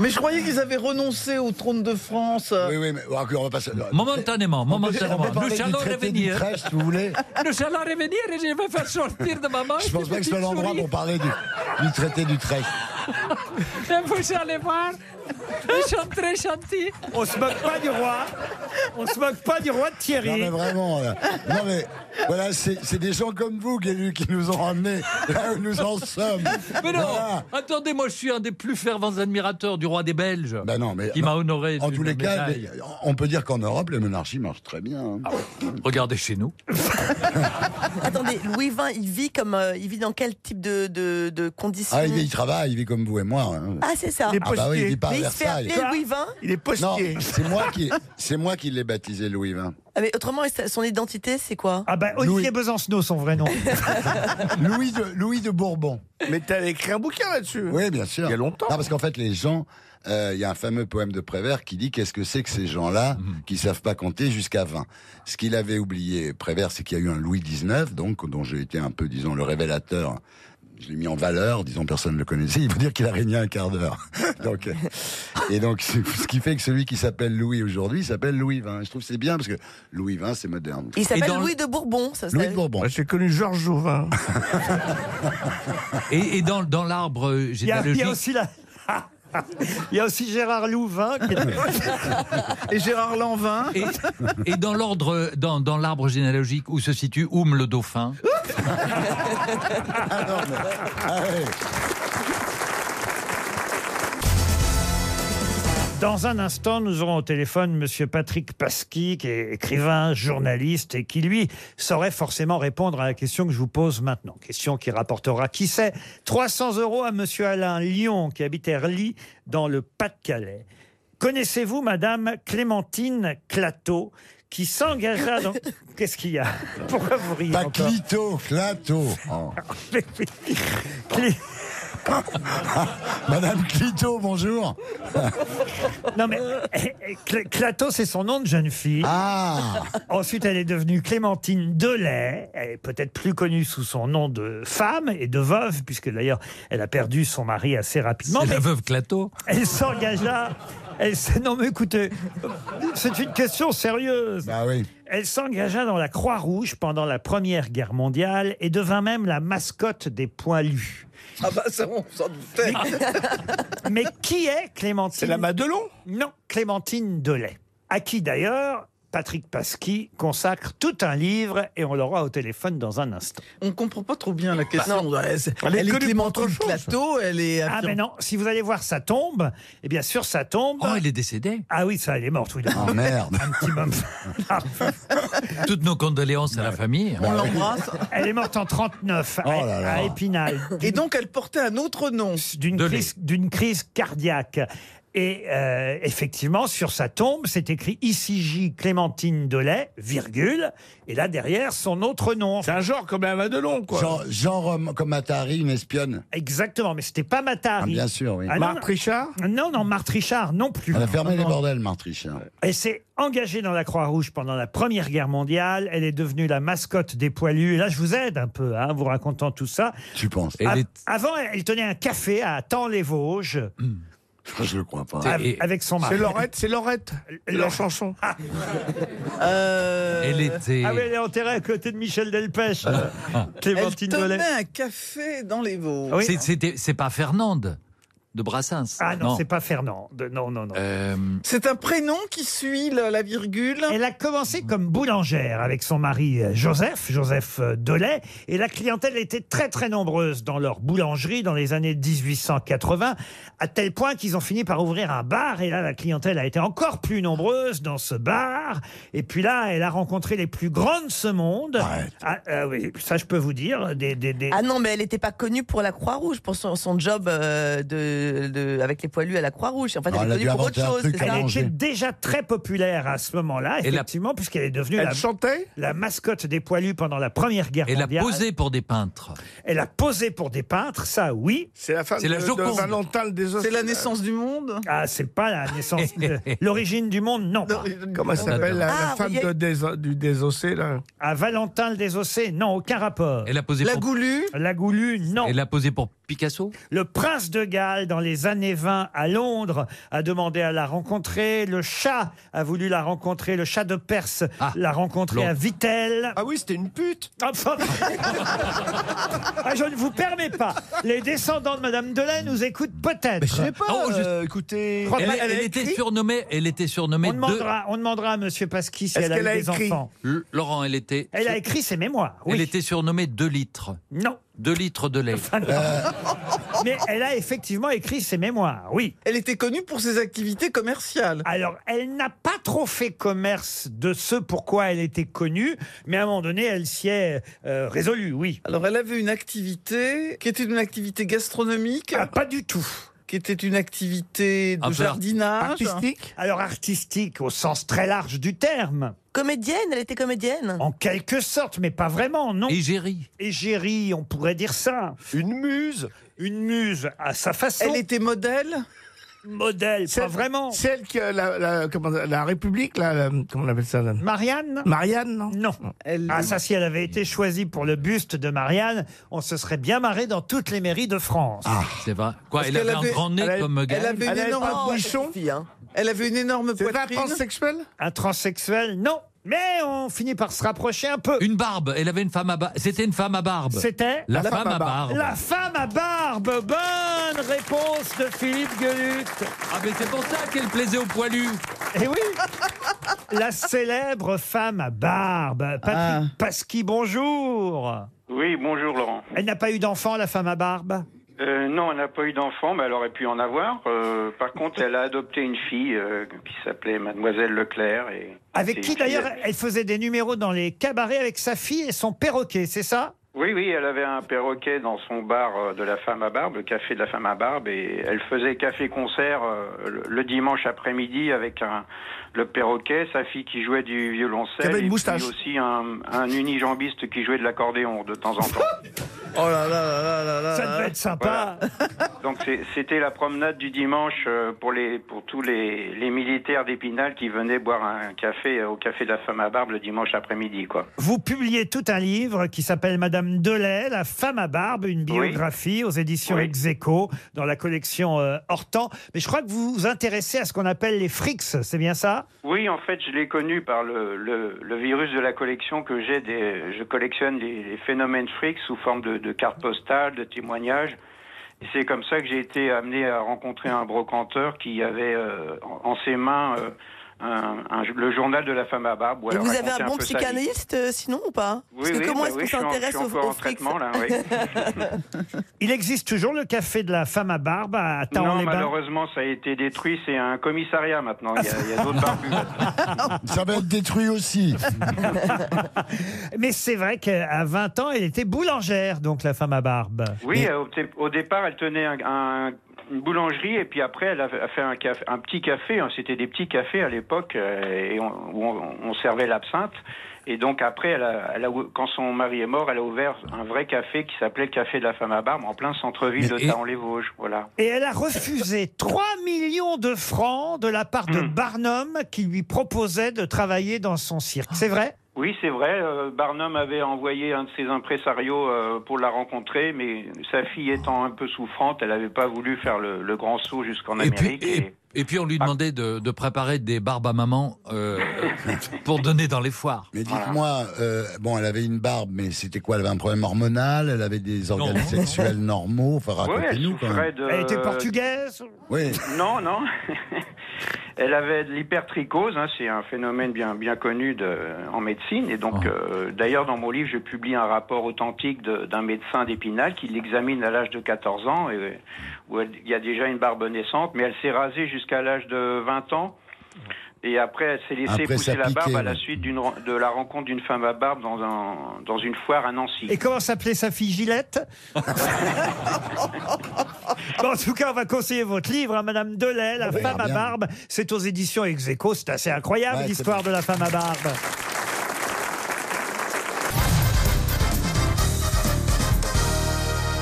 Speaker 8: Mais je croyais qu'ils avaient renoncé au trône de France.
Speaker 7: Oui, oui, mais on va passer.
Speaker 9: Momentanément, momentanément. Nous allons revenir.
Speaker 7: si vous voulez.
Speaker 9: (laughs) Nous allons revenir et je vais faire sortir de ma main.
Speaker 7: Je pense pas que c'est l'endroit pour parler
Speaker 9: (laughs)
Speaker 7: du, du traité d'Utrecht.
Speaker 9: Vous allez voir, ils sont très gentils.
Speaker 4: On se moque pas du roi. On se moque pas du roi de Thierry.
Speaker 7: Non mais vraiment, là. non mais voilà, c'est c'est des gens comme vous Guélu, qui nous ont ramenés là où nous en sommes.
Speaker 9: Mais non,
Speaker 7: Voilà.
Speaker 9: attendez, moi je suis un des plus fervents admirateurs du roi des Belges.
Speaker 7: Ben non, mais
Speaker 9: Qui m'a honoré
Speaker 7: En
Speaker 9: d'une
Speaker 7: tous les cas,
Speaker 9: médaille. Ah
Speaker 7: les- on peut dire qu'en Europe, les monarchies marchent très bien. hein.
Speaker 9: Regardez chez nous.
Speaker 5: Attendez, Louis XX, il vit comme euh, il vit dans quel type de, de, de conditions
Speaker 7: Ah, il, il travaille, il vit comme vous et moi. hein.
Speaker 5: Ah, c'est ça.
Speaker 7: Ah bah oui, il vit pas à
Speaker 5: mais il se fait
Speaker 7: Versailles.
Speaker 5: appeler Louis XX.
Speaker 7: Il est postier. C'est moi qui, c'est moi qui l'ai baptisé Louis XX.
Speaker 5: Ah, mais autrement, sa- son identité, c'est quoi
Speaker 4: Ah ben, Olivier Besancenot, son vrai nom.
Speaker 7: Louis de, Louis de Bourbon.
Speaker 6: Mais t'as écrit un bouquin là-dessus.
Speaker 7: Oui, bien sûr.
Speaker 6: Il y a longtemps.
Speaker 7: Non, parce qu'en fait, les gens, euh, il y a un fameux poème de Prévert qui dit qu'est-ce que c'est que ces gens-là
Speaker 6: (laughs) Mhm.
Speaker 7: qui savent pas compter jusqu'à 20. Ce qu'il avait oublié, Prévert, c'est qu'il y a eu un Louis XIX, donc dont j'ai été un peu, disons, le révélateur. Je l'ai mis en valeur, disons personne ne le connaissait. Il faut dire qu'il a régné un quart d'heure. (laughs) donc, euh, et donc, c'est- ce qui fait que celui qui s'appelle Louis aujourd'hui s'appelle Louis XX. Je trouve que c'est bien parce que Louis XX, c'est moderne.
Speaker 5: Il s'appelle Louis de Bourbon, ça
Speaker 7: Louis
Speaker 5: ça-
Speaker 7: de Bourbon.
Speaker 4: Bah,
Speaker 6: J'ai connu Georges Jouvin.
Speaker 9: (laughs) Et, et dans, dans l'arbre euh,
Speaker 4: Il y, a, il y a
Speaker 9: généalogique,
Speaker 4: aussi la- (laughs) Il y a aussi Gérard Louvain. qui
Speaker 7: (laughs)
Speaker 4: est-
Speaker 8: Et Gérard Lanvin.
Speaker 9: et, et dans l'ordre, dans, dans l'arbre généalogique où se situe Oum le dauphin.
Speaker 7: Ah non, mais- ah ouais.
Speaker 4: Dans un instant, nous aurons au téléphone Monsieur Patrick Pasqui, qui est écrivain, journaliste, et qui, lui, saurait forcément répondre à la question que je vous pose maintenant. Question qui rapportera, qui sait, 300 euros à Monsieur Alain Lyon, qui habite Erly, dans le Pas-de-Calais. Connaissez-vous Madame Clémentine Clateau, qui s'engagea
Speaker 7: (laughs)
Speaker 4: dans... Qu'est-ce qu'il y a Pourquoi vous riez
Speaker 7: Pas
Speaker 4: encore
Speaker 7: Clito, Clato. Oh.
Speaker 4: (laughs) Clé-
Speaker 7: (laughs) Madame Clito, bonjour.
Speaker 4: Non mais eh, Cl- Clateau, c'est son nom de jeune fille.
Speaker 7: Ah
Speaker 4: Ensuite, elle est devenue Clémentine Delay, elle est peut-être plus connue sous son nom de femme et de veuve, puisque d'ailleurs, elle a perdu son mari assez rapidement.
Speaker 9: C'est
Speaker 4: Mais
Speaker 9: la veuve Clateau.
Speaker 4: elle s'engagea. Elle s'est- non, mais écoutez, c'est une question sérieuse.
Speaker 7: Bah oui.
Speaker 4: Elle s'engagea dans la Croix-Rouge pendant la Première Guerre mondiale et devint même la mascotte des poilus.
Speaker 8: Ah bah ça, on s'en doutait.
Speaker 4: Mais qui est Clémentine
Speaker 6: C'est la Madelon.
Speaker 4: Non, Clémentine Delay. À qui d'ailleurs Patrick Pasqui consacre tout un livre et on l'aura au téléphone dans un instant. Bah,
Speaker 8: On comprend pas trop bien la question. Ouais, c'est- elle,
Speaker 6: Elle est
Speaker 8: est
Speaker 6: connue pour
Speaker 8: Clémentine
Speaker 6: autre chose.
Speaker 8: Plateau, elle est.
Speaker 4: Ah mais non, si vous allez voir sa tombe, eh bien sur sa tombe...
Speaker 9: Oh, il est décédé.
Speaker 4: Ah oui, ça, elle est morte, oui. là.
Speaker 7: Oh merde.
Speaker 4: Un petit moment.
Speaker 9: Toutes nos condoléances à la famille.
Speaker 8: On l'embrasse.
Speaker 4: Elle est morte en 39
Speaker 7: Bah Oh là
Speaker 4: à,
Speaker 7: là.
Speaker 4: à Épinal.
Speaker 8: Ah. Et donc, elle portait un autre nom.
Speaker 4: d'une
Speaker 9: Delay.
Speaker 4: crise, d'une crise cardiaque. Et euh, effectivement, sur sa tombe, c'est écrit ici J. Clémentine Delay, virgule, et là derrière son autre nom.
Speaker 6: C'est un genre comme la Madelon, quoi.
Speaker 7: Genre, genre, euh, comme Atari, une espionne.
Speaker 4: Exactement, mais c'était pas
Speaker 7: Ah,
Speaker 4: Matari.
Speaker 7: bien sûr, oui.
Speaker 4: Ah, non,
Speaker 6: Marc Richard Ah,
Speaker 4: non, non, non, Marthe Richard non plus.
Speaker 7: Elle a fermé les
Speaker 4: Non, non.
Speaker 7: bordels, hein. Marthe Richard.
Speaker 4: Elle s'est engagée dans la Croix-Rouge pendant la Première Guerre mondiale. Elle est devenue la mascotte des poilus. Et là, je vous aide un peu, hein, en vous racontant tout ça.
Speaker 7: Tu penses
Speaker 9: Elle
Speaker 4: A-
Speaker 9: est-
Speaker 4: Avant, elle tenait un café à Tant-les-Vosges
Speaker 7: Je le crois pas.
Speaker 9: C'est-
Speaker 4: av-
Speaker 9: Bah, et-
Speaker 4: avec son
Speaker 6: C'est
Speaker 4: mari.
Speaker 6: Lorette, c'est Lorette. C'est leur chanson.
Speaker 8: Euh,
Speaker 9: Elle était. Ah.
Speaker 4: Ah oui, elle est enterrée à côté de Michel Delpech, euh,
Speaker 8: elle
Speaker 4: Clémentine
Speaker 8: tenait
Speaker 4: Delay.
Speaker 8: un café dans les Vosges.
Speaker 4: Oui.
Speaker 9: C'est- c'était- C'est pas Fernande. de Brassens. Euh,
Speaker 4: Ah non, c'est pas Fernand. Non, non, non.
Speaker 8: C'est un prénom qui suit la, la virgule.
Speaker 4: Mm. Elle a commencé comme boulangère avec son mari euh, Joseph, Joseph euh, Delay, et la clientèle était très très nombreuse dans leur boulangerie dans les années 1880, à tel point qu'ils ont fini par ouvrir un bar, et là la clientèle a été encore plus nombreuse dans ce bar, et puis là elle a rencontré les plus grandes de ce monde. Ah, ah oui, ça je peux vous dire. Des, des, des...
Speaker 5: Ah non, mais elle n'était pas connue pour la Croix-Rouge, pour son, son job euh, de, de- avec les poilus à la Croix-Rouge. En fait, elle est connue pour autre chose. c'est ça
Speaker 4: Elle était déjà très populaire à ce moment-là, effectivement, puisqu'elle est devenue
Speaker 9: Elle
Speaker 4: la, la mascotte des poilus pendant la Première Guerre
Speaker 9: Elle a
Speaker 4: mondiale.
Speaker 9: posé pour des peintres.
Speaker 4: Elle a posé pour des peintres, ça oui.
Speaker 6: C'est la
Speaker 9: femme C'est la de- de Joconde. Valentin
Speaker 6: le Désossi-
Speaker 8: C'est la naissance du monde
Speaker 4: Ah, c'est pas la naissance.
Speaker 9: (laughs)
Speaker 4: de- L'origine du monde, non.
Speaker 6: Comment
Speaker 9: Ah,
Speaker 6: elle s'appelle la,
Speaker 5: Ah,
Speaker 8: Ah,
Speaker 6: la femme
Speaker 4: de
Speaker 6: de déso- du désossé là
Speaker 4: À Ah, Valentin le Désossé, non, aucun rapport.
Speaker 9: Elle a posé La pour-
Speaker 4: Goulue La Goulue, non.
Speaker 9: Elle a posé pour Picasso.
Speaker 4: Le prince de Galles, dans les années 20, à Londres, a demandé à la rencontrer. Le chat a voulu la rencontrer. Le chat de Perse
Speaker 9: Ah,
Speaker 4: l'a rencontrée
Speaker 10: Londres.
Speaker 4: à Vittel.
Speaker 10: Ah oui, c'était une pute
Speaker 4: Ah, je ne vous permets pas. Les descendants de Madame Delay nous écoutent peut-être.
Speaker 10: je sais pas, euh, écoutez.
Speaker 4: Je crois
Speaker 9: Oh, Elle,
Speaker 4: pas-
Speaker 9: elle
Speaker 4: elle a
Speaker 9: était
Speaker 4: écrit
Speaker 9: surnommée. Elle était surnommée.
Speaker 4: On demandera, on demandera à Monsieur Pasqui si
Speaker 9: Est-ce
Speaker 4: elle a eu
Speaker 9: qu'elle a
Speaker 4: des
Speaker 9: écrit
Speaker 4: enfants.
Speaker 9: L- Laurent, elle était.
Speaker 4: Elle a écrit ses mémoires.
Speaker 9: Elle
Speaker 4: Oui.
Speaker 9: était surnommée 2 litres.
Speaker 4: Non.
Speaker 9: 2 litres de lait. Euh,
Speaker 4: (laughs) Mais elle a effectivement écrit ses mémoires, oui.
Speaker 8: Elle était connue pour ses activités commerciales.
Speaker 4: Alors, elle n'a pas trop fait commerce de ce pourquoi elle était connue, mais à un moment donné, elle s'y est euh, résolue, oui.
Speaker 8: Alors, elle avait une activité qui était une activité gastronomique
Speaker 4: Ah, Pas du tout.
Speaker 8: Qui était une activité de jardinage.
Speaker 4: Alors, artistique au sens très large du terme.
Speaker 5: Comédienne, elle était comédienne.
Speaker 4: En quelque sorte, mais pas vraiment, non
Speaker 9: Égérie.
Speaker 4: Égérie, on pourrait dire ça.
Speaker 10: Une muse.
Speaker 4: Une muse à sa façon.
Speaker 8: Elle était modèle
Speaker 4: Modèle, pas vraiment.
Speaker 6: Celle que la, la, comment, la République, là, la- comment on appelle ça là
Speaker 4: Marianne
Speaker 6: Marianne, non
Speaker 4: Non. Ah, ça, si elle avait été choisie pour le buste de Marianne, on se serait bien marré dans toutes les mairies de France.
Speaker 9: ah. C'est vrai. Quoi, elle avait, un grand nez comme
Speaker 8: Elle
Speaker 9: Gaël
Speaker 8: avait une énorme poichon.
Speaker 9: hein.
Speaker 8: Elle avait une énorme poitrine.
Speaker 4: un transsexuel Un transsexuel, non. Mais on finit par se rapprocher un peu.
Speaker 9: Une barbe. Elle avait une femme à barbe. C'était une femme à barbe.
Speaker 4: C'était
Speaker 9: la, femme, à barbe.
Speaker 4: La femme à barbe. Bonne réponse de Philippe Gueluc.
Speaker 9: Ah, mais c'est pour ça qu'elle plaisait aux poilus.
Speaker 4: Eh oui. (laughs) La célèbre femme à barbe. Patrick
Speaker 9: Ah.
Speaker 4: Pasqui, bonjour.
Speaker 14: Oui, bonjour Laurent.
Speaker 4: Elle n'a pas eu d'enfant, la femme à barbe
Speaker 14: Euh, non, elle n'a pas eu d'enfant, mais elle aurait pu en avoir. Euh, par contre, elle a adopté une fille euh, qui s'appelait Mademoiselle Leclerc. Et
Speaker 4: Avec
Speaker 14: et
Speaker 4: qui
Speaker 14: une
Speaker 4: d'ailleurs
Speaker 14: fille-
Speaker 4: elle faisait des numéros dans les cabarets avec sa fille et son perroquet, c'est ça
Speaker 14: Oui, oui, elle avait un perroquet dans son bar euh, de la femme à barbe, le café de la femme à barbe, et elle faisait café-concert euh, le, le dimanche après-midi avec un, le perroquet, sa fille qui jouait du violoncelle,
Speaker 6: Qui avait une
Speaker 14: et
Speaker 6: moustache.
Speaker 14: puis aussi un, un unijambiste qui jouait de l'accordéon de temps en temps.
Speaker 8: Oh là là là là là là.
Speaker 4: Ça devait être sympa.
Speaker 14: Donc c'est- c'était la promenade du dimanche euh, pour les pour tous les, les militaires d'Épinal qui venaient boire un café euh, au café de la femme à barbe le dimanche après-midi quoi.
Speaker 4: Vous publiez tout un livre qui s'appelle Madame Delay, la femme à barbe, une biographie aux éditions Execo dans la collection euh, Hortan. Mais je crois que vous vous intéressez à ce qu'on appelle les frics, c'est bien ça
Speaker 14: Oui, en fait, je l'ai connu par le, le, le virus de la collection que j'ai. Des, je collectionne les, les phénomènes frics sous forme de, de cartes postales, de témoignages. Et c'est comme ça que j'ai été amené à rencontrer un brocanteur qui avait euh, en, en ses mains euh, un- un- le journal de la femme à barbe. où
Speaker 5: Et
Speaker 14: elle
Speaker 5: vous avez
Speaker 14: racontait
Speaker 5: un bon
Speaker 14: peu sa vie.
Speaker 5: psychanalyste euh, sinon ou pas
Speaker 14: Oui, oui,
Speaker 5: comment
Speaker 14: bah
Speaker 5: est-ce
Speaker 14: oui,
Speaker 5: qu'on
Speaker 14: je suis en-
Speaker 5: s'intéresse
Speaker 14: je suis
Speaker 5: aux,
Speaker 14: encore
Speaker 5: aux
Speaker 14: en
Speaker 5: frics
Speaker 14: traitement, là,
Speaker 5: (laughs)
Speaker 14: oui.
Speaker 4: Il existe toujours le café de la femme à barbe à
Speaker 14: non,
Speaker 4: Taon-les-Bains (laughs)
Speaker 14: malheureusement, ça a été détruit. C'est un commissariat maintenant. Il y a, il y
Speaker 5: (laughs)
Speaker 14: a d'autres barbus.
Speaker 7: Ça va être détruit aussi.
Speaker 4: (laughs) Mais c'est vrai qu'à 20 ans, elle était boulangère, donc la femme à barbe.
Speaker 14: Oui, euh, au, dé- au départ, elle tenait un- un- une boulangerie et puis après, elle a fait- a fait un, café- un petit café. hein. C'était des petits cafés à l'époque euh, et on- où on, on servait l'absinthe. Et donc après, elle a- elle a ou- quand son mari est mort, elle a ouvert un vrai café qui s'appelait le Café de la Femme à Barbe en plein centre-ville de Taon-les-Vosges. Voilà.
Speaker 4: Et elle a refusé 3 millions de francs de la part de Barnum qui lui proposait de travailler dans son cirque. C'est vrai
Speaker 14: Oui, c'est vrai. euh, Barnum avait envoyé un de ses impresarios euh, pour la rencontrer, mais sa fille étant un peu souffrante, elle n'avait pas voulu faire le, le grand saut jusqu'en
Speaker 9: Et puis-
Speaker 14: Amérique. et-
Speaker 9: Et puis on lui demandait de, de préparer des barbes à maman euh, pour donner dans les foires.
Speaker 7: Mais dites-moi, euh, bon, elle avait une barbe, mais c'était quoi Elle avait un problème hormonal Elle avait des organes sexuels normaux Enfin,
Speaker 14: Ouais, elle
Speaker 7: racontez-nous quand
Speaker 14: souffrait
Speaker 7: même.
Speaker 14: de-
Speaker 7: Oui.
Speaker 14: Non, non. (laughs) Elle avait de l'hypertrichose, hein, c'est un phénomène bien, bien connu de- en médecine. Et donc,
Speaker 7: Ah.
Speaker 14: euh, d'ailleurs, dans mon livre, je publie un rapport authentique de- d'un médecin d'Épinal qui l'examine à l'âge de 14 ans, et, où elle- il y a déjà une barbe naissante, mais elle s'est rasée jusqu'à l'âge de 20 ans. Et après, elle s'est laissée
Speaker 7: Après, ça
Speaker 14: pousser la
Speaker 7: piquait,
Speaker 14: barbe à la
Speaker 7: ouais.
Speaker 14: suite d'une ren- de la rencontre d'une femme à barbe dans, un- dans une foire à Nancy.
Speaker 4: Et comment s'appelait sa fille Gillette (laughs) Bon, en tout cas, on va conseiller votre livre à Madame Delay, La
Speaker 15: Ah Oui,
Speaker 4: femme à
Speaker 15: bien.
Speaker 4: barbe. C'est aux éditions Execo. C'est assez incroyable,
Speaker 15: Ouais, c'est
Speaker 4: l'histoire de la femme à barbe.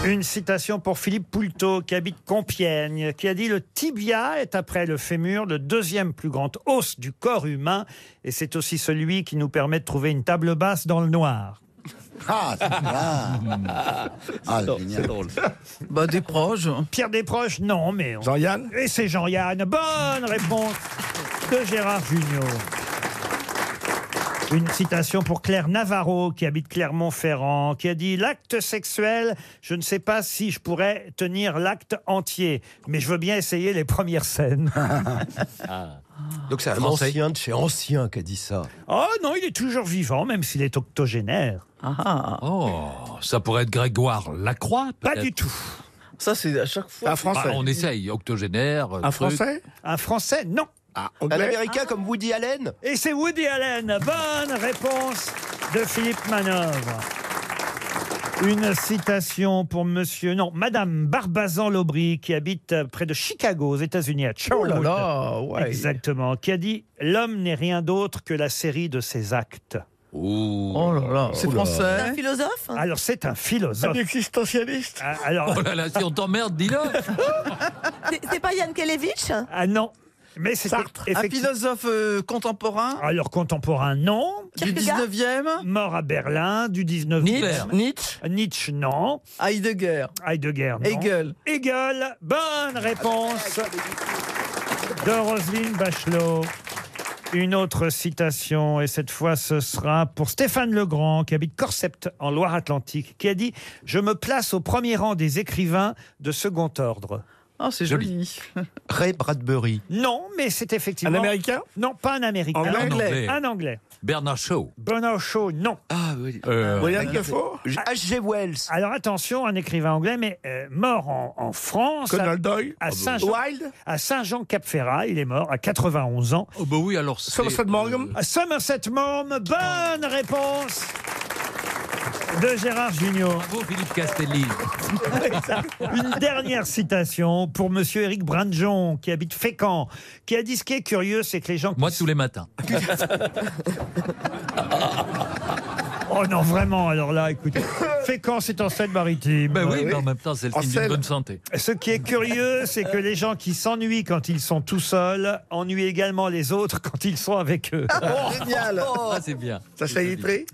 Speaker 4: Une citation pour Philippe Poulteau, qui habite Compiègne, qui a dit Le tibia est après le fémur le deuxième plus grand os du corps humain, et c'est aussi celui qui nous permet de trouver une table basse dans le noir.
Speaker 7: Ah,
Speaker 4: (laughs) c'est drôle. Bah, des proches. Pierre Desproges, non, mais.
Speaker 6: Jean-Yann
Speaker 4: Et c'est Jean-Yann. Bonne réponse de Gérard Junior. Une citation pour Claire Navarro, qui habite Clermont-Ferrand, qui a dit L'acte sexuel, je ne sais pas si je pourrais tenir l'acte entier, mais je veux bien essayer les premières scènes.
Speaker 9: Ah.
Speaker 10: Donc c'est un
Speaker 4: Français.
Speaker 10: ancien de chez ancien qui a dit ça.
Speaker 4: oh non, il est toujours vivant, même s'il est octogénaire.
Speaker 9: Oh, ça pourrait être Grégoire Lacroix
Speaker 4: Pas du tout.
Speaker 9: Ça, c'est à chaque
Speaker 10: fois- Un Français.
Speaker 9: Bah, on essaye, octogénaire. euh, truc.
Speaker 4: Un Français, non. Ah.
Speaker 10: Un Américain comme Woody Allen
Speaker 4: Et c'est Woody Allen. Bonne réponse de Philippe Manœuvre. Une citation pour monsieur, non, madame Barbazan-Lobry, qui habite euh, près de Chicago, aux États-Unis, à Charlotte.
Speaker 8: Oh là là, ouais.
Speaker 4: Exactement, qui a dit L'homme n'est rien d'autre que la série de ses actes.
Speaker 8: Oh là là. C'est Oula. français C'est un hein
Speaker 4: philosophe Alors, c'est un philosophe.
Speaker 8: Un
Speaker 4: existentialiste Alors.
Speaker 9: Oh là là, si on t'emmerde, dis-le (laughs)
Speaker 5: C'est pas Yann Kelevich
Speaker 4: Ah non. Mais c'est
Speaker 8: Un philosophe euh, contemporain
Speaker 4: Alors contemporain, non.
Speaker 8: Du Kierkegaard 19e?
Speaker 4: Mort à Berlin, du 19e.
Speaker 8: Nietzsche.
Speaker 4: Nietzsche Nietzsche, non. Heidegger. Heidegger, non.
Speaker 8: Hegel.
Speaker 4: Hegel, bonne réponse de Roselyne Bachelot. Une autre citation, et cette fois ce sera pour Stéphane Legrand, qui habite Corsept en Loire-Atlantique, qui a dit Je me place au premier rang des écrivains de second ordre.
Speaker 8: Ah, c'est joli. (laughs)
Speaker 10: Ray Bradbury.
Speaker 4: Non, mais c'est effectivement.
Speaker 10: Un Américain
Speaker 4: Non, pas un Américain.
Speaker 10: Un
Speaker 4: Un
Speaker 10: Anglais.
Speaker 4: Anglais. Un Anglais.
Speaker 9: Bernard Shaw.
Speaker 4: Bernard Shaw, non.
Speaker 10: Ah oui.
Speaker 9: Euh,
Speaker 10: William Dafoe
Speaker 4: H.G.
Speaker 10: Wells.
Speaker 4: Alors attention, un écrivain anglais, mais euh, mort en, en France.
Speaker 9: Conan
Speaker 4: à-
Speaker 9: Doyle
Speaker 4: À
Speaker 9: Ah bah
Speaker 4: Saint-Jean.
Speaker 9: oui.
Speaker 4: À Saint-Jean-Cap-Ferrat, il est mort à 91 ans.
Speaker 9: Oh bah oui, alors c'est...
Speaker 4: À Somerset Maugham, bonne réponse de Gérard Junior.
Speaker 9: Bravo Philippe
Speaker 4: (laughs)
Speaker 9: Castelli.
Speaker 4: Une dernière citation pour Monsieur Éric Brandjon, qui habite Fécamp, qui a dit ce qui est curieux, c'est que les gens...
Speaker 9: Moi, tous les
Speaker 4: (laughs)
Speaker 9: matins.
Speaker 4: Oh non, vraiment, alors là, écoutez. Fécamp, c'est en Seine-Maritime.
Speaker 9: Ben oui, mais en même temps, c'est le signe d'une bonne santé.
Speaker 4: Ce qui est curieux, c'est que les gens qui s'ennuient quand ils sont tout seuls ennuient également les autres quand ils sont avec
Speaker 9: (laughs)
Speaker 4: eux.
Speaker 8: Génial.
Speaker 9: Ah, c'est bien.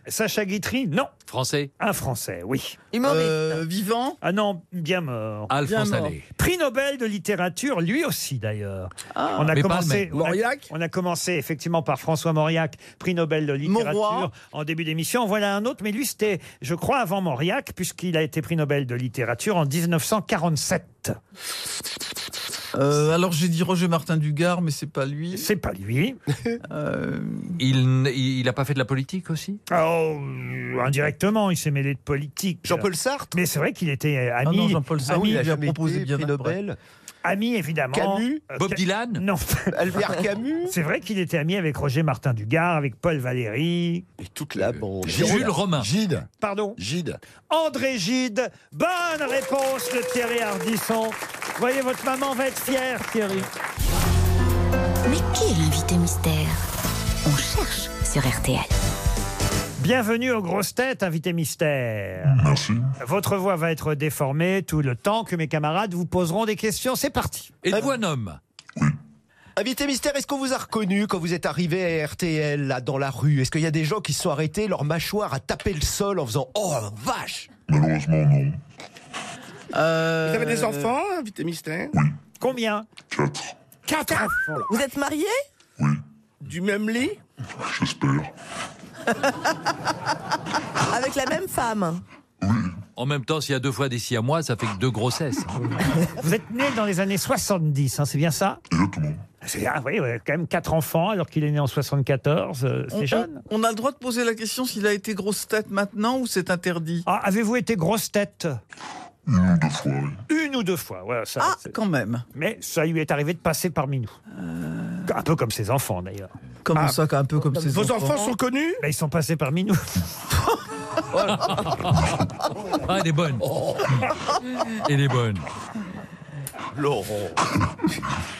Speaker 4: Sacha Guitry, non.
Speaker 9: Français
Speaker 4: Un Français, oui.
Speaker 8: Humoriste. Euh,
Speaker 4: vivant Ah non, bien mort.
Speaker 9: Alphonse
Speaker 4: Bien mort.
Speaker 9: Allais.
Speaker 4: Prix Nobel de littérature, lui aussi d'ailleurs.
Speaker 8: Ah.
Speaker 4: on a
Speaker 9: Mais pas
Speaker 4: commencé.
Speaker 9: le
Speaker 4: On
Speaker 9: même.
Speaker 4: a, on a commencé effectivement par François Mauriac, prix Nobel de littérature
Speaker 8: Mauroy.
Speaker 4: en début d'émission. Voilà un autre, mais lui c'était, je crois, avant Mauriac, puisqu'il a été prix Nobel de littérature en 1947.
Speaker 8: Euh, alors j'ai dit Roger Martin Dugard, mais c'est pas lui. Euh,
Speaker 4: C'est pas lui.
Speaker 9: Il il n'a pas fait de la politique aussi
Speaker 4: Oh, euh, indirectement, il s'est mêlé de politique.
Speaker 9: Jean-Paul
Speaker 10: Sartre
Speaker 4: Mais c'est vrai qu'il était euh, ami.
Speaker 8: Ah non, Jean-Paul Sartre,
Speaker 4: ami,
Speaker 8: il a jamais été prix Nobel.
Speaker 4: Ami, évidemment.
Speaker 8: Camus
Speaker 4: Euh,
Speaker 8: Bob
Speaker 4: Ca-
Speaker 8: Dylan
Speaker 10: (laughs)
Speaker 4: Non.
Speaker 8: Albert Camus
Speaker 4: C'est vrai qu'il était ami avec Roger Martin Dugard, avec Paul Valéry.
Speaker 10: Et toute la bande.
Speaker 4: Jules
Speaker 9: Romain.
Speaker 10: Gide.
Speaker 4: Pardon
Speaker 10: Gide.
Speaker 4: André Gide. Bonne réponse de Thierry Ardisson. Voyez, votre maman va être fière, Thierry.
Speaker 3: Mais qui est l'invité mystère On cherche sur RTL.
Speaker 4: Bienvenue aux grosses têtes, invité mystère. Merci. Votre voix va être déformée tout le temps que mes camarades vous poseront des questions. C'est parti.
Speaker 9: Êtes-vous un homme
Speaker 10: Invité mystère, est-ce qu'on vous a reconnu quand vous êtes arrivé à RTL, là, dans la rue Est-ce qu'il y a des gens qui se sont arrêtés, leur mâchoire a tapé le sol en faisant Oh, vache
Speaker 15: Malheureusement, non.
Speaker 5: Euh,
Speaker 6: Vous avez des enfants, invité mystère
Speaker 4: Combien
Speaker 6: Quatre. Quatre enfants.
Speaker 5: Vous êtes mariés
Speaker 6: Du
Speaker 15: (laughs)
Speaker 6: même lit
Speaker 5: Avec la même femme.
Speaker 9: En même temps, s'il y a deux fois des six à moi, ça fait que deux grossesses.
Speaker 4: (laughs)
Speaker 9: hein.
Speaker 4: Vous êtes né dans les années 70, hein, c'est bien ça C'est ah oui, ouais, quand même quatre enfants alors qu'il est né en 74, euh,
Speaker 8: On-
Speaker 4: c'est jeune.
Speaker 8: On, on a le droit de poser la question s'il a été grosse tête maintenant ou c'est interdit.
Speaker 4: Ah, avez-vous été grosse tête
Speaker 15: Une ou deux fois, oui.
Speaker 4: Une ou deux fois, voilà ça.
Speaker 8: Ah,
Speaker 4: c'est-
Speaker 8: quand même. Euh.
Speaker 4: Mais ça lui est arrivé de passer parmi nous. Un peu comme ses enfants d'ailleurs.
Speaker 8: Comment
Speaker 4: Ah.
Speaker 8: ça, un peu comme ses
Speaker 4: vos
Speaker 8: enfants
Speaker 4: enfants sont
Speaker 6: connus
Speaker 4: Ils sont passés parmi nous.
Speaker 9: Ah, elle est (laughs) bonne.
Speaker 10: Oh.
Speaker 9: Elle est bonne.
Speaker 10: Laurent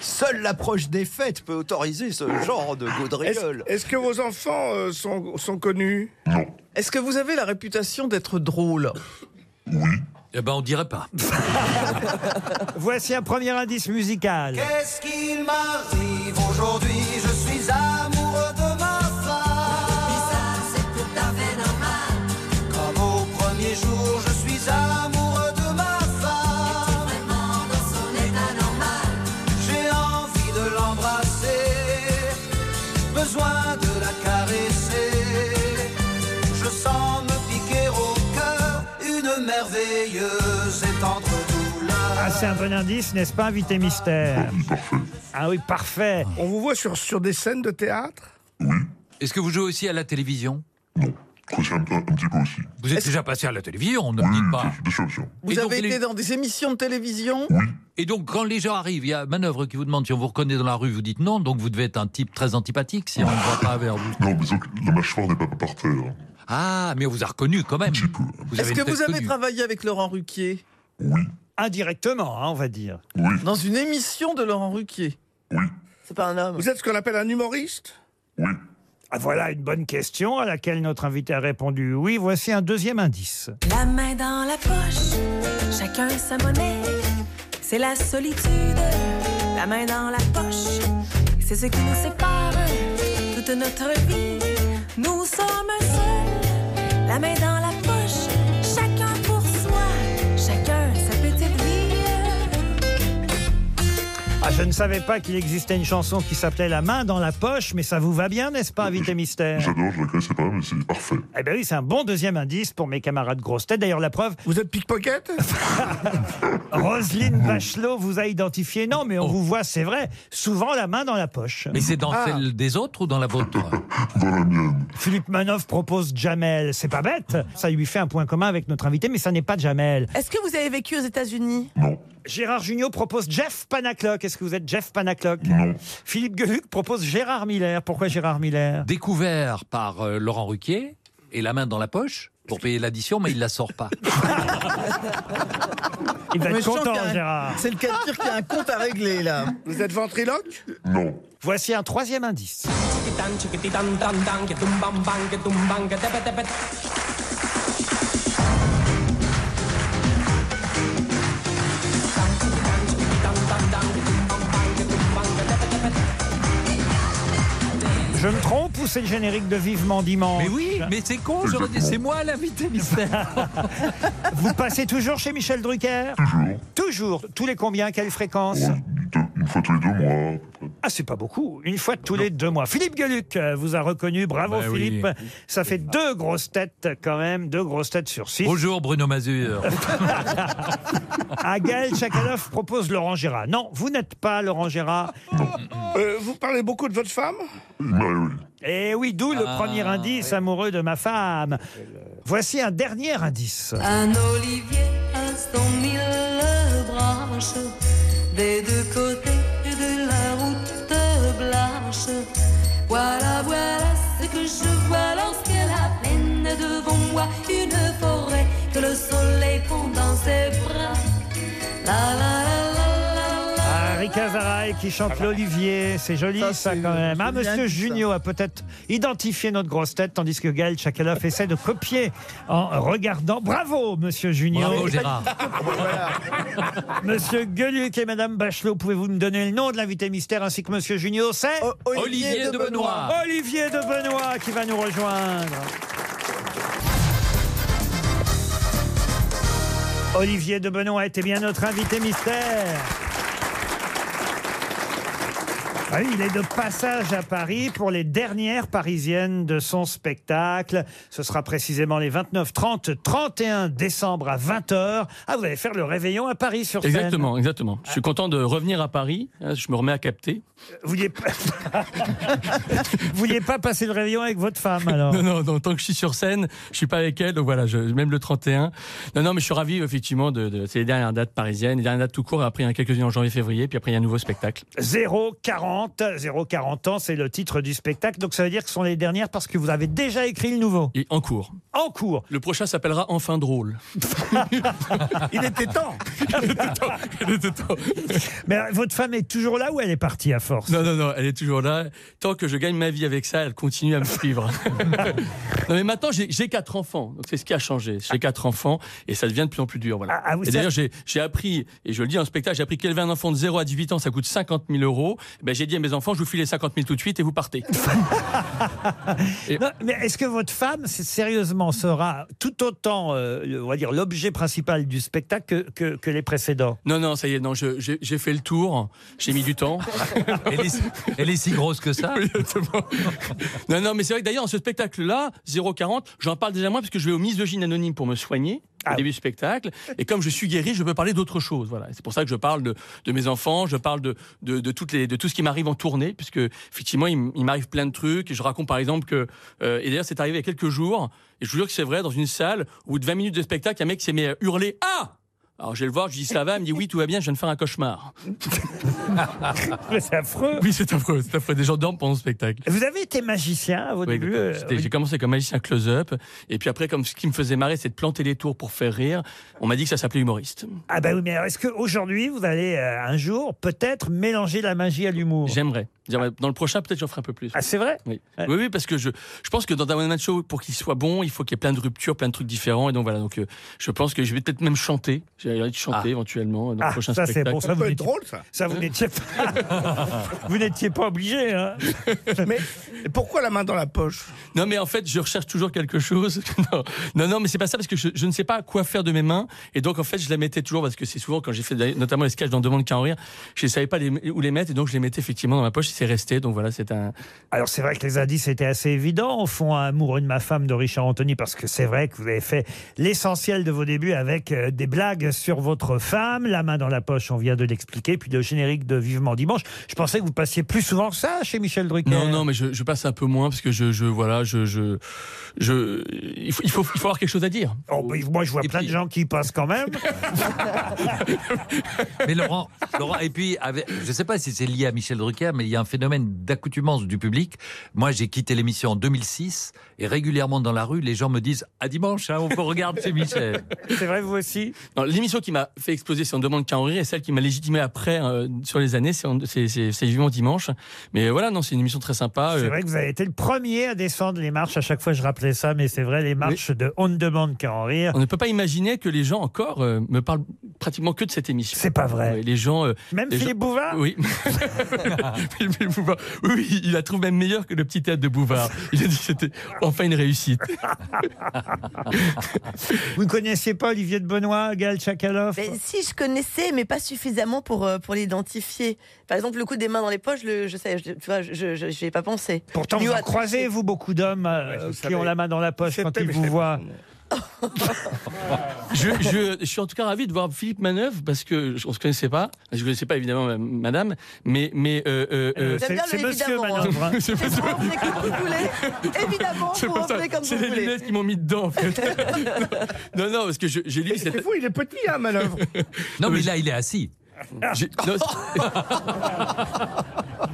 Speaker 10: Seule l'approche des fêtes peut autoriser ce genre de gaudriole.
Speaker 6: Est-ce que vos enfants euh, sont, sont connus
Speaker 8: Est-ce que vous avez la réputation d'être drôle
Speaker 9: Eh ben, on dirait pas.
Speaker 4: Voici un premier indice musical.
Speaker 16: Qu'est-ce qu'il m'arrive aujourd'hui Je suis amoureux de ma femme. Et ça, c'est tout à fait normal. Comme au premier jour, je suis amoureux de ma femme. vraiment dans son état normal. J'ai envie de l'embrasser, besoin de la caresser. Je sens me piquer au cœur une merveilleuse et tendre douleur.
Speaker 4: Ah, c'est un bon indice, n'est-ce pas, invité mystère Ah oui, parfait.
Speaker 6: On vous voit sur, sur des scènes de théâtre
Speaker 9: Est-ce que vous jouez aussi à la télévision
Speaker 15: Très un, peu- un petit peu aussi.
Speaker 9: Vous êtes déjà passé à la télévision, ne me dites pas.
Speaker 15: Bien sûr, bien sûr.
Speaker 8: Vous
Speaker 9: Et donc,
Speaker 8: avez
Speaker 9: les-
Speaker 8: été dans des émissions de télévision
Speaker 9: Et donc, quand les gens arrivent, il y a Manœuvre qui vous demande si on vous reconnaît dans la rue, vous dites non, donc vous devez être un type très antipathique si on ne voit pas vers vous.
Speaker 15: Non, mais donc, la mâchoire n'est pas par terre.
Speaker 9: Ah, mais on vous a reconnu quand même.
Speaker 8: Est-ce que
Speaker 9: peut-être
Speaker 8: vous avez
Speaker 9: connu.
Speaker 8: travaillé avec Laurent Ruquier
Speaker 4: Indirectement, hein, on va dire.
Speaker 8: Dans une émission de Laurent Ruquier
Speaker 5: C'est pas un homme.
Speaker 6: Vous êtes ce qu'on appelle un humoriste
Speaker 4: Ah, voilà une bonne question à laquelle notre invité a répondu oui. Voici un deuxième indice.
Speaker 17: La main dans la poche, chacun sa monnaie. C'est la solitude, la main dans la poche. C'est ce qui nous sépare toute notre vie. Nous sommes seuls, la main dans la poche. Chacun pour soi, chacun sa petite vie.
Speaker 4: Ah, je ne savais pas qu'il existait une chanson qui s'appelait La main dans la poche, mais ça vous va bien, n'est-ce pas, invité mystère
Speaker 15: J'adore, je la connaissais pas, mais c'est parfait.
Speaker 4: Eh bien oui, c'est un bon deuxième indice pour mes camarades grosses têtes. D'ailleurs, la preuve. Vous êtes pickpocket (laughs) Roselyne Bachelot vous a identifié. Non, mais on vous voit, c'est vrai, souvent la main dans la poche.
Speaker 9: Oh. Mais c'est
Speaker 8: Ah.
Speaker 4: Ah.
Speaker 9: dans celle des autres ou dans la vôtre
Speaker 4: Philippe Manoff propose Jamel. C'est pas bête. Ça lui fait un point commun avec notre invité, mais ça n'est pas Jamel.
Speaker 5: Est-ce que vous avez vécu aux États-Unis
Speaker 4: Gérard Junior propose Jeff Panaclock. Est-ce que vous êtes Jeff Panaclock Non. Philippe Gueluc propose Gérard Miller. Pourquoi Gérard Miller
Speaker 9: Découvert par euh, Laurent Ruquier et la main dans la poche pour payer l'addition, mais il la sort pas.
Speaker 4: Il va
Speaker 8: Ah, Mais
Speaker 4: être
Speaker 8: je sens
Speaker 4: content,
Speaker 8: qu'il y a un-
Speaker 4: Gérard.
Speaker 8: C'est le cas de dire qu'il y a un compte à régler, là.
Speaker 6: Vous êtes ventriloque
Speaker 4: Voici un troisième indice. Je me trompe ou c'est le générique de Vivement Dimanche
Speaker 9: Mais oui, mais c'est con, j'aurais dit c'est moi l'invité mystère.
Speaker 4: Vous passez toujours chez Michel Drucker Toujours. Toujours. Tous les combien Quelle fréquence
Speaker 15: Une fois tous les deux mois.
Speaker 4: Ah, c'est pas beaucoup. Une fois tous les deux mois. Philippe Gueluc euh, vous a reconnu. Bravo,
Speaker 9: Bah oui.
Speaker 4: Philippe. Ça fait deux grosses têtes, quand même. Deux grosses têtes sur six.
Speaker 9: Bonjour Bruno Mazur.
Speaker 4: Ah, Gaël Chakalov propose Laurent Gérard. Non, vous n'êtes pas Laurent Gérard.
Speaker 6: Euh, Vous parlez beaucoup de votre femme
Speaker 4: Et Eh oui, d'où
Speaker 9: Ah,
Speaker 4: le premier indice, amoureux de ma femme. Voici un dernier indice.
Speaker 17: Un olivier à cent mille branches, des deux côtés de la route blanche. Voilà, voilà ce que je vois lorsque la plaine est devant moi, une forêt que le soleil prend dans ses bras. La la la la la la.
Speaker 4: Ah, Rick Cazarail qui chante l'Olivier. C'est joli, ça, quand même. Ah, monsieur Junio a peut-être identifié notre grosse tête, tandis que Gaël Chakalov essaie de copier en regardant. Bravo, monsieur Junio.
Speaker 9: Bravo, Gérard.
Speaker 4: Monsieur Gueluc et Madame Bachelot, pouvez-vous me donner le nom de l'invité mystère ainsi que Monsieur Junio C'est
Speaker 9: Olivier Olivier de de Benoît. Benoît.
Speaker 4: Olivier de Benoît qui va nous rejoindre. Olivier de Benoît était bien notre invité mystère. Ah oui, il est de passage à Paris pour les dernières parisiennes de son spectacle. Ce sera précisément les 29, 30, 31 décembre à 20h. Ah, vous allez faire le réveillon à Paris sur scène.
Speaker 18: Exactement, exactement. Je suis content de revenir à Paris. hein, Je me remets à capter.
Speaker 4: Vous vouliez pas... (laughs) Vous vouliez pas passer le réveillon avec votre
Speaker 18: (laughs)
Speaker 4: femme alors
Speaker 18: Non, non, non, tant que je suis sur scène, je suis pas avec elle, donc voilà, je, même le 31. Non, non, mais je suis ravi, effectivement, de, de- c'est les dernières dates parisiennes, les dernières dates tout court, et après, il y en a quelques-unes en janvier-février, puis après, il y a un nouveau spectacle.
Speaker 4: 040, 040 ans, c'est le titre du spectacle. Donc ça veut dire que ce sont les dernières parce que vous avez déjà écrit le nouveau.
Speaker 18: Et en cours.
Speaker 4: En cours.
Speaker 18: Le prochain s'appellera Enfin drôle.
Speaker 4: (laughs) Il
Speaker 18: (laughs)
Speaker 4: était temps. Mais euh, votre femme est toujours là ou elle est partie à force
Speaker 18: Non, non, non, elle est toujours là. Tant que je gagne ma vie avec ça, elle continue à me (laughs) suivre. non, mais maintenant, j'ai j'ai quatre enfants. Donc, c'est ce qui a changé. J'ai quatre enfants et ça devient de plus en plus dur. Voilà.
Speaker 4: Ah, ah, vous
Speaker 18: et
Speaker 4: savez-
Speaker 18: d'ailleurs, j'ai j'ai appris, et je le dis en spectacle, j'ai appris qu'élever un enfant de 0 à 18 ans, ça coûte 50 000 euros. Ben, j'ai dit à mes enfants, je vous file les 50 000 tout de suite et vous
Speaker 4: (laughs)
Speaker 18: partez.
Speaker 4: Non, mais est-ce que votre femme, c'est- sérieusement, sera tout autant, euh, le- on va dire, l'objet principal du spectacle que, que- que les précédents
Speaker 18: Non, non, ça y est, non, je- j'ai j'ai fait le tour. J'ai mis du temps. elle, est, si grosse que (laughs) ça (laughs) Non, non, mais c'est vrai que d'ailleurs, en ce spectacle-là, 040, j'en parle déjà moins parce que je vais au misogyne anonyme pour me soigner
Speaker 4: Ah.
Speaker 18: au début du spectacle. Et comme je suis guéri, je peux parler d'autre chose. Voilà. C'est pour ça que je parle de, de mes enfants, je parle de, de, de toutes les, de tout ce qui m'arrive en tournée, puisque effectivement, il, m- il m'arrive plein de trucs. Et je raconte par exemple que, euh, et d'ailleurs, c'est arrivé il y a quelques jours, et je vous jure que c'est vrai, dans une salle, où de 20 minutes de spectacle, un mec s'est mis à hurler Ah alors je vais le voir, je lui dis ça va, il me dit oui tout va bien, je viens de faire un
Speaker 4: (laughs)
Speaker 18: cauchemar.
Speaker 4: c'est affreux.
Speaker 18: Oui c'est affreux, c'est affreux. Des gens dorment pendant le spectacle.
Speaker 4: Vous avez été magicien à vos
Speaker 18: Oui,
Speaker 4: débuts
Speaker 18: exactement.
Speaker 4: euh,
Speaker 18: C'était- J'ai commencé comme magicien close-up et puis après comme ce qui me faisait marrer c'est de planter les tours pour faire rire. On m'a dit que ça s'appelait humoriste.
Speaker 4: Ah bah oui, mais alors est-ce qu'aujourd'hui, vous allez euh, un jour peut-être mélanger la magie à l'humour
Speaker 18: J'aimerais. J'aimerais- Dans le prochain peut-être j'en ferai un peu plus.
Speaker 4: Ah c'est vrai
Speaker 18: Oui. oui, oui, parce que je, je pense que dans un one-man show, pour qu'il soit bon, il faut qu'il y ait plein de ruptures, plein de trucs différents. Et donc voilà, donc, euh, je pense que je vais peut-être même chanter. J'ai envie de chanter éventuellement dans
Speaker 4: Ah,
Speaker 18: le prochain
Speaker 4: ça, c'est
Speaker 18: spectacle.
Speaker 4: bon, ça, Ça vous peut être n'étiez- drôle, ça. ça, vous n'étiez pas- (laughs) vous n'étiez pas obligé. Hein.
Speaker 6: mais pourquoi la main dans la poche
Speaker 18: Non, mais en fait, je recherche toujours quelque chose. (laughs) non, non, non, mais c'est pas ça parce que je, je ne sais pas quoi faire de mes mains. Et donc, en fait, je la mettais toujours parce que c'est souvent quand j'ai fait d'ailleurs, notamment les sketchs dans Demande qu'à en rire, je ne savais pas les- où les mettre et donc je les mettais effectivement dans ma poche et c'est resté. Donc voilà, c'est un.
Speaker 4: Alors c'est vrai que les indices étaient assez évidents au fond à Amoureux de ma femme de Richard Anthony parce que c'est vrai que vous avez fait l'essentiel de vos débuts avec euh, des blagues sur votre femme, la main dans la poche, on vient de l'expliquer, puis le générique de Vivement Dimanche. Je pensais que vous passiez plus souvent que ça chez Michel Drucker.
Speaker 18: Non, non, mais je, je passe un peu moins parce que je, je voilà, je, je, je- il, faut, il, faut, il faut avoir quelque chose à dire.
Speaker 4: Oh, bah, moi, je vois plein de gens qui y passent quand même.
Speaker 9: Mais Laurent, Laurent et puis, avec- je ne sais pas si c'est lié à Michel Drucker, mais il y a un phénomène d'accoutumance du public. Moi, j'ai quitté l'émission en 2006 et régulièrement dans la rue, les gens me disent À dimanche, hein, on vous regarde chez Michel.
Speaker 4: (laughs) C'est vrai, vous aussi
Speaker 18: Non, L'émission qui m'a fait exploser, c'est On demande qu'à en rire, et celle qui m'a légitimé après, euh, sur les années, c'est en- c'est- c'est- c'est Vivement Dimanche. Mais voilà, non, c'est une émission très sympa.
Speaker 4: C'est
Speaker 18: euh,
Speaker 4: vrai que vous avez été le premier à descendre les marches. À chaque fois, je rappelais ça, mais c'est vrai, les marches de On ne demande qu'à en rire.
Speaker 18: On ne peut pas imaginer que les gens encore euh, me parlent pratiquement que de cette émission.
Speaker 4: C'est pas vrai.
Speaker 18: les gens. euh,
Speaker 4: Même
Speaker 18: les
Speaker 4: Philippe Bouvard
Speaker 18: Oui. (laughs) Philippe Bouvard. Oui, oui, il la trouve même meilleure que le petit théâtre de Bouvard. Il a dit que c'était enfin une
Speaker 4: (laughs)
Speaker 18: réussite.
Speaker 4: Vous ne connaissiez pas Olivier de Benoît, Gaël Chakalov
Speaker 5: Mais si je connaissais, mais pas suffisamment pour, euh, pour l'identifier. Par exemple, le coup des mains dans les poches, le- je sais, je, tu vois, je, je- je- j'y ai pas pensé.
Speaker 4: Pourtant, vous
Speaker 5: Mieux
Speaker 4: en
Speaker 5: à-
Speaker 4: croisez, vous, beaucoup d'hommes euh, qui ont la main dans la poche quand ils vous voient.
Speaker 18: je, je- je suis en tout cas ravi de voir Philippe Manœuvre parce que je- on se connaissait pas. Je ne connaissais pas évidemment ma- Madame, mais mais euh, euh, euh,
Speaker 5: J'aime bien le évidemment, hein.
Speaker 18: (laughs) C'est
Speaker 5: Et
Speaker 18: pas-
Speaker 5: vous revenez comme vous voulez.
Speaker 16: Oh,
Speaker 5: Évidemment,
Speaker 18: (laughs) c'est
Speaker 5: vous
Speaker 18: pour ça.
Speaker 5: revenez comme vous
Speaker 18: C'est les
Speaker 5: voulez.
Speaker 18: lunettes qui m'ont mis dedans en fait. non non parce que je- j'ai lu cette
Speaker 6: C'est fou, il est petit,
Speaker 18: (laughs)
Speaker 6: hein, manœuvre.
Speaker 9: Non, mais là, il est assis.
Speaker 18: J'ai- non, c'est- (laughs)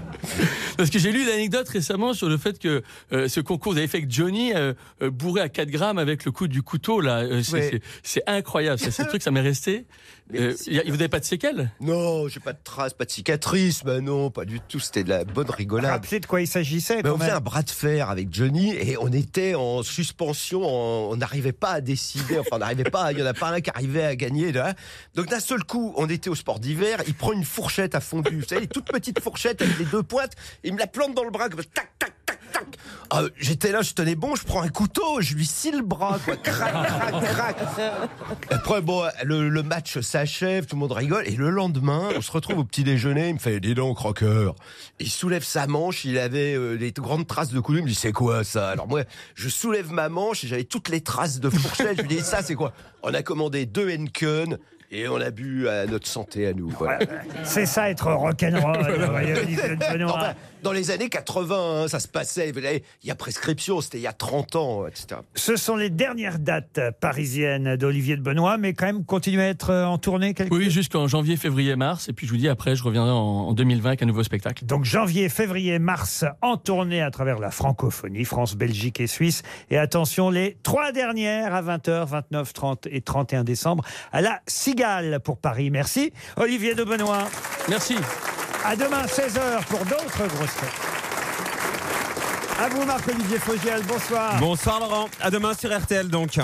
Speaker 18: Parce que j'ai lu l'anecdote récemment sur le fait que euh, ce concours, vous avez fait avec Johnny euh, euh, bourré à 4 grammes avec le coup du couteau, là. Euh, c'est-
Speaker 10: Ouais.
Speaker 18: c'est- C'est incroyable. Ça, C'est un truc, ça m'est resté. Euh, y a- vous n'avez pas de séquelles
Speaker 10: Non, j'ai pas de traces, pas de cicatrices. Bah non, pas du tout. C'était de la bonne rigolade.
Speaker 4: Rappelez de quoi il s'agissait.
Speaker 10: Ben,
Speaker 4: quand
Speaker 10: on faisait
Speaker 4: même.
Speaker 10: un bras de fer avec Johnny et on était en suspension, on on n'arrivait pas à décider, enfin on n'arrivait pas, à- il y en a pas un qui arrivait à gagner. Là. Donc d'un seul coup, on était au sport d'hiver, il prend une fourchette à fondu, vous savez, les toutes petites fourchettes avec les deux pointes, et il me la plante dans le bras comme ça, tac, tac, tac, tac. Ah, J'étais là, je tenais bon, je prends un couteau, je lui scie le bras, quoi, crac, crac, crac. Après, bon, le, le match s'achève, tout le monde rigole. Et le lendemain, on se retrouve au petit déjeuner. Il me fait, dis donc, croqueur. Il soulève sa manche. Il avait euh, les grandes traces de coulis. Il me dit, c'est quoi ça Alors moi, je soulève ma manche et j'avais toutes les traces de fourchette. Je lui dis, ça, c'est quoi On a commandé deux Henken et on a bu à notre santé à nous. Voilà.
Speaker 4: C'est ça être
Speaker 10: (laughs)
Speaker 4: rock'n'roll. vous voyez, Olivier de Benoît.
Speaker 10: Enfin, dans les années 80, hein, ça se passait. Vous savez, Il y a prescription, c'était il y a 30 ans, etc.
Speaker 4: Ce sont les dernières dates parisiennes d'Olivier de Benoît, mais quand même continuez à être euh, en tournée quelque
Speaker 18: Oui, jusqu'en janvier, février, mars. Et puis je vous dis, après, je reviendrai en, en 2020 avec un nouveau spectacle.
Speaker 4: Donc janvier, février, mars en tournée à travers la francophonie, France, Belgique et Suisse. Et attention, les trois dernières à 20h, 29, 30 et 31 décembre à la Cigale pour Paris. Merci Olivier de Benoît.
Speaker 18: Merci.
Speaker 4: À demain 16h pour d'autres grosses têtes. À vous Marc-Olivier Fogiel, bonsoir.
Speaker 19: Bonsoir Laurent, à demain sur RTL donc.